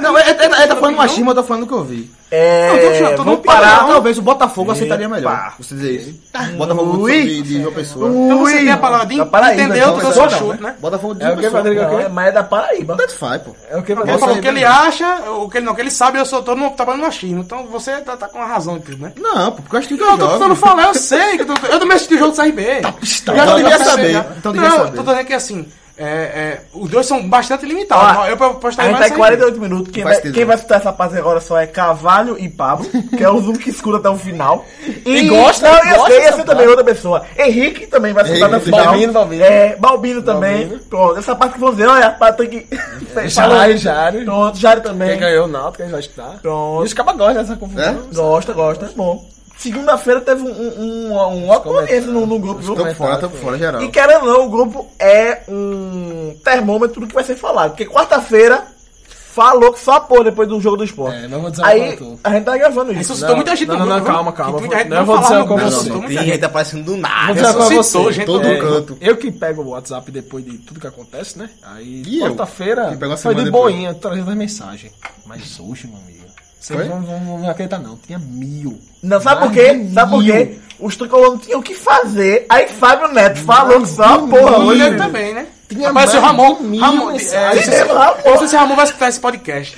Speaker 4: Não, é, é, é, é, tá falando machismo, eu tô falando o que eu vi.
Speaker 6: É, eu tô, tô
Speaker 4: Vamos
Speaker 6: dando opinião.
Speaker 4: parar, talvez o Botafogo aceitaria melhor. Você dizer isso.
Speaker 3: Tá.
Speaker 4: Botafogo de, de uma pessoa.
Speaker 6: Então você tem a palavra de
Speaker 3: Da Paraíba,
Speaker 6: entendeu?
Speaker 3: então,
Speaker 6: Tu deu
Speaker 3: pessoa
Speaker 6: seu
Speaker 3: não,
Speaker 6: chute, né?
Speaker 4: Botafogo de
Speaker 3: É
Speaker 4: uma
Speaker 3: o que,
Speaker 4: pessoa.
Speaker 3: Rodrigo? É o quê? Mas é da Paraíba.
Speaker 4: Tanto faz, pô.
Speaker 3: É o que,
Speaker 6: Ele
Speaker 4: Nossa,
Speaker 3: Rodrigo?
Speaker 6: falou o
Speaker 4: aí,
Speaker 6: que ele
Speaker 4: beleza.
Speaker 6: acha, o que ele não, o que ele sabe, eu sou todo mundo trabalhando no machismo. Então você tá, tá com a razão em tudo, né?
Speaker 4: Não, pô, porque eu acho que
Speaker 6: Não, eu tô tentando falar, eu sei. Que eu, tô- eu também assisti o jogo do CRB.
Speaker 4: pistão.
Speaker 6: Eu já
Speaker 4: Então devia
Speaker 6: percebi,
Speaker 4: saber.
Speaker 6: já.
Speaker 4: Então devia
Speaker 6: não, eu
Speaker 4: saber.
Speaker 6: tô dizendo que assim, é, é, os dois são bastante limitados.
Speaker 3: Ó,
Speaker 6: eu posso
Speaker 3: A gente tá em 48 minutos. Quem
Speaker 4: Faz
Speaker 3: vai,
Speaker 4: sentido.
Speaker 3: quem vai escutar essa parte agora só é Cavalho e Pablo, que é o Zoom que escuta até o final.
Speaker 4: E
Speaker 3: gosta, não, eu sei,
Speaker 4: gosta
Speaker 3: eu
Speaker 4: dessa
Speaker 3: sei assim também outra pessoa. Henrique também vai escutar até o
Speaker 4: Henrique,
Speaker 3: final.
Speaker 4: Balbino,
Speaker 3: Balbino. É, Balbino também. Pronto, essa parte que vão dizer, olha, pá, tem que.
Speaker 9: Jair, Jair.
Speaker 3: Pronto, Jair também.
Speaker 9: Quem ganhou o Náutico, quem vai escutar. E
Speaker 3: Pronto.
Speaker 9: os cabas gostam dessa confusão.
Speaker 4: É?
Speaker 3: Gosta, gosta. Bom. Segunda-feira teve um, um, um, um ótimo ambiente no, no grupo, viu?
Speaker 4: Tô fora, tô fora, geral.
Speaker 3: E querendo ou não, o grupo é um termômetro do que vai ser falado. Porque quarta-feira falou que só pô depois do jogo do esporte.
Speaker 9: É, não vou dizer
Speaker 3: Aí
Speaker 9: quanto.
Speaker 3: a gente tá gravando isso.
Speaker 6: Ressuscitou muita gente
Speaker 9: não,
Speaker 6: no
Speaker 9: não, não,
Speaker 6: grupo, viu?
Speaker 9: calma,
Speaker 6: Que
Speaker 9: calma.
Speaker 6: Muita gente
Speaker 9: Não, eu vou dizer
Speaker 6: falava,
Speaker 9: como
Speaker 6: não,
Speaker 9: eu sou.
Speaker 6: ressuscitou
Speaker 4: Tem
Speaker 6: muita gente.
Speaker 4: gente tá aparecendo do nada.
Speaker 9: dizer pra
Speaker 6: Ressuscitou,
Speaker 4: Em
Speaker 6: gente.
Speaker 4: Todo
Speaker 6: É,
Speaker 4: canto.
Speaker 9: Eu que pego o WhatsApp depois de tudo que acontece, né? Aí
Speaker 4: E eu?
Speaker 9: quarta-feira
Speaker 4: Quem pegou a
Speaker 9: foi de
Speaker 4: semana depois?
Speaker 9: boinha, trazendo as mensagens. Mas hoje, meu amigo,
Speaker 4: Foi?
Speaker 9: vocês não, não, não vão acreditar não, tinha mil.
Speaker 3: Não, sabe por quê? Sabe por quê? Os tricolanos tinham o que fazer. Aí Fábio Neto falou que só porra
Speaker 6: Hoje
Speaker 3: hoje.
Speaker 6: ele também, né? Apareceu o Ramon. Ramon é,
Speaker 3: Ele
Speaker 6: não sei se-
Speaker 3: mesmo, Ramon.
Speaker 6: não sei se Ramon vai escutar esse podcast.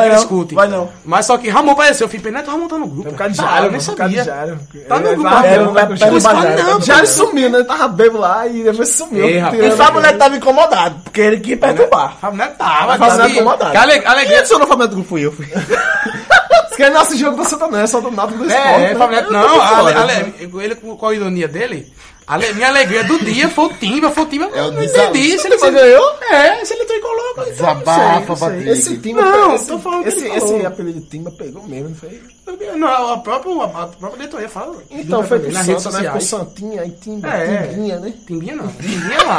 Speaker 3: Vai
Speaker 6: que ele
Speaker 3: não,
Speaker 6: escute.
Speaker 3: vai não.
Speaker 6: Mas só que Ramon apareceu. Eu fiquei, Neto, Ramon tá no grupo. Tá, eu nem sabia. Tá
Speaker 9: É,
Speaker 6: no grupo.
Speaker 3: Era
Speaker 6: Ramon.
Speaker 3: um da- era um
Speaker 6: Mas fala
Speaker 3: bazar.
Speaker 6: não,
Speaker 9: Jair sumiu, né? Tava bebo lá e depois sumiu.
Speaker 6: Ei, rapaz.
Speaker 3: E Fábio Neto tava incomodado, porque ele quis perturbar.
Speaker 6: Fábio Neto tá, tava,
Speaker 3: Fábio Neto
Speaker 6: disse que-
Speaker 3: incomodado.
Speaker 6: que ale- alegria.
Speaker 4: Quem o Fábio Neto Grupo fui eu?
Speaker 9: Isso que é nosso jogo do Satanás, só do Náutico do
Speaker 5: né?
Speaker 6: É,
Speaker 9: Esporte.
Speaker 6: é, Fábio Neto, não, ale- ale- ele, qual a ironia dele? Ale- minha alegria do dia foi o Timba, foi o Timba.
Speaker 4: É o
Speaker 6: eu não
Speaker 4: desa-
Speaker 6: entendi. Se ele se-
Speaker 9: ganhou?
Speaker 6: É, se ele tricolou, eu então, não sei,
Speaker 4: Desabafa,
Speaker 6: não sei.
Speaker 4: Patrick.
Speaker 9: Esse Timba...
Speaker 6: Não,
Speaker 9: esse,
Speaker 6: tô falando que
Speaker 9: esse,
Speaker 6: ele falou.
Speaker 9: esse apelido de Timba pegou mesmo, não foi?
Speaker 6: Não, a própria, a própria diretoria fala.
Speaker 9: Então, foi pro
Speaker 6: nas redes
Speaker 9: Santa, né? Ficou
Speaker 6: sociais.
Speaker 9: Santinha, aí Timba,
Speaker 6: É.
Speaker 9: Timbinha, né?
Speaker 6: Timbinha não. Timbinha lá.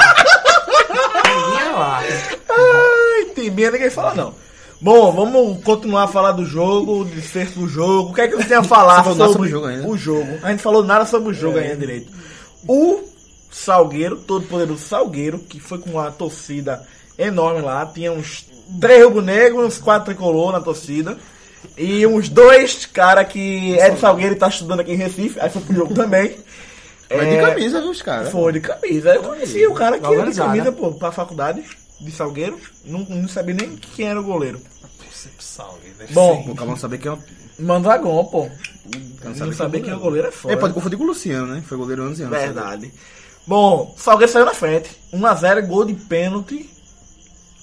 Speaker 6: Timbinha lá.
Speaker 3: Ai, Ah, tem medo, ninguém fala não. Bom, vamos continuar a falar do jogo, o desfecho do jogo. O que é que você tem a falar
Speaker 4: Você falou
Speaker 3: sobre,
Speaker 4: nada sobre o jogo ainda. É.
Speaker 3: o jogo? A gente falou nada sobre o jogo ainda direito. O Salgueiro, todo poderoso Salgueiro, que foi com uma torcida enorme lá, tinha uns três rubro negros, uns quatro tricolor na torcida. E uns dois cara que é de Salgueiro e tá estudando aqui em Recife, aí foi pro jogo também.
Speaker 4: Mas
Speaker 3: É,
Speaker 4: de camisa, viu, os caras?
Speaker 3: foi de camisa. Eu conheci o cara que era de
Speaker 6: Organizada.
Speaker 3: camisa,
Speaker 9: né?
Speaker 3: pô, pra faculdade de Salgueiro. Não, não sabia nem quem era o goleiro. Bom,
Speaker 9: né?
Speaker 4: Pô, calma, não saber quem é. o-
Speaker 3: Mandragon, pô. Não
Speaker 4: sabe
Speaker 3: saber quem é o goleiro é foda.
Speaker 4: Ele pode confundir com o Luciano, né? Foi goleiro 11 anos.
Speaker 3: Verdade. Bom, Salgueiro saiu na frente. 1x0, gol de pênalti.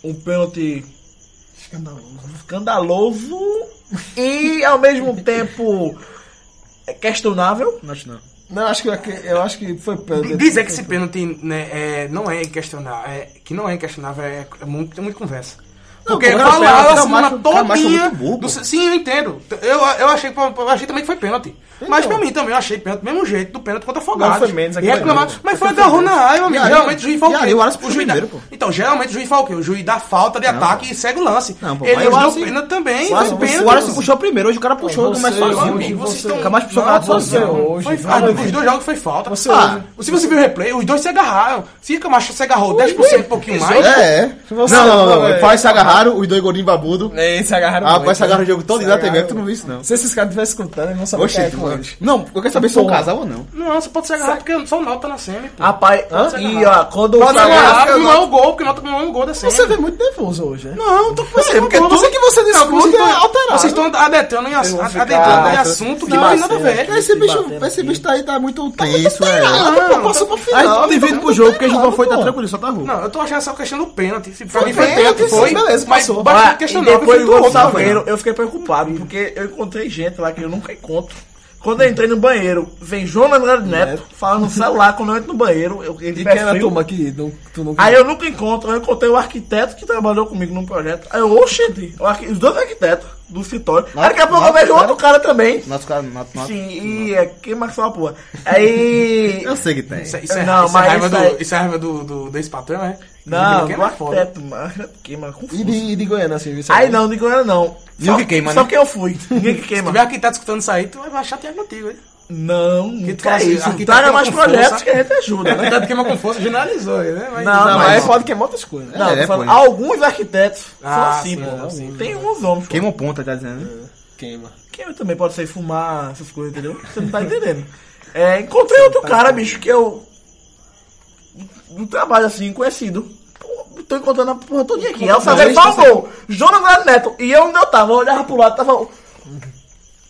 Speaker 3: Um pênalti escandaloso. E ao mesmo tempo é questionável.
Speaker 4: Não acho não.
Speaker 9: Não, acho que eu acho que foi pelo.
Speaker 6: Dizer que esse pênalti né, é, não é inquestionável, é, que não é inquestionável, é, é muito, é muito conversa. Porque
Speaker 4: pô,
Speaker 6: não,
Speaker 4: mas o
Speaker 6: falaram a
Speaker 4: Camacho-
Speaker 6: semana
Speaker 4: o Camacho foi
Speaker 6: todinha.
Speaker 4: muito burro,
Speaker 6: do-
Speaker 4: pô.
Speaker 6: sim, eu entendo. Eu, eu, achei, que- eu achei também que foi pênalti.
Speaker 4: Então.
Speaker 6: Mas pra mim também eu achei pênalti, do mesmo jeito, do pênalti contra o Afogados.
Speaker 9: Não, foi menos, é
Speaker 6: e
Speaker 9: que foi
Speaker 6: reclamar,
Speaker 9: menos.
Speaker 6: Mas foi agarrou na área, meu amigo.
Speaker 4: E aí,
Speaker 6: Geralmente o juiz
Speaker 4: e aí,
Speaker 6: falou
Speaker 4: o Wallace puxou
Speaker 6: dá,
Speaker 4: primeiro, pô.
Speaker 6: Então, geralmente o juiz fala o quê? O juiz dá falta de ataque e segue o lance.
Speaker 4: Não, pô, mas
Speaker 6: Ele
Speaker 4: o
Speaker 6: deu
Speaker 4: Wallace-
Speaker 6: pênalti também,
Speaker 4: O Wallace puxou-
Speaker 6: foi pênalti.
Speaker 4: o Wallace puxou primeiro, hoje o cara puxou, mas
Speaker 9: você-
Speaker 4: foi
Speaker 6: Meu
Speaker 9: Hoje,
Speaker 6: amigo, vocês
Speaker 9: você-
Speaker 6: estão.
Speaker 4: Camacho puxou
Speaker 6: Não,
Speaker 4: a bola
Speaker 6: você
Speaker 4: toda.
Speaker 6: hoje. Foi
Speaker 9: Vai,
Speaker 6: falta.
Speaker 9: vai.
Speaker 4: né?
Speaker 6: Os dois jogos foi falta.
Speaker 9: Você
Speaker 6: Ah,
Speaker 9: hoje.
Speaker 6: se você viu o replay, os dois se agarraram. Se Camacho se agarrou 10% um pouquinho mais.
Speaker 4: É, é. Não,
Speaker 9: você-
Speaker 4: não, não, não.
Speaker 9: é.
Speaker 4: Pais se agarraram, os dois gorinhos babudo.
Speaker 9: É, se agarraram.
Speaker 4: Ah,
Speaker 9: muito,
Speaker 4: pai se
Speaker 9: né?
Speaker 4: agarraram o jogo todo
Speaker 9: Se
Speaker 4: e na TV,
Speaker 9: agarraram.
Speaker 4: tu não viu isso, não.
Speaker 9: Se esses caras estivessem escutando, eles não sabiam
Speaker 4: Oxe,
Speaker 9: quem é
Speaker 4: tu-
Speaker 9: com eles.
Speaker 4: Não, eu quero saber se é um
Speaker 9: Porra.
Speaker 4: casal ou não.
Speaker 6: Não, você pode se agarrar
Speaker 4: é.
Speaker 6: porque só o Nauta tá na semi. pô.
Speaker 3: Rapaz, e ó, quando assim, o
Speaker 6: Pode se
Speaker 3: Salgueiro-
Speaker 6: agarrar porque não é o gol, porque o Nauta não é o gol da semi.
Speaker 9: Você vê muito nervoso hoje, né?
Speaker 6: Não, tô com
Speaker 9: porque tudo que você discute é alterado.
Speaker 6: Tá Vocês estão adentrando em ass- adentrando em assunto que não tem nada a ver.
Speaker 4: Esse bicho, esse bicho tá aí, tá muito tenso, é.
Speaker 9: Ah, pô, passou pra
Speaker 4: Aí
Speaker 9: final.
Speaker 4: tu divide pro jogo, porque a gente não foi, tá tranquilo, só tá ruim.
Speaker 6: Não, eu tô achando essa questão do pênalti. Se pra mim foi
Speaker 9: pênalti,
Speaker 6: pênalti,
Speaker 9: sim,
Speaker 6: foi.
Speaker 9: beleza,
Speaker 6: mas
Speaker 9: passou.
Speaker 6: bastante
Speaker 3: Ah,
Speaker 6: questionável.
Speaker 3: E depois do
Speaker 6: foi
Speaker 3: gol do
Speaker 6: outro, né?
Speaker 3: Salgueiro, eu fiquei preocupado, porque eu encontrei gente lá que eu nunca encontro. Quando eu entrei no banheiro, vem João Leonardo Neto falando no celular quando eu entro no banheiro. Eu, ele
Speaker 9: E
Speaker 3: pé
Speaker 9: quem era a
Speaker 3: frio.
Speaker 9: turma que não, tu não
Speaker 3: Aí eu nunca encontro, aí eu encontrei o arquiteto que trabalhou comigo num projeto. Aí eu, oxente, o arqui- os dois arquitetos. do Citório.
Speaker 4: Náutico-
Speaker 3: Aí daqui a pouco eu
Speaker 4: Náutico,
Speaker 3: vejo outro cara também.
Speaker 4: Nosso cara, nosso, nosso...
Speaker 3: Sim, e é quem mais fala porra. Aí.
Speaker 4: Eu sei que tem.
Speaker 6: Isso, é- isso é,
Speaker 3: Não,
Speaker 6: isso é
Speaker 3: mas
Speaker 6: raiva
Speaker 3: isso
Speaker 6: do,
Speaker 3: aí-
Speaker 6: isso é raiva do, do, desse patrão, é?
Speaker 3: Não,
Speaker 6: Quem é
Speaker 3: do
Speaker 6: mais foda?
Speaker 3: arquiteto, mas queima com
Speaker 8: E de, e de Goiânia, assim, viu?
Speaker 3: Aí não, de Goiânia não.
Speaker 4: Ninguém
Speaker 3: Só-
Speaker 4: que queima,
Speaker 3: Só
Speaker 4: né?
Speaker 3: quem eu fui. Ninguém que
Speaker 6: Se
Speaker 3: queima.
Speaker 6: tiver arquiteto escutando isso aí, tu vai achar que é contigo, hein?
Speaker 3: Não,
Speaker 6: Que
Speaker 3: nunca é
Speaker 6: faz-
Speaker 3: isso.
Speaker 6: arquiteto
Speaker 3: Traga
Speaker 6: queima
Speaker 3: mais
Speaker 6: com
Speaker 3: projetos
Speaker 6: força.
Speaker 3: que a gente ajuda, né?
Speaker 6: Arquiteto queima com força, generalizou aí, né? Mas,
Speaker 3: Não,
Speaker 8: Não,
Speaker 3: mas-
Speaker 8: mas aí pode queimar outras coisas.
Speaker 3: Não,
Speaker 4: É,
Speaker 3: tô
Speaker 4: é,
Speaker 3: falando,
Speaker 4: pô.
Speaker 3: alguns arquitetos
Speaker 6: Ah,
Speaker 3: são assim,
Speaker 6: sim,
Speaker 3: pô.
Speaker 6: é, sim.
Speaker 3: Tem uns homens, pô.
Speaker 4: Queima ponta, tá dizendo? né?
Speaker 8: Queima.
Speaker 3: Quem também pode sair fumar, essas coisas, entendeu? Você não tá entendendo. É, encontrei outro cara, bicho, que eu. Do trabalho assim, conhecido. Pô, Tô encontrando a porra todinha aqui. Elsa Velho Falcão, Jonas Grande Neto. E eu onde eu tava, eu olhava pro lado, tava.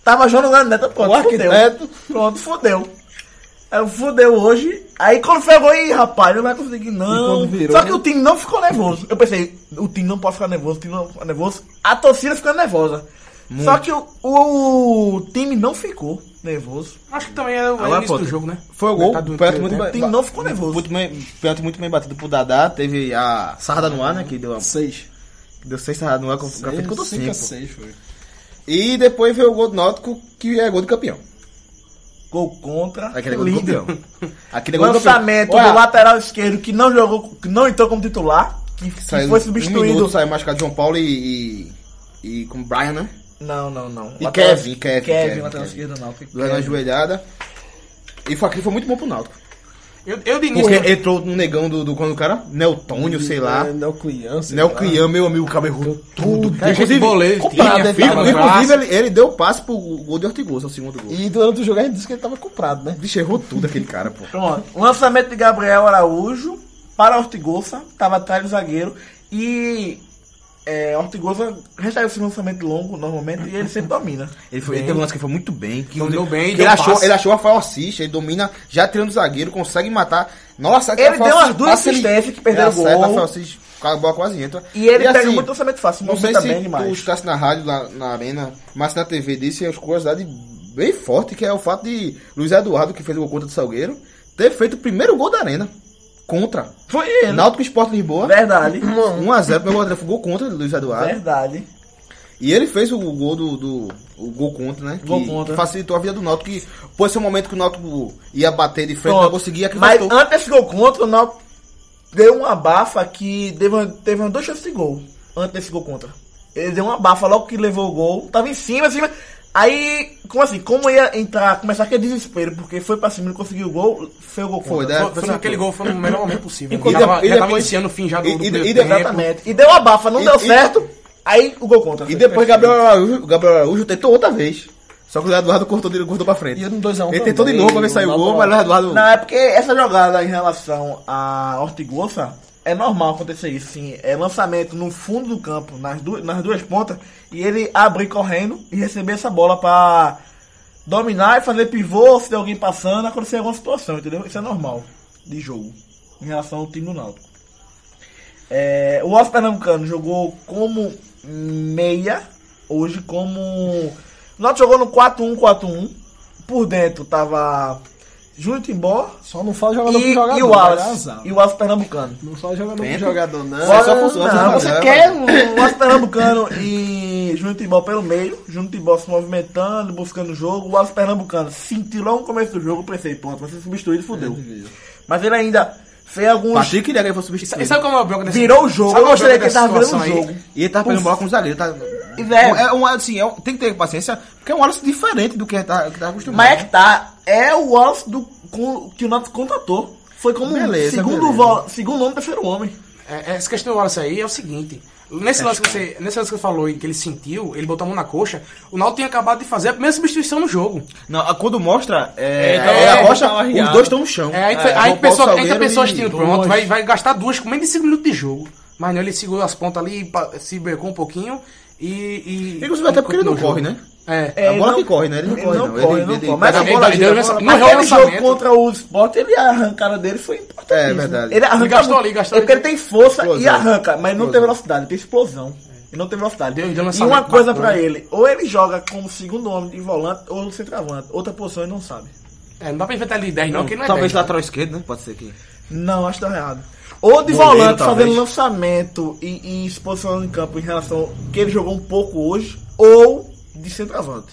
Speaker 3: Tava Jonas Grande Neto, pronto, fudeu. Pronto, fudeu. Aí eu fudeu hoje. Aí quando ferrou, ih, rapaz, não vai conseguir, não. Só que o time não ficou nervoso. Eu pensei, o time não pode ficar nervoso, o time não fica nervoso. A torcida ficando nervosa. Só que o, o time não ficou nervoso.
Speaker 6: Acho que também é o é o
Speaker 4: Agora,
Speaker 6: início
Speaker 4: pô,
Speaker 6: do jogo, né?
Speaker 4: Foi o gol,
Speaker 6: Metade do
Speaker 4: pênalti
Speaker 6: tempo,
Speaker 4: muito
Speaker 6: né?
Speaker 3: O
Speaker 4: bem,
Speaker 3: time não ficou nervoso.
Speaker 4: muito bem, pênalti muito bem batido pro Dadá, teve a sarda no ar, né, que deu, a-
Speaker 8: Seis.
Speaker 4: deu seis sardas no ar, com o café ficou
Speaker 8: Cinco a
Speaker 4: cinco.
Speaker 8: seis, foi.
Speaker 4: E depois veio o gol do Náutico, que é gol do campeão.
Speaker 3: Gol contra.
Speaker 4: Aquele é gol do
Speaker 3: Líder.
Speaker 4: campeão. Aquele é gol do
Speaker 3: Lançamento
Speaker 4: campeão.
Speaker 3: do lateral esquerdo que não jogou, que não entrou como titular, que, que
Speaker 4: Saiu
Speaker 3: foi
Speaker 4: Um
Speaker 3: substituído.
Speaker 4: minuto, saiu machucado João Paulo e, e, e com o Brian, né?
Speaker 3: não, não, não.
Speaker 4: E
Speaker 3: Lateral-
Speaker 4: Kevin, Kevin, Kevin,
Speaker 3: lateral
Speaker 4: Kevin.
Speaker 3: esquerdo não. foi
Speaker 4: Duas na
Speaker 3: Kevin.
Speaker 4: joelhada. E foi, aquilo foi muito bom pro Náutico.
Speaker 6: Eu, eu é de início.
Speaker 4: Porque entrou um negão do, do quando o cara, Neotônio, sei lá.
Speaker 8: É, Neoclian, sei lá.
Speaker 4: Neocrian, meu amigo, Né, o cara errou tudo.
Speaker 6: É, gente, boleiro,
Speaker 8: comprado,
Speaker 6: tinha,
Speaker 8: é,
Speaker 6: firma,
Speaker 8: tava
Speaker 4: Inclusive,
Speaker 6: braço.
Speaker 4: ele, ele deu o passe pro gol de Ortigosa, o segundo gol.
Speaker 8: E durante o jogo a gente disse que ele tava comprado, né?
Speaker 4: Vixe, errou tudo aquele cara, pô.
Speaker 3: Pronto. O lançamento de Gabriel Araújo para Ortigosa, estava atrás do zagueiro. E é, Ortigoza recebe esse lançamento longo normalmente e ele sempre domina.
Speaker 4: Ele, foi, ele teve um lance que foi muito bem. um Que
Speaker 6: Dominou
Speaker 4: que
Speaker 6: bem,
Speaker 4: ele
Speaker 6: deu
Speaker 4: achou,
Speaker 6: passe.
Speaker 4: ele achou a falsicha, ele domina já tirando o zagueiro, consegue matar. Nossa,
Speaker 3: Ele
Speaker 4: aquela
Speaker 3: deu
Speaker 4: falsicha-
Speaker 3: as duas
Speaker 4: passe, ele-
Speaker 3: assistências que perderam
Speaker 4: ele acerta
Speaker 3: o gol.
Speaker 4: A falsicha, a bola quase entra.
Speaker 3: E ele pega
Speaker 4: assim,
Speaker 3: muito lançamento fácil,
Speaker 4: Não sei
Speaker 3: movimenta
Speaker 4: se
Speaker 3: bem
Speaker 4: tu
Speaker 3: demais.
Speaker 4: escutasse na rádio, na, na arena, mas na TV disse uma curiosidade bem forte, que é o fato de Luiz Eduardo, que fez o gol contra o Salgueiro, ter feito o primeiro gol da arena. Contra.
Speaker 3: Foi ele.
Speaker 4: Náutico Esporte Lisboa.
Speaker 3: Verdade.
Speaker 4: 1x0, meu André foi gol contra do Luiz Eduardo.
Speaker 3: Verdade.
Speaker 4: E ele fez o gol do. do o gol contra, né?
Speaker 3: Gol
Speaker 4: que,
Speaker 3: contra.
Speaker 4: que facilitou a vida do Náutico. Que foi esse momento que o Náutico ia bater de frente, não
Speaker 3: Pronto.
Speaker 4: conseguia que
Speaker 3: Mas
Speaker 4: voltou.
Speaker 3: antes desse gol contra, o Náutico deu uma bafa que teve, uma- teve umas duas chances de gol. Antes desse gol contra. Ele deu uma bafa logo que levou o gol. Tava em cima, em cima. Aí, como assim? Como ia entrar, começar aquele desespero, porque foi pra cima e não conseguiu o gol, foi o gol
Speaker 4: Foi,
Speaker 3: contra.
Speaker 4: né?
Speaker 6: Foi, foi naquele gol, foi no melhor momento possível.
Speaker 4: E
Speaker 6: já
Speaker 4: de-
Speaker 6: tava,
Speaker 4: e
Speaker 6: já tava
Speaker 4: depois-
Speaker 6: iniciando o fim já do,
Speaker 4: e-
Speaker 6: do
Speaker 4: e-
Speaker 6: primeiro
Speaker 4: e
Speaker 6: tempo.
Speaker 3: Exatamente. E deu uma bafa, não
Speaker 4: E-
Speaker 3: deu
Speaker 4: e-
Speaker 3: certo. Aí o gol contra.
Speaker 4: E depois Gabriel Araújo, Gabriel Araújo tentou outra vez. Só que o Eduardo cortou dele, cortou pra frente.
Speaker 8: E no
Speaker 5: um
Speaker 8: 2 a 1
Speaker 3: Então
Speaker 4: Ele tentou de
Speaker 8: também,
Speaker 4: novo pra ver se saiu o
Speaker 8: não
Speaker 4: gol,
Speaker 8: dá
Speaker 4: mas
Speaker 8: pra-
Speaker 4: o Eduardo.
Speaker 3: Não, é porque essa jogada em relação a Ortigosa é normal acontecer isso, sim. É lançamento no fundo do campo, nas, du nas duas pontas, e ele abrir correndo e receber essa bola pra dominar e fazer pivô se tem alguém passando, acontecer alguma situação, entendeu? Isso é normal de jogo em relação ao time do Náutico. É, o Oscar Pernambucano jogou como meia, hoje como. O Náutico jogou no 4-1-4-1. Por dentro tava Júnior Timbó
Speaker 8: Só não fala jogador
Speaker 3: e,
Speaker 8: pro jogador.
Speaker 3: e o
Speaker 8: né?
Speaker 3: Wallace.
Speaker 8: Azar.
Speaker 3: E o Wallace Pernambucano.
Speaker 8: Não fala jogador pro
Speaker 4: Penta.
Speaker 8: jogador, não.
Speaker 4: Só- só
Speaker 3: Não,
Speaker 4: funciona,
Speaker 3: não,
Speaker 4: né?
Speaker 3: você quer o Wallace Pernambucano e Júnior Timbó pelo meio. Júnior Timbó se movimentando, buscando o jogo. O Wallace Pernambucano sentiu logo no começo do jogo. Pensei, pronto, vai ser substituído e
Speaker 4: É,
Speaker 3: fodeu. Mas ele ainda fez alguns.
Speaker 4: Patrick queria que ele fosse
Speaker 6: E sa-
Speaker 4: substituído.
Speaker 6: e sabe qual é o bronca desse
Speaker 3: Virou o jogo.
Speaker 6: Sabe
Speaker 3: Eu
Speaker 6: qual é o
Speaker 3: gostei que
Speaker 6: bronca
Speaker 3: ele tava
Speaker 6: dessa
Speaker 3: virando o
Speaker 6: situação aí?
Speaker 3: jogo.
Speaker 4: E ele tava perdendo bola com o zagueiro. Tá...
Speaker 3: E, velho-
Speaker 4: É um, assim, é um- tem que ter paciência, porque é um Wallace diferente do que ele tá, que tá acostumado.
Speaker 3: Mas é que tá. É o Wallace do, com- que o Nato contratou. Foi como um
Speaker 4: Beleza,
Speaker 3: segundo,
Speaker 4: beleza.
Speaker 3: vo, segundo homem, terceiro homem.
Speaker 6: É, é, essa questão do Wallace aí é o seguinte.
Speaker 4: É
Speaker 6: Nesse lance, que você, nesse lance que você falou e que ele sentiu, ele botou a mão na coxa, o Náutico tinha acabado de fazer a primeira substituição no jogo.
Speaker 4: Não, a- quando mostra, é,
Speaker 8: então,
Speaker 4: é, a
Speaker 8: é,
Speaker 4: rocha,
Speaker 8: tá arriado.
Speaker 4: os dois estão no chão.
Speaker 6: É, aí,
Speaker 4: É,
Speaker 6: foi- aí,
Speaker 4: João
Speaker 6: a pessoa,
Speaker 4: Paulo
Speaker 6: aí a
Speaker 4: Salgueiro
Speaker 6: pessoa
Speaker 4: e-
Speaker 6: assistindo, pronto, vai, vai gastar duas com menos de 5 minutos de jogo. Mas não, ele segurou as pontas ali, pa- se bercou um pouquinho e. e
Speaker 4: Inclusive, até porque ele não
Speaker 6: continuou
Speaker 4: corre,
Speaker 6: o jogo.
Speaker 4: né?
Speaker 6: É.
Speaker 4: É a
Speaker 3: ele
Speaker 4: bola
Speaker 3: não-
Speaker 4: que corre, né? Ele não
Speaker 3: ele
Speaker 4: corre,
Speaker 3: não
Speaker 4: não.
Speaker 3: corre, não corre.
Speaker 4: pega
Speaker 3: Mas é um
Speaker 4: a
Speaker 6: ele-
Speaker 4: bola
Speaker 6: ele
Speaker 4: ali.
Speaker 6: deu- mas- mas
Speaker 3: Aquele jogo
Speaker 6: lançamento-
Speaker 3: contra o Sport, ele a arrancada dele foi importante.
Speaker 4: É verdade.
Speaker 3: Ele arranca
Speaker 6: Ele gastou
Speaker 3: muito.
Speaker 6: ali, gastou
Speaker 3: É porque ele
Speaker 6: ali.
Speaker 3: tem força e
Speaker 4: Explosão.
Speaker 3: arranca, mas não tem velocidade, tem explosão. Ele não tem velocidade.
Speaker 6: Deu- deu
Speaker 3: e
Speaker 6: lançamento,
Speaker 3: uma coisa
Speaker 6: bateu,
Speaker 3: pra
Speaker 6: né?
Speaker 3: ele, ou ele joga como segundo homem de volante ou no centroavante. Outra posição ele não sabe.
Speaker 6: É, não dá pra inventar ele de 10, não, que ele não é
Speaker 4: Talvez
Speaker 6: 10. né?
Speaker 4: lateral esquerdo, né? Pode ser que.
Speaker 3: Não, acho que tá errado. Ou de
Speaker 4: Goleiro,
Speaker 3: volante
Speaker 4: talvez.
Speaker 3: fazendo lançamento e, e se posicionando em campo em relação que ele jogou um pouco hoje, ou de centroavante.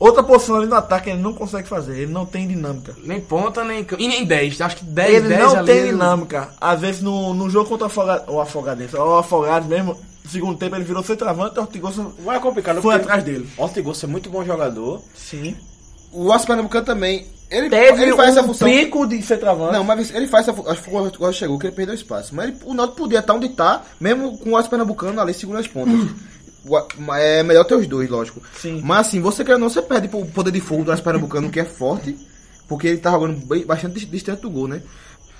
Speaker 3: Outra posição ali no ataque ele não consegue fazer, ele não tem dinâmica.
Speaker 6: Nem ponta, nem. cam- E nem 10. Acho que 10,
Speaker 3: Ele
Speaker 6: 10
Speaker 3: não
Speaker 6: ali, é
Speaker 3: tem dinâmica. Às vezes no, no jogo contra o Afoga- o Afogadense, o Afogados mesmo, segundo tempo ele virou centroavante e o Ortigoso
Speaker 10: Não é complicado,
Speaker 3: foi
Speaker 10: porque
Speaker 3: atrás dele.
Speaker 10: Ortigoso é muito bom jogador.
Speaker 3: Sim.
Speaker 4: O Oscar Pernambucano também. Ele,
Speaker 3: Teve
Speaker 4: ele faz
Speaker 3: um
Speaker 4: essa função.
Speaker 3: pico de centroavante.
Speaker 4: Não, mas ele faz essa função. Acho que o Oscar chegou, que ele perdeu espaço. Mas ele- o Náutico podia estar onde tá, mesmo com o Oscar Pernambucano ali segura as pontas. O a- mas É melhor ter os dois, lógico.
Speaker 3: Sim.
Speaker 4: Mas assim, você quer ou não, você perde o poder de fogo do Oscar Pernambucano, que é forte, porque ele tá jogando bem- bastante dis- distante do gol, né?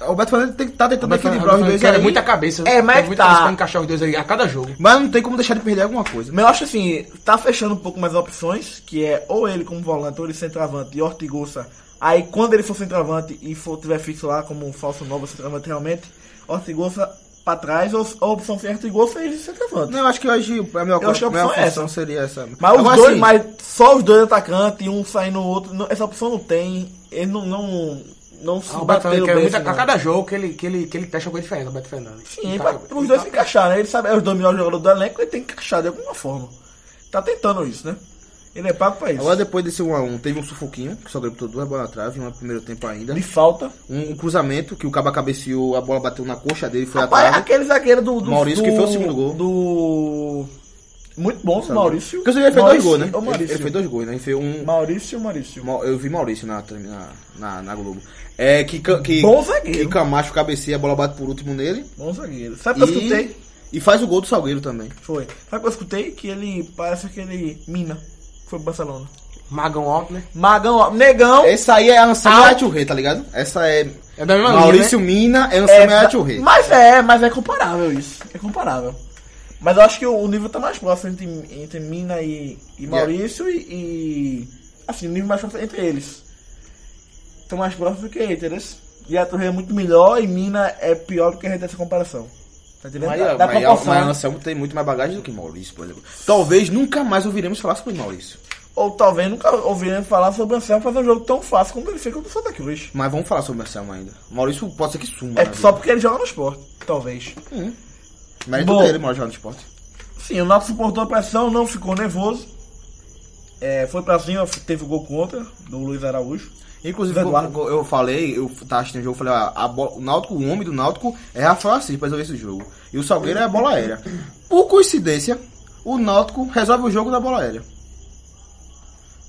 Speaker 4: O Beto Fernandes tem que tá tentando equilibrar os dois
Speaker 6: Quero
Speaker 4: aí,
Speaker 6: muita cabeça.
Speaker 3: É, mas
Speaker 6: Quero muita
Speaker 3: tá.
Speaker 6: cabeça pra encaixar os dois aí a cada jogo.
Speaker 4: mas não tem como deixar de perder alguma coisa.
Speaker 3: Mas eu acho assim, tá fechando um pouco mais opções, que é ou ele como volante, ou ele centroavante e Ortigosa. Aí quando ele for centroavante e for, tiver fixo lá como um falso novo centroavante realmente, Ortigosa pra trás, ou a opção certa Ortigosa e centroavante.
Speaker 4: Não, eu acho que hoje a melhor,
Speaker 3: Eu acho que a
Speaker 4: a melhor
Speaker 3: opção é
Speaker 4: função
Speaker 3: essa.
Speaker 4: seria essa.
Speaker 3: Mas os
Speaker 4: Agora,
Speaker 3: dois,
Speaker 4: assim,
Speaker 3: mas só os dois atacantes, um saindo o outro, não- essa opção não tem, ele não, não, não se
Speaker 6: Ah, o Beto
Speaker 3: bateram bem.
Speaker 6: Fernandes quer muita,
Speaker 3: assim,
Speaker 6: a
Speaker 3: não.
Speaker 6: cada jogo que ele, que ele, que ele testa alguma diferença, o Beto Fernandes.
Speaker 3: Sim,
Speaker 6: Ele
Speaker 3: pra,
Speaker 6: tá-
Speaker 3: os dois se encaixarem, né? ele sabe, é os dois melhores jogadores do elenco, ele tem que encaixar de alguma forma. Tá tentando isso, né? Ele é pago pra isso.
Speaker 4: Agora depois desse 1x1, teve um sufoquinho, que só gritou duas bolas na trave, uma no primeiro tempo ainda.
Speaker 3: de falta.
Speaker 4: Um, um cruzamento que o Caba cabeceou, a bola bateu na coxa dele, foi
Speaker 3: Rapaz,
Speaker 4: atrás.
Speaker 3: aquele zagueiro do, do-
Speaker 4: tá. Maurício, que
Speaker 3: do-
Speaker 4: foi o segundo gol.
Speaker 3: Do. Muito bom, o Maurício.
Speaker 4: Porque ele fez dois
Speaker 3: Maurício
Speaker 4: gols, né?
Speaker 3: ou
Speaker 4: Ele,
Speaker 3: Maurício?
Speaker 4: ele fez dois gols, né? Ele fez um.
Speaker 3: Maurício, Maurício.
Speaker 4: Ma- Eu vi Maurício na, na, na, na Globo. É, que, Ca- que,
Speaker 3: Bom zagueiro.
Speaker 4: que Camacho cabeceia, a bola bate por último nele.
Speaker 3: Bom zagueiro. Sabe o que eu
Speaker 4: E,
Speaker 3: escutei?
Speaker 4: e faz o gol do Salgueiro também.
Speaker 3: Foi. Sabe o que eu escutei? Que ele parece aquele Mina, que foi pro Barcelona.
Speaker 6: Magão alto, né?
Speaker 3: Magão, ó, negão.
Speaker 4: Essa aí é a Anselmo ah, Aturre, tá ligado? Essa é.
Speaker 6: É da mesma
Speaker 4: Maurício
Speaker 6: linha,
Speaker 4: Mina, é
Speaker 3: É,
Speaker 4: Anselmo é, Aturre.
Speaker 3: mas é, mas é comparável isso. É comparável. Mas eu acho que o, o nível tá mais próximo entre, entre Mina e, e Maurício e, e- Assim, o nível mais próximo entre eles. Estão mais próximos do que eles. E a Torre é muito melhor e Mina é pior do que a gente tem essa comparação. Tá entendendo?
Speaker 4: Mas,
Speaker 3: Da-
Speaker 4: mas,
Speaker 3: da
Speaker 4: mas,
Speaker 3: proporção.
Speaker 4: Anselmo tem muito mais bagagem do que Maurício, por exemplo. Talvez nunca mais ouviremos falar sobre Maurício.
Speaker 3: Ou talvez nunca ouvirem falar sobre o Anselmo fazer um jogo tão fácil como ele fez contra o Santa Cruz.
Speaker 4: Mas vamos falar sobre Anselmo ainda. Maurício pode ser que suma.
Speaker 3: É só porque ele joga no esporte, talvez.
Speaker 4: Mérito
Speaker 3: Bom.
Speaker 4: dele, Maurício, jogar no esporte.
Speaker 3: Sim, o Náutico suportou a pressão, não ficou nervoso. É, foi pra cima, teve o gol contra do Luiz Araújo.
Speaker 4: Inclusive,
Speaker 3: Eduardo.
Speaker 4: eu, eu falei, eu tava assistindo o jogo, eu falei, ah, a bola- o Náutico, o homem do Náutico é Rafael Assis pra resolver esse jogo. E o Salgueiro é a bola aérea. Por coincidência, o Náutico resolve o jogo da bola aérea.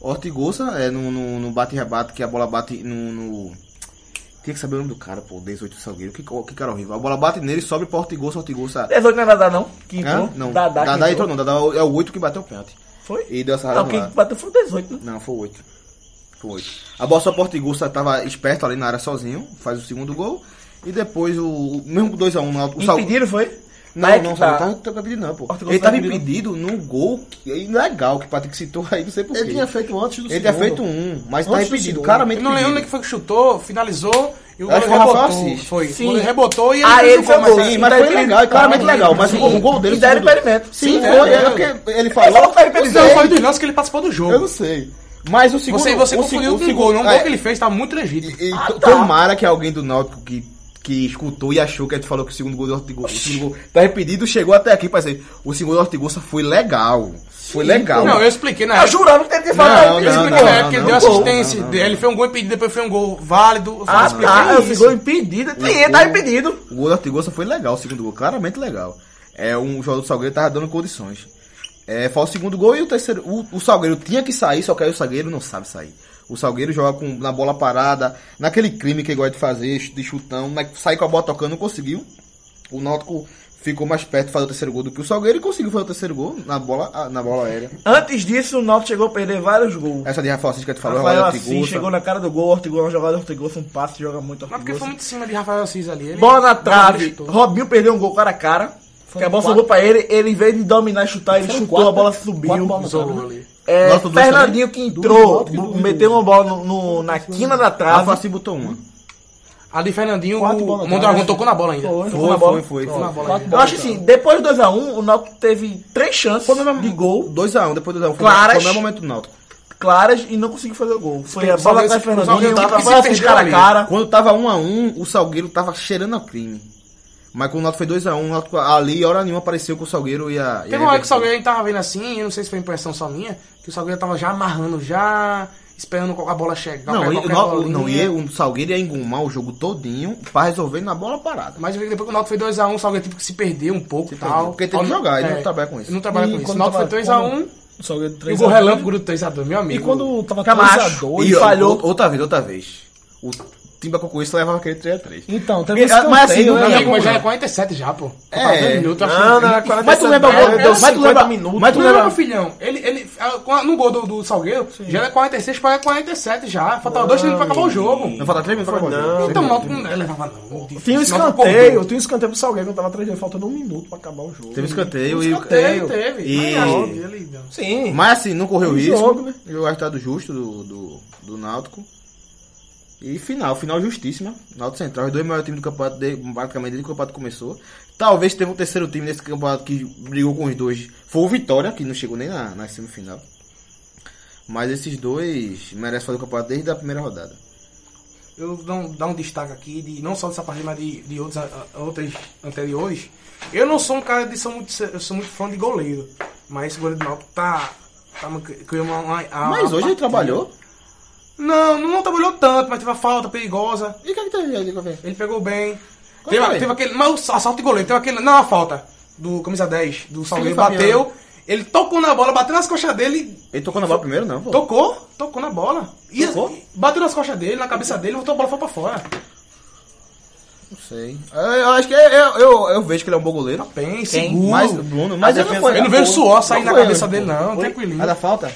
Speaker 4: Ortigosa é no, no, no bate e rebate, que a bola bate no. no... Tinha que saber o nome do cara, pô, 18 do Salgueiro. Que, co- que cara horrível. A bola bate nele, sobe pra Ortigosa, Ortigosa.
Speaker 3: 18 não é Dadá, não? Que entrou?
Speaker 4: Hã? Não,
Speaker 3: Dadá,
Speaker 4: Dadá,
Speaker 3: que
Speaker 4: entrou, não. Dadá é o 8 que bateu o pênalti.
Speaker 3: Foi?
Speaker 4: E deu essa
Speaker 3: Não,
Speaker 4: raiva lá.
Speaker 3: quem bateu foi o 18, né?
Speaker 4: Não, foi oito. Foi oito. A Bossa Portigusta tava esperto ali na área sozinho, faz o segundo gol. E depois o. o Mesmo com 2x1 um, o Sal-
Speaker 3: Impediram, foi?
Speaker 4: Não,
Speaker 6: é
Speaker 3: Aí
Speaker 4: não,
Speaker 3: que
Speaker 4: Sal-
Speaker 3: tá.
Speaker 4: tava, tava impedido, não, pô.
Speaker 3: Portugal
Speaker 6: tá
Speaker 4: Ele tava
Speaker 3: tava
Speaker 4: impedido no gol que, legal que o Patrick citou aí, não sei porquê.
Speaker 8: Ele tinha feito antes do
Speaker 4: Ele
Speaker 8: segundo.
Speaker 4: tinha feito um, mas tava
Speaker 8: Antes do
Speaker 4: impedido,
Speaker 8: segundo.
Speaker 4: claramente.
Speaker 6: Eu não lembro onde é
Speaker 4: impedido.
Speaker 6: que foi que chutou, finalizou e o
Speaker 4: Acho
Speaker 6: goleiro
Speaker 4: que o Rafael
Speaker 6: rebotou.
Speaker 4: Assis.
Speaker 6: Foi.
Speaker 3: Sim.
Speaker 6: O goleiro rebotou e
Speaker 3: Ah,
Speaker 6: fez
Speaker 3: ele
Speaker 6: o gol,
Speaker 3: foi bom.
Speaker 6: mas-
Speaker 4: Sim, mas foi legal, e claramente legal. Mas o, o gol dele.
Speaker 3: E deram
Speaker 4: segundo-
Speaker 3: impedimento.
Speaker 4: Sim,
Speaker 3: Sim,
Speaker 4: foi.
Speaker 3: deram.
Speaker 4: É porque ele
Speaker 3: falou
Speaker 4: falou.
Speaker 3: que tava
Speaker 4: eu
Speaker 3: impedido.
Speaker 6: Não,
Speaker 4: sei,
Speaker 6: foi dos lances que ele participou do
Speaker 4: Eu não
Speaker 6: jogo.
Speaker 4: sei. Mas o segundo.
Speaker 6: Você, você
Speaker 4: o
Speaker 6: confundiu
Speaker 4: segu-
Speaker 6: com o
Speaker 4: o
Speaker 6: gol, não. O
Speaker 4: é,
Speaker 6: gol que ele fez tá muito legítimo.
Speaker 4: E to-
Speaker 6: tá.
Speaker 4: tomara que alguém do Náutico que, que escutou e achou que a gente falou que o segundo gol do Ortigosa o segundo gol tá repetido, chegou até aqui pra dizer, o segundo gol do Ortigosa foi legal. Foi legal.
Speaker 6: Não, eu expliquei né? na
Speaker 3: Eu
Speaker 6: época.
Speaker 3: jurava que ele tinha
Speaker 4: Não,
Speaker 3: falado.
Speaker 6: Eu expliquei
Speaker 4: não,
Speaker 6: na
Speaker 4: não,
Speaker 6: época, ele
Speaker 4: não,
Speaker 6: deu
Speaker 4: não,
Speaker 6: assistência,
Speaker 4: não, não, não.
Speaker 6: ele fez um gol impedido, depois foi um gol válido. Eu
Speaker 3: Ah,
Speaker 6: expliquei
Speaker 3: tá. Eu
Speaker 6: isso.
Speaker 3: ficou impedido. Sim, tá impedido.
Speaker 4: O gol do Ortigosa foi legal, o segundo gol, claramente legal. É, um jogador do Salgueiro tava dando condições. É, foi o segundo gol e o terceiro. O, o Salgueiro tinha que sair, só que aí o Salgueiro não sabe sair. O Salgueiro joga com, na bola parada, naquele crime que ele gosta de fazer, de chutão, mas sair com a bola tocando, não conseguiu. O Náutico ficou mais perto de fazer o terceiro gol do que o Salgueiro e conseguiu fazer o terceiro gol na bola, ah, na bola aérea.
Speaker 3: Antes disso, o Náutico chegou a perder vários gols.
Speaker 4: Essa de Rafael Assis que tu É, falou,
Speaker 3: Rafael
Speaker 4: Ronaldo
Speaker 3: assim,
Speaker 4: Ortigosa.
Speaker 3: chegou na cara do gol, Ortigosa, uma jogada Ortigosa, um passe, joga muito
Speaker 6: Mas porque foi
Speaker 3: Ortigosa.
Speaker 6: muito em cima de Rafael Assis ali. Ele
Speaker 3: Bola na
Speaker 6: não
Speaker 3: trave,
Speaker 6: chutou.
Speaker 3: Robinho perdeu um gol cara a cara. Que a bola sobrou pra ele, ele em vez de dominar e chutar, ele chutou, a bola subiu.
Speaker 6: Isolou ali.
Speaker 3: É,
Speaker 4: Nossa, dois
Speaker 3: Fernandinho que entrou, bu- meteu uma bola no, no- na quina da
Speaker 4: Rafael
Speaker 3: trave.
Speaker 4: Assis botou uma.
Speaker 6: Ali Fernandinho,
Speaker 8: Quatro bolas
Speaker 6: o Mondragão tocou na bola ainda.
Speaker 3: assim, na bola.
Speaker 4: Foi, foi, foi.
Speaker 3: Eu acho assim, depois do 2x1, o Náutico teve três chances de gol
Speaker 4: 2x1, depois do 2x1. Foi
Speaker 3: Claras.
Speaker 4: o melhor momento do Náutico.
Speaker 3: claras e não conseguiu fazer o gol. Foi a
Speaker 6: Só
Speaker 3: bola
Speaker 6: esse-
Speaker 3: atrás de
Speaker 6: só
Speaker 3: Fernandinho,
Speaker 6: esse-
Speaker 3: a
Speaker 6: que se
Speaker 3: bola fez
Speaker 6: perdeu
Speaker 3: cara a
Speaker 4: um
Speaker 6: ali.
Speaker 3: cara.
Speaker 4: Quando tava 1 a 1 o Salgueiro tava cheirando ao crime. Mas quando o Náutico foi 2x1, o Náutico ali, hora nenhuma, apareceu com o Salgueiro e a. e a
Speaker 6: Teve uma hora que o
Speaker 4: Everton.
Speaker 6: Salgueiro a gente tava vendo assim, eu não sei se foi impressão só minha, que o Salgueiro tava já amarrando, já esperando a bola chegar.
Speaker 4: Não,
Speaker 6: pegar
Speaker 4: e,
Speaker 6: qualquer
Speaker 4: não,
Speaker 6: bolinha.
Speaker 4: não ia, o Salgueiro ia engomar o jogo todinho pra resolver na bola parada.
Speaker 6: Mas eu vi que depois que o Náutico foi 2x1, o Salgueiro tipo que se perdeu um pouco e tal.
Speaker 4: perdeu, porque tem que
Speaker 6: Ó,
Speaker 4: jogar, ele não trabalha com isso.
Speaker 6: Ele não trabalha
Speaker 3: E
Speaker 6: com isso. O
Speaker 3: quando
Speaker 6: Náutico foi
Speaker 3: tava-
Speaker 6: 2x1
Speaker 3: Salgueiro
Speaker 6: e o
Speaker 3: 3
Speaker 6: gol relâmpago do 3x2, meu
Speaker 3: E
Speaker 6: amigo.
Speaker 3: quando tava
Speaker 6: Camacho.
Speaker 3: 3x2,
Speaker 4: e ó,
Speaker 3: falhou.
Speaker 4: ou- outra vez, outra vez. O Timba Cocoista levava aquele 3x3.
Speaker 3: Então, teve
Speaker 4: Mas
Speaker 3: esse
Speaker 5: um
Speaker 4: assim,
Speaker 3: escanteio,
Speaker 4: não
Speaker 6: Meu
Speaker 4: é
Speaker 3: né?
Speaker 6: amigo, mas já é 47 já, pô.
Speaker 4: É.
Speaker 6: Faltando um minuto, eu acho
Speaker 3: Não,
Speaker 6: que-
Speaker 3: não, era
Speaker 6: e-
Speaker 3: 47
Speaker 4: Mas tu lembra o
Speaker 3: não,
Speaker 4: gol?
Speaker 3: deu
Speaker 4: Mas tu
Speaker 3: 50
Speaker 4: lembra?
Speaker 3: minutos.
Speaker 4: Mas tu
Speaker 6: Não, não, meu
Speaker 4: lembra?
Speaker 6: filhão, ele, ele, ah, no gol do, do Salgueiro, já era 46 para 47 já. Faltava dois minutos pra acabar o jogo.
Speaker 4: Não falta 3 minutos pra acabar o jogo.
Speaker 6: Então o Náutico não levava não.
Speaker 3: Tinha um
Speaker 6: Difícil, o Náutico
Speaker 3: escanteio,
Speaker 6: correu.
Speaker 3: tinha um escanteio pro Salgueiro quando tava 3 faltando um minuto pra acabar o jogo.
Speaker 4: Teve escanteio e. é,
Speaker 6: Escanteio, teve.
Speaker 4: E-
Speaker 6: Mas, óbvio, é ele não.
Speaker 3: Sim.
Speaker 4: Mas assim, não correu
Speaker 5: um
Speaker 4: risco.
Speaker 3: jogo, né?
Speaker 4: Jogou resultado justo do, do, do Náutico. E final, final justíssima. Náutico Central, os dois maiores times do campeonato, de, praticamente desde que o campeonato começou. Talvez tenha um terceiro time nesse campeonato que brigou com os dois. Foi o Vitória, que não chegou nem na, na semifinal. Mas esses dois merecem fazer o campeonato desde a primeira rodada.
Speaker 6: eu dou um, dar um destaque aqui, de, não só dessa partida, mas de, de outros, a- a- outras anteriores. Eu não sou um cara de. Sou muito, eu sou muito fã de goleiro. Mas esse goleiro do Náutico tá. tá uma- criou uma, uma, uma-
Speaker 4: mas hoje
Speaker 6: uma
Speaker 4: ele trabalhou.
Speaker 6: Não, não, não trabalhou tanto, mas teve uma falta perigosa.
Speaker 4: E o que é que teve ali, Governo?
Speaker 6: Ele pegou bem.
Speaker 4: Qual
Speaker 6: Teve,
Speaker 4: foi?
Speaker 6: teve aquele. Mas o assalto de goleiro, teve aquele. Não, a falta. Do camisa 10, do Salgueiro.
Speaker 4: Fabiano.
Speaker 6: Bateu. Ele tocou na bola, bateu nas costas dele.
Speaker 4: Ele tocou na bola primeiro, não, pô.
Speaker 6: Tocou, tocou na bola. E e bateu nas costas dele, na cabeça dele, voltou a bola foi pra fora.
Speaker 4: Não sei. Eu, eu acho que eu, eu, eu- eu vejo que ele é um bom goleiro.
Speaker 6: Bem, seguro.
Speaker 4: Mas, Bruno, Uh! mas ele não foi.
Speaker 6: Ele não veio suor sair
Speaker 4: Não
Speaker 6: na
Speaker 4: foi,
Speaker 6: cabeça
Speaker 4: pô.
Speaker 6: dele, não,
Speaker 4: Foi?
Speaker 6: tranquilinho.
Speaker 4: A da falta?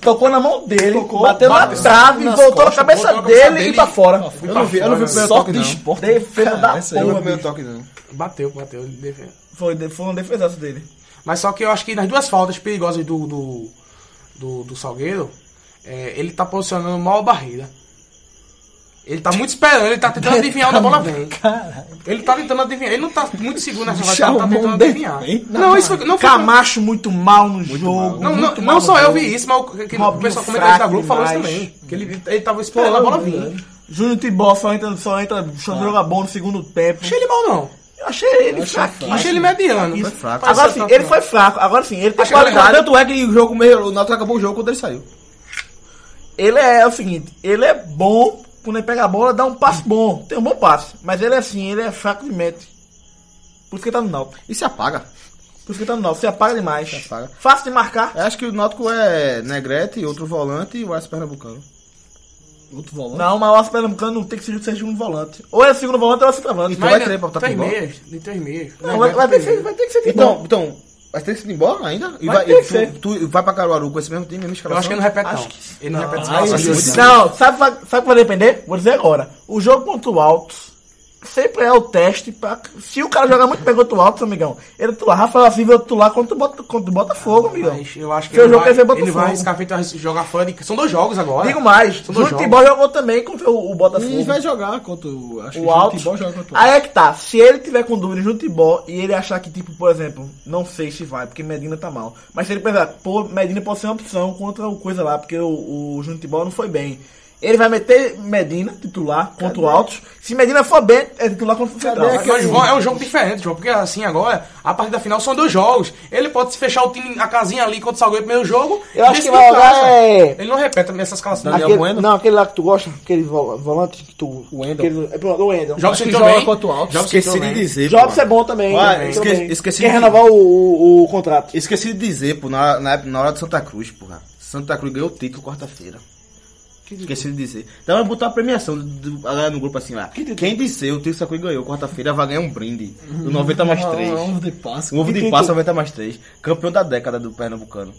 Speaker 3: Tocou na mão dele,
Speaker 6: Tocou,
Speaker 3: bateu na
Speaker 6: bateu.
Speaker 3: trave,
Speaker 6: Nas
Speaker 3: voltou na
Speaker 6: costas,
Speaker 3: cabeça
Speaker 6: voltou na cabeça
Speaker 3: dele,
Speaker 6: dele
Speaker 3: e pra
Speaker 6: e-
Speaker 3: fora.
Speaker 4: Eu não vi, eu não vi o
Speaker 3: Sorte
Speaker 4: primeiro toque,
Speaker 3: de
Speaker 4: não.
Speaker 3: esporte. Defesa da
Speaker 4: Eu não vi é o
Speaker 3: porra,
Speaker 4: primeiro
Speaker 3: bicho.
Speaker 4: toque, não.
Speaker 6: Bateu, bateu. ele defendeu.
Speaker 3: Foi, de- foi uma defesaça dele.
Speaker 6: Mas só que eu acho que nas duas faltas perigosas do, do, do, do Salgueiro, é, ele tá posicionando mal a barreira. Ele tá muito esperando, ele tá tentando adivinhar onde a bola vem. Ele tá tentando adivinhar, ele não tá muito seguro nessa jogada, ele tá tentando adivinhar. Não, isso foi, não foi
Speaker 3: Camacho muito mal no jogo.
Speaker 6: Não, não,
Speaker 3: muito
Speaker 6: não
Speaker 3: mal
Speaker 6: só
Speaker 3: no
Speaker 6: eu
Speaker 3: jogo.
Speaker 6: vi isso, mas o, que- que o
Speaker 3: Robinho
Speaker 6: pessoal comentador da
Speaker 3: fraco
Speaker 6: Globo falou isso
Speaker 3: demais.
Speaker 6: também. Que ele, ele tava esperando a bola vir.
Speaker 3: Júnior Tibó só entra, só entra, só joga bom no segundo tempo.
Speaker 6: Achei ele mal, não.
Speaker 3: Eu Tá. achei ele fraquinho.
Speaker 6: Achei ele mediano.
Speaker 4: Foi fraco.
Speaker 3: Agora sim, ele foi fraco. Agora sim, ele tem
Speaker 6: Achei ele
Speaker 3: qualidade.
Speaker 4: Tanto é que o jogo meio. O Náutico acabou o jogo quando ele saiu.
Speaker 3: Ele é, o seguinte, ele é bom quando ele pega a bola, dá um passe bom. Tem um bom passe. Mas ele é assim, ele é fraco de mete. Por isso que tá no Náutico.
Speaker 4: E se apaga.
Speaker 3: Por isso que tá no Náutico. Você apaga demais.
Speaker 4: apaga.
Speaker 3: Fácil de marcar.
Speaker 4: Eu acho que o Náutico é Negrete, outro volante e o Alisson Pernambucano.
Speaker 5: Outro volante.
Speaker 3: Não, mas o Alfa Pernambucano não tem que ser o segundo volante. Ou é segundo volante ou é centroavante.
Speaker 4: Mas- vai querer pra botar
Speaker 6: três
Speaker 4: pro gol?
Speaker 6: meias, de três meias.
Speaker 3: Não, vai, vai ter que ser, vai ter que ser
Speaker 4: Então, então. Mas tem que se ir embora ainda? E
Speaker 3: Vai
Speaker 4: vai,
Speaker 3: ter
Speaker 4: e
Speaker 3: que ser.
Speaker 4: tu, tu vai pra Caruaru com esse mesmo time, mesmo
Speaker 6: Eu
Speaker 4: escalação?
Speaker 6: acho que ele não repete,
Speaker 3: Acho
Speaker 6: não. Ele não, repete,
Speaker 3: Aí,
Speaker 6: não.
Speaker 3: sim, sim. não, sabe, sabe o que vai depender? Vou dizer agora. O jogo contra o Altos sempre é o teste pra. Se o cara jogar muito bem contra o Altos, amigão, ele tu lá, Rafael Silva, ele tu lá contra o, Bota- contra o Botafogo, amigão.
Speaker 6: Mas eu acho que
Speaker 3: Seu
Speaker 6: ele
Speaker 3: jogo
Speaker 6: vai,
Speaker 3: quer ver Botafogo.
Speaker 6: ele vai arriscar feito a jogar fora de... São dois jogos agora.
Speaker 3: Digo mais,
Speaker 6: dois
Speaker 3: o
Speaker 6: jogos.
Speaker 3: futebol jogou também contra o, o Botafogo.
Speaker 5: E vai jogar contra o. Acho
Speaker 3: o Altos.
Speaker 5: Tibó joga contra o
Speaker 3: Aí é que tá. Se ele tiver com dúvida no futebol e ele achar que, tipo, por exemplo, não sei se vai, porque Medina tá mal. Mas se ele pensar, pô, Medina pode ser uma opção contra o coisa lá, porque o, o Juntibol não foi bem. Ele vai meter Medina, titular, contra o Altos. Se Medina for bem, é titular contra o Central.
Speaker 6: Mas, mas, João, é um jogo diferente, João, porque assim agora, a partida final são dois jogos. Ele pode se fechar o time, a casinha ali contra o Salgueiro no primeiro jogo.
Speaker 3: Eu acho
Speaker 6: desse
Speaker 3: que vai
Speaker 6: pra casa.
Speaker 3: jogar é-
Speaker 6: Ele não repete nessas escalação.
Speaker 3: Aquele- Não, aquele lá que tu gosta, aquele vol- volante que tu. O
Speaker 5: Wendel.
Speaker 3: é, pronto, o Wendel.
Speaker 6: Jogos
Speaker 5: que
Speaker 6: que
Speaker 5: joga
Speaker 6: joga
Speaker 5: contra o Altos.
Speaker 4: Esqueci de dizer. pô.
Speaker 3: Jobs é bom também.
Speaker 4: Ah,
Speaker 3: também,
Speaker 4: esqueci-
Speaker 3: também.
Speaker 4: né? esqueci
Speaker 3: Quer
Speaker 4: de-
Speaker 3: renovar o, o, o contrato.
Speaker 4: Esqueci de dizer, pô, na, na, época- na hora de Santa Cruz, porra. Santa Cruz ganhou o título quarta-feira. Esqueci de dizer. Então vai botar a premiação do, do- a galera no grupo assim lá. Quem disser o título que Santa Cruz ganhou quarta-feira vai ganhar um brinde.
Speaker 3: Hum,
Speaker 4: Do 90 mais 3.
Speaker 5: Ovo de passe.
Speaker 4: Um ovo de passa 90 mais 3. Campeão da década do Pernambucano.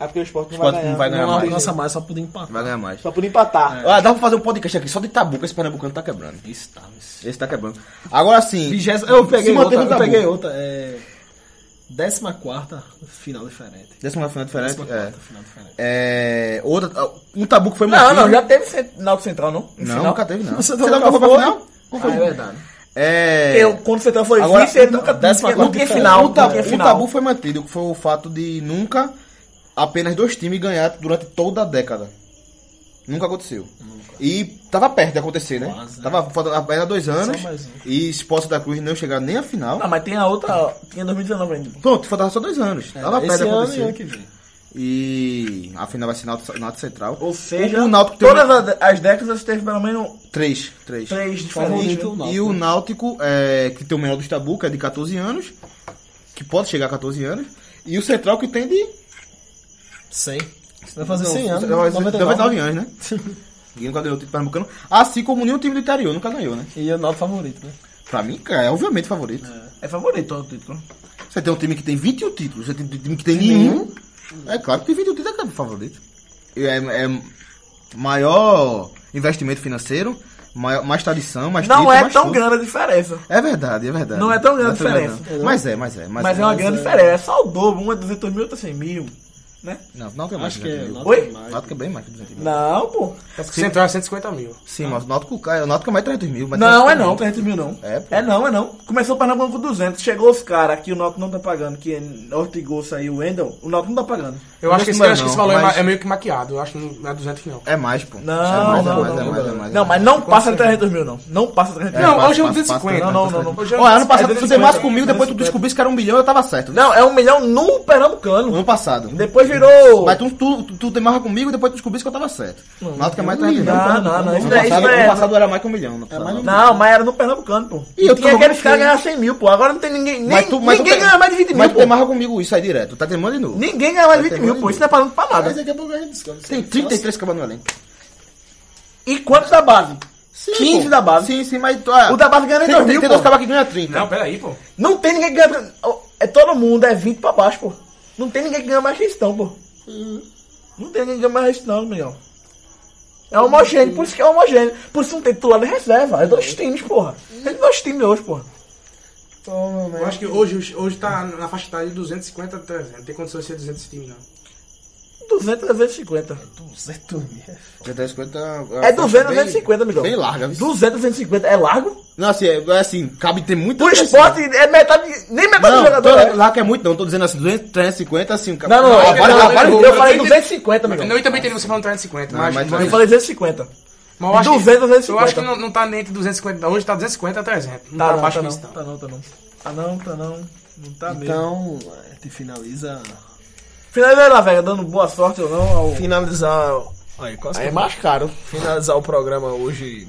Speaker 3: É porque o esporte não
Speaker 4: O esporte não vai ganhar
Speaker 5: Não
Speaker 4: mais.
Speaker 5: alcança mais, só poder empatar.
Speaker 4: Vai ganhar mais.
Speaker 3: Só por empatar.
Speaker 4: Ah, dá pra fazer um podcast aqui só de tabu que esse Pernambucano tá quebrando.
Speaker 5: Isso tá, isso.
Speaker 4: Esse tá quebrando. Agora sim.
Speaker 5: Vigésima- Eu
Speaker 4: Se
Speaker 5: peguei
Speaker 4: manteve
Speaker 5: outra,
Speaker 4: no
Speaker 5: eu
Speaker 4: tabu.
Speaker 5: peguei outra. É. 14 final diferente.
Speaker 4: Décima final diferente. É.
Speaker 5: 14 final diferente.
Speaker 4: É, outra, um tabu que foi
Speaker 3: Não,
Speaker 4: mantido.
Speaker 3: não, já teve cent- Náutico Central, não? Em
Speaker 4: Não,
Speaker 3: final?
Speaker 4: nunca teve, não.
Speaker 3: Você
Speaker 4: Você
Speaker 3: nunca
Speaker 4: nunca foi pra
Speaker 3: foi?
Speaker 4: final? Qual foi?
Speaker 5: É verdade.
Speaker 4: É.
Speaker 3: Eu, quando o Central foi
Speaker 4: Agora,
Speaker 3: vice, ele
Speaker 4: o-
Speaker 3: nunca
Speaker 4: décima
Speaker 3: nunca
Speaker 4: quarta
Speaker 3: tinha
Speaker 4: diferença.
Speaker 3: final.
Speaker 4: O Um tabu,
Speaker 3: nunca tinha
Speaker 4: o
Speaker 3: final.
Speaker 4: tabu foi mantido, que foi o fato de nunca apenas dois times ganhar durante toda a década. Nunca aconteceu. E tava perto de acontecer, né? Tava faltando era dois anos.
Speaker 3: mais um.
Speaker 4: E Esporte da Cruz não chegaram nem à final.
Speaker 3: Ah, mas tem a outra. Tinha 2019 ainda.
Speaker 4: Pronto, faltava só dois anos. tava perto
Speaker 3: É, Esse ano
Speaker 4: de
Speaker 3: e
Speaker 4: acontecer.
Speaker 3: ano que vem.
Speaker 4: E a final vai ser Náutico, Náutico Central.
Speaker 3: Ou seja,
Speaker 4: o Náutico tem
Speaker 3: todas as, as décadas teve pelo menos
Speaker 4: três. Três.
Speaker 3: três diferentes.
Speaker 5: Favorito, não.
Speaker 4: E
Speaker 3: né?
Speaker 4: o Náutico, é, que tem o menor do Estabu, que é de 14 anos, que pode chegar a 14 anos. E o Central, que tem de
Speaker 5: 100. Vai fazer 100
Speaker 4: Não,
Speaker 5: anos.
Speaker 4: 99,
Speaker 5: 99
Speaker 4: anos, né? Ninguém nunca ganhou o título pernambucano. Assim como nenhum time do interior nunca ganhou, né?
Speaker 5: E o Náutico favorito, né?
Speaker 4: Pra mim, cara, é obviamente favorito.
Speaker 3: É favorito o título.
Speaker 4: Você tem um time que tem 21 títulos, você tem um time que tem nenhum. É claro que 21 títulos é o favorito. E É, é maior investimento financeiro, maior- mais tradição, mais
Speaker 3: Não
Speaker 4: título,
Speaker 3: é
Speaker 4: mais
Speaker 3: tão
Speaker 4: tudo.
Speaker 3: grande a diferença.
Speaker 4: É verdade, é verdade.
Speaker 3: Não é tão grande a
Speaker 4: Não é
Speaker 3: diferença.
Speaker 4: grande, não. Mas é, mas é. Mas,
Speaker 3: Mas é uma grande diferença. É só o dobro. Um é 200 mil, outro é 100 mil. né?
Speaker 4: Não, não tem mais.
Speaker 5: Acho
Speaker 4: de
Speaker 5: que é
Speaker 4: 200 mil.
Speaker 3: Oi?
Speaker 4: Náutico é bem mais que 200 mil.
Speaker 3: Não, pô.
Speaker 6: Central é 150 mil.
Speaker 4: Sim, mas o Náutico, cai- o Náutico é mais de 300 mil. mas
Speaker 3: Não,
Speaker 4: 300
Speaker 3: é
Speaker 4: mil.
Speaker 3: não. 300 mil não.
Speaker 4: É, pô.
Speaker 3: É não, é não. Começou o Pernambuco com 200. Chegou os caras que o Náutico não tá pagando, que é Ortigol saiu o Wendel. O Náutico não tá pagando.
Speaker 6: Eu acho que esse,
Speaker 4: Não,
Speaker 6: eu acho que esse
Speaker 4: não,
Speaker 6: valor é
Speaker 4: mas-
Speaker 6: ma- é meio que maquiado. Eu acho que não é 200 não.
Speaker 4: É mais, pô.
Speaker 3: Não,
Speaker 4: é mais,
Speaker 3: não,
Speaker 4: é mais,
Speaker 3: não,
Speaker 4: é mais, é mais.
Speaker 3: Não, mas não passa de 300 mil, não. Não passa de 300 mil.
Speaker 6: Não,
Speaker 4: passa,
Speaker 6: hoje é um
Speaker 4: passa,
Speaker 6: 250.
Speaker 4: passa,
Speaker 3: não, um não, não, não.
Speaker 6: Hoje é
Speaker 4: Olha, ano passado tu
Speaker 6: 250.
Speaker 4: temas comigo, depois tu descobrisse que era um bilhão, eu tava certo.
Speaker 3: né? Não, é um milhão no Pernambucano.
Speaker 4: Ano passado.
Speaker 3: Depois virou.
Speaker 4: Mas tu, tu, tu, tu teimava comigo e depois tu descobrisse que eu tava certo. Náutico é mais de 3 milhões.
Speaker 3: Não, não, não. Isso
Speaker 4: Ano
Speaker 3: daí isso
Speaker 4: passado, ano
Speaker 3: é.
Speaker 4: passado era mais que um milhão. não passava, não.
Speaker 3: Não, mas era no Pernambucano, pô.
Speaker 4: E eu
Speaker 3: tinha
Speaker 4: tô
Speaker 3: aqueles
Speaker 4: com
Speaker 3: caras
Speaker 4: você.
Speaker 3: ganhar 100 mil, pô. Agora não tem ninguém. Nem, ninguém
Speaker 4: te-
Speaker 3: ganha mais de 20 mil,
Speaker 4: Mas tu
Speaker 3: pô.
Speaker 4: teimava comigo isso aí direto. Tu tá teimando de novo.
Speaker 3: Ninguém ganha mais de
Speaker 4: Mas
Speaker 3: 20
Speaker 4: tem
Speaker 3: mil,
Speaker 4: mais
Speaker 3: pô.
Speaker 4: de
Speaker 3: Isso não é pagando pra nada.
Speaker 5: daqui a pouco a gente descobre.
Speaker 4: Tem 33 cabas no elenco.
Speaker 3: E quantos da base? 15
Speaker 4: pô.
Speaker 3: da base.
Speaker 4: Sim, sim, mas... tu- ah,
Speaker 3: O da base ganha nem
Speaker 4: tem-
Speaker 3: 2
Speaker 4: Tem
Speaker 3: mil,
Speaker 4: tem
Speaker 3: pô.
Speaker 4: dois cabas que ganha 30.
Speaker 6: Não, peraí, pô.
Speaker 3: Não tem ninguém que ganha. É todo mundo, é 20 pra baixo, pô. Não tem ninguém que ganha mais que isso, não, pô.
Speaker 4: Hum.
Speaker 3: Não tem ninguém que ganha mais que isso, não, Miguel. É homogêneo, por isso que é homogêneo. Por isso não tem titular de reserva. É
Speaker 4: Hum.
Speaker 3: dois times, porra. Tem dois times hoje, porra.
Speaker 6: Eu acho que hoje, hoje tá na faixa etária de 250 a 300. Não tem condição de ser 200 esse time, não.
Speaker 3: 200 a 250.
Speaker 4: Já tá 50...
Speaker 3: É 200 a 250, Miguel.
Speaker 4: Bem larga. viu?
Speaker 3: 200 a 250. É largo?
Speaker 4: Não, assim, é, é assim, cabe ter muita
Speaker 3: O esporte é metade. Nem metade do
Speaker 4: Não,
Speaker 3: jogador. é.
Speaker 4: tô, lá que é muito não, tô dizendo assim, 200, 350 assim, cara.
Speaker 3: Não, não, não.
Speaker 4: Ah,
Speaker 3: Eu,
Speaker 4: vale,
Speaker 3: falei-
Speaker 4: vale, vale,
Speaker 3: eu,
Speaker 4: vale.
Speaker 3: falei 250, meu irmão.
Speaker 6: Não, eu também teria você falando 350,
Speaker 4: Não,
Speaker 6: mas,
Speaker 4: mas-
Speaker 6: mas,
Speaker 3: Eu falei 250.
Speaker 6: mas eu acho
Speaker 3: 200,
Speaker 6: que,
Speaker 3: 250.
Speaker 6: Eu acho que não, não tá nem entre 250, hoje tá 250 a 300. Não tá,
Speaker 3: não,
Speaker 6: abaixo
Speaker 3: tá
Speaker 6: disso,
Speaker 3: não.
Speaker 6: não.
Speaker 3: Tá não, tá não. Tá não, tá não. Não tá mesmo.
Speaker 5: Então, a gente finaliza.
Speaker 3: Finalizando lá, velho, dando boa sorte ou não ao.
Speaker 5: Finalizar. Aí, quase que-
Speaker 3: caro.
Speaker 5: Finalizar o programa hoje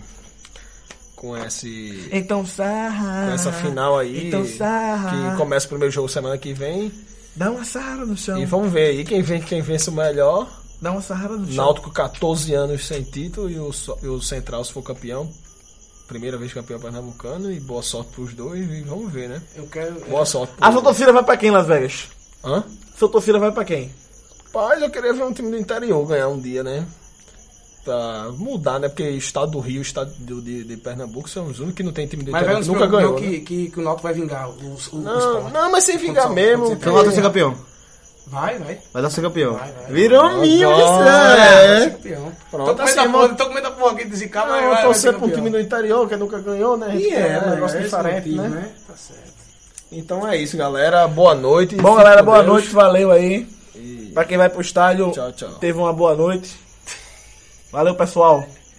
Speaker 5: com esse.
Speaker 3: Então sarra.
Speaker 5: Com essa final aí.
Speaker 3: Então sarra.
Speaker 5: Que começa o primeiro jogo semana que vem.
Speaker 3: Dá uma sarra no
Speaker 6: Então,
Speaker 3: chão.
Speaker 5: E vamos ver aí quem vem quem vence o melhor.
Speaker 3: Dá uma sarra no chão.
Speaker 5: Náutico 14 anos sem título e o, so- e o Central se for campeão. Primeira vez campeão pernambucano e boa sorte pros dois e vamos ver, né?
Speaker 6: Eu quero.
Speaker 5: Boa sorte pro...
Speaker 3: A sua torcida vai pra quem, Las Vegas?
Speaker 5: Hã?
Speaker 3: Sua torcida vai pra quem?
Speaker 5: Rapaz, eu queria ver um time do interior ganhar um dia, né? Pra mudar, né? Porque o estado do Rio, o estado do- de, de Pernambuco são os únicos que não tem time do
Speaker 6: Mas vai
Speaker 5: interior.
Speaker 6: nos
Speaker 5: que nunca
Speaker 6: preocupar
Speaker 5: ganhou.
Speaker 6: Tá que,
Speaker 5: né?
Speaker 6: que, que, o Náutico vai vingar o, o, o
Speaker 5: Não,
Speaker 6: esporte. um
Speaker 5: não, mas sem vingar
Speaker 6: Quando-
Speaker 5: mesmo.
Speaker 6: quando você
Speaker 5: porque-
Speaker 4: Então lá tá ser campeão.
Speaker 6: Vai, vai.
Speaker 4: Vai dar ser campeão.
Speaker 3: um
Speaker 4: Virou mil,
Speaker 6: Vai ser
Speaker 4: isso é.
Speaker 6: campeão.
Speaker 5: Pronto,
Speaker 6: Tô com medo
Speaker 5: assim,
Speaker 6: da
Speaker 5: vamos-
Speaker 6: porra- tô com medo da porra aqui de zicar, mas
Speaker 5: Não,
Speaker 6: vai, vai ser
Speaker 5: torcer pra um
Speaker 6: campeão.
Speaker 5: time do interior que nunca ganhou, né?
Speaker 6: E
Speaker 5: é,
Speaker 6: é,
Speaker 5: um negócio
Speaker 6: é esse
Speaker 5: diferente,
Speaker 6: motivo,
Speaker 5: né?
Speaker 6: Tá certo.
Speaker 5: Então é isso, galera. Boa noite.
Speaker 3: Bom,
Speaker 5: Fique
Speaker 3: galera,
Speaker 5: com
Speaker 3: boa
Speaker 5: Deus.
Speaker 3: noite. Valeu aí.
Speaker 5: E
Speaker 3: Pra quem vai pro estádio,
Speaker 5: Tchau, tchau.
Speaker 3: teve uma boa noite. Valeu, pessoal.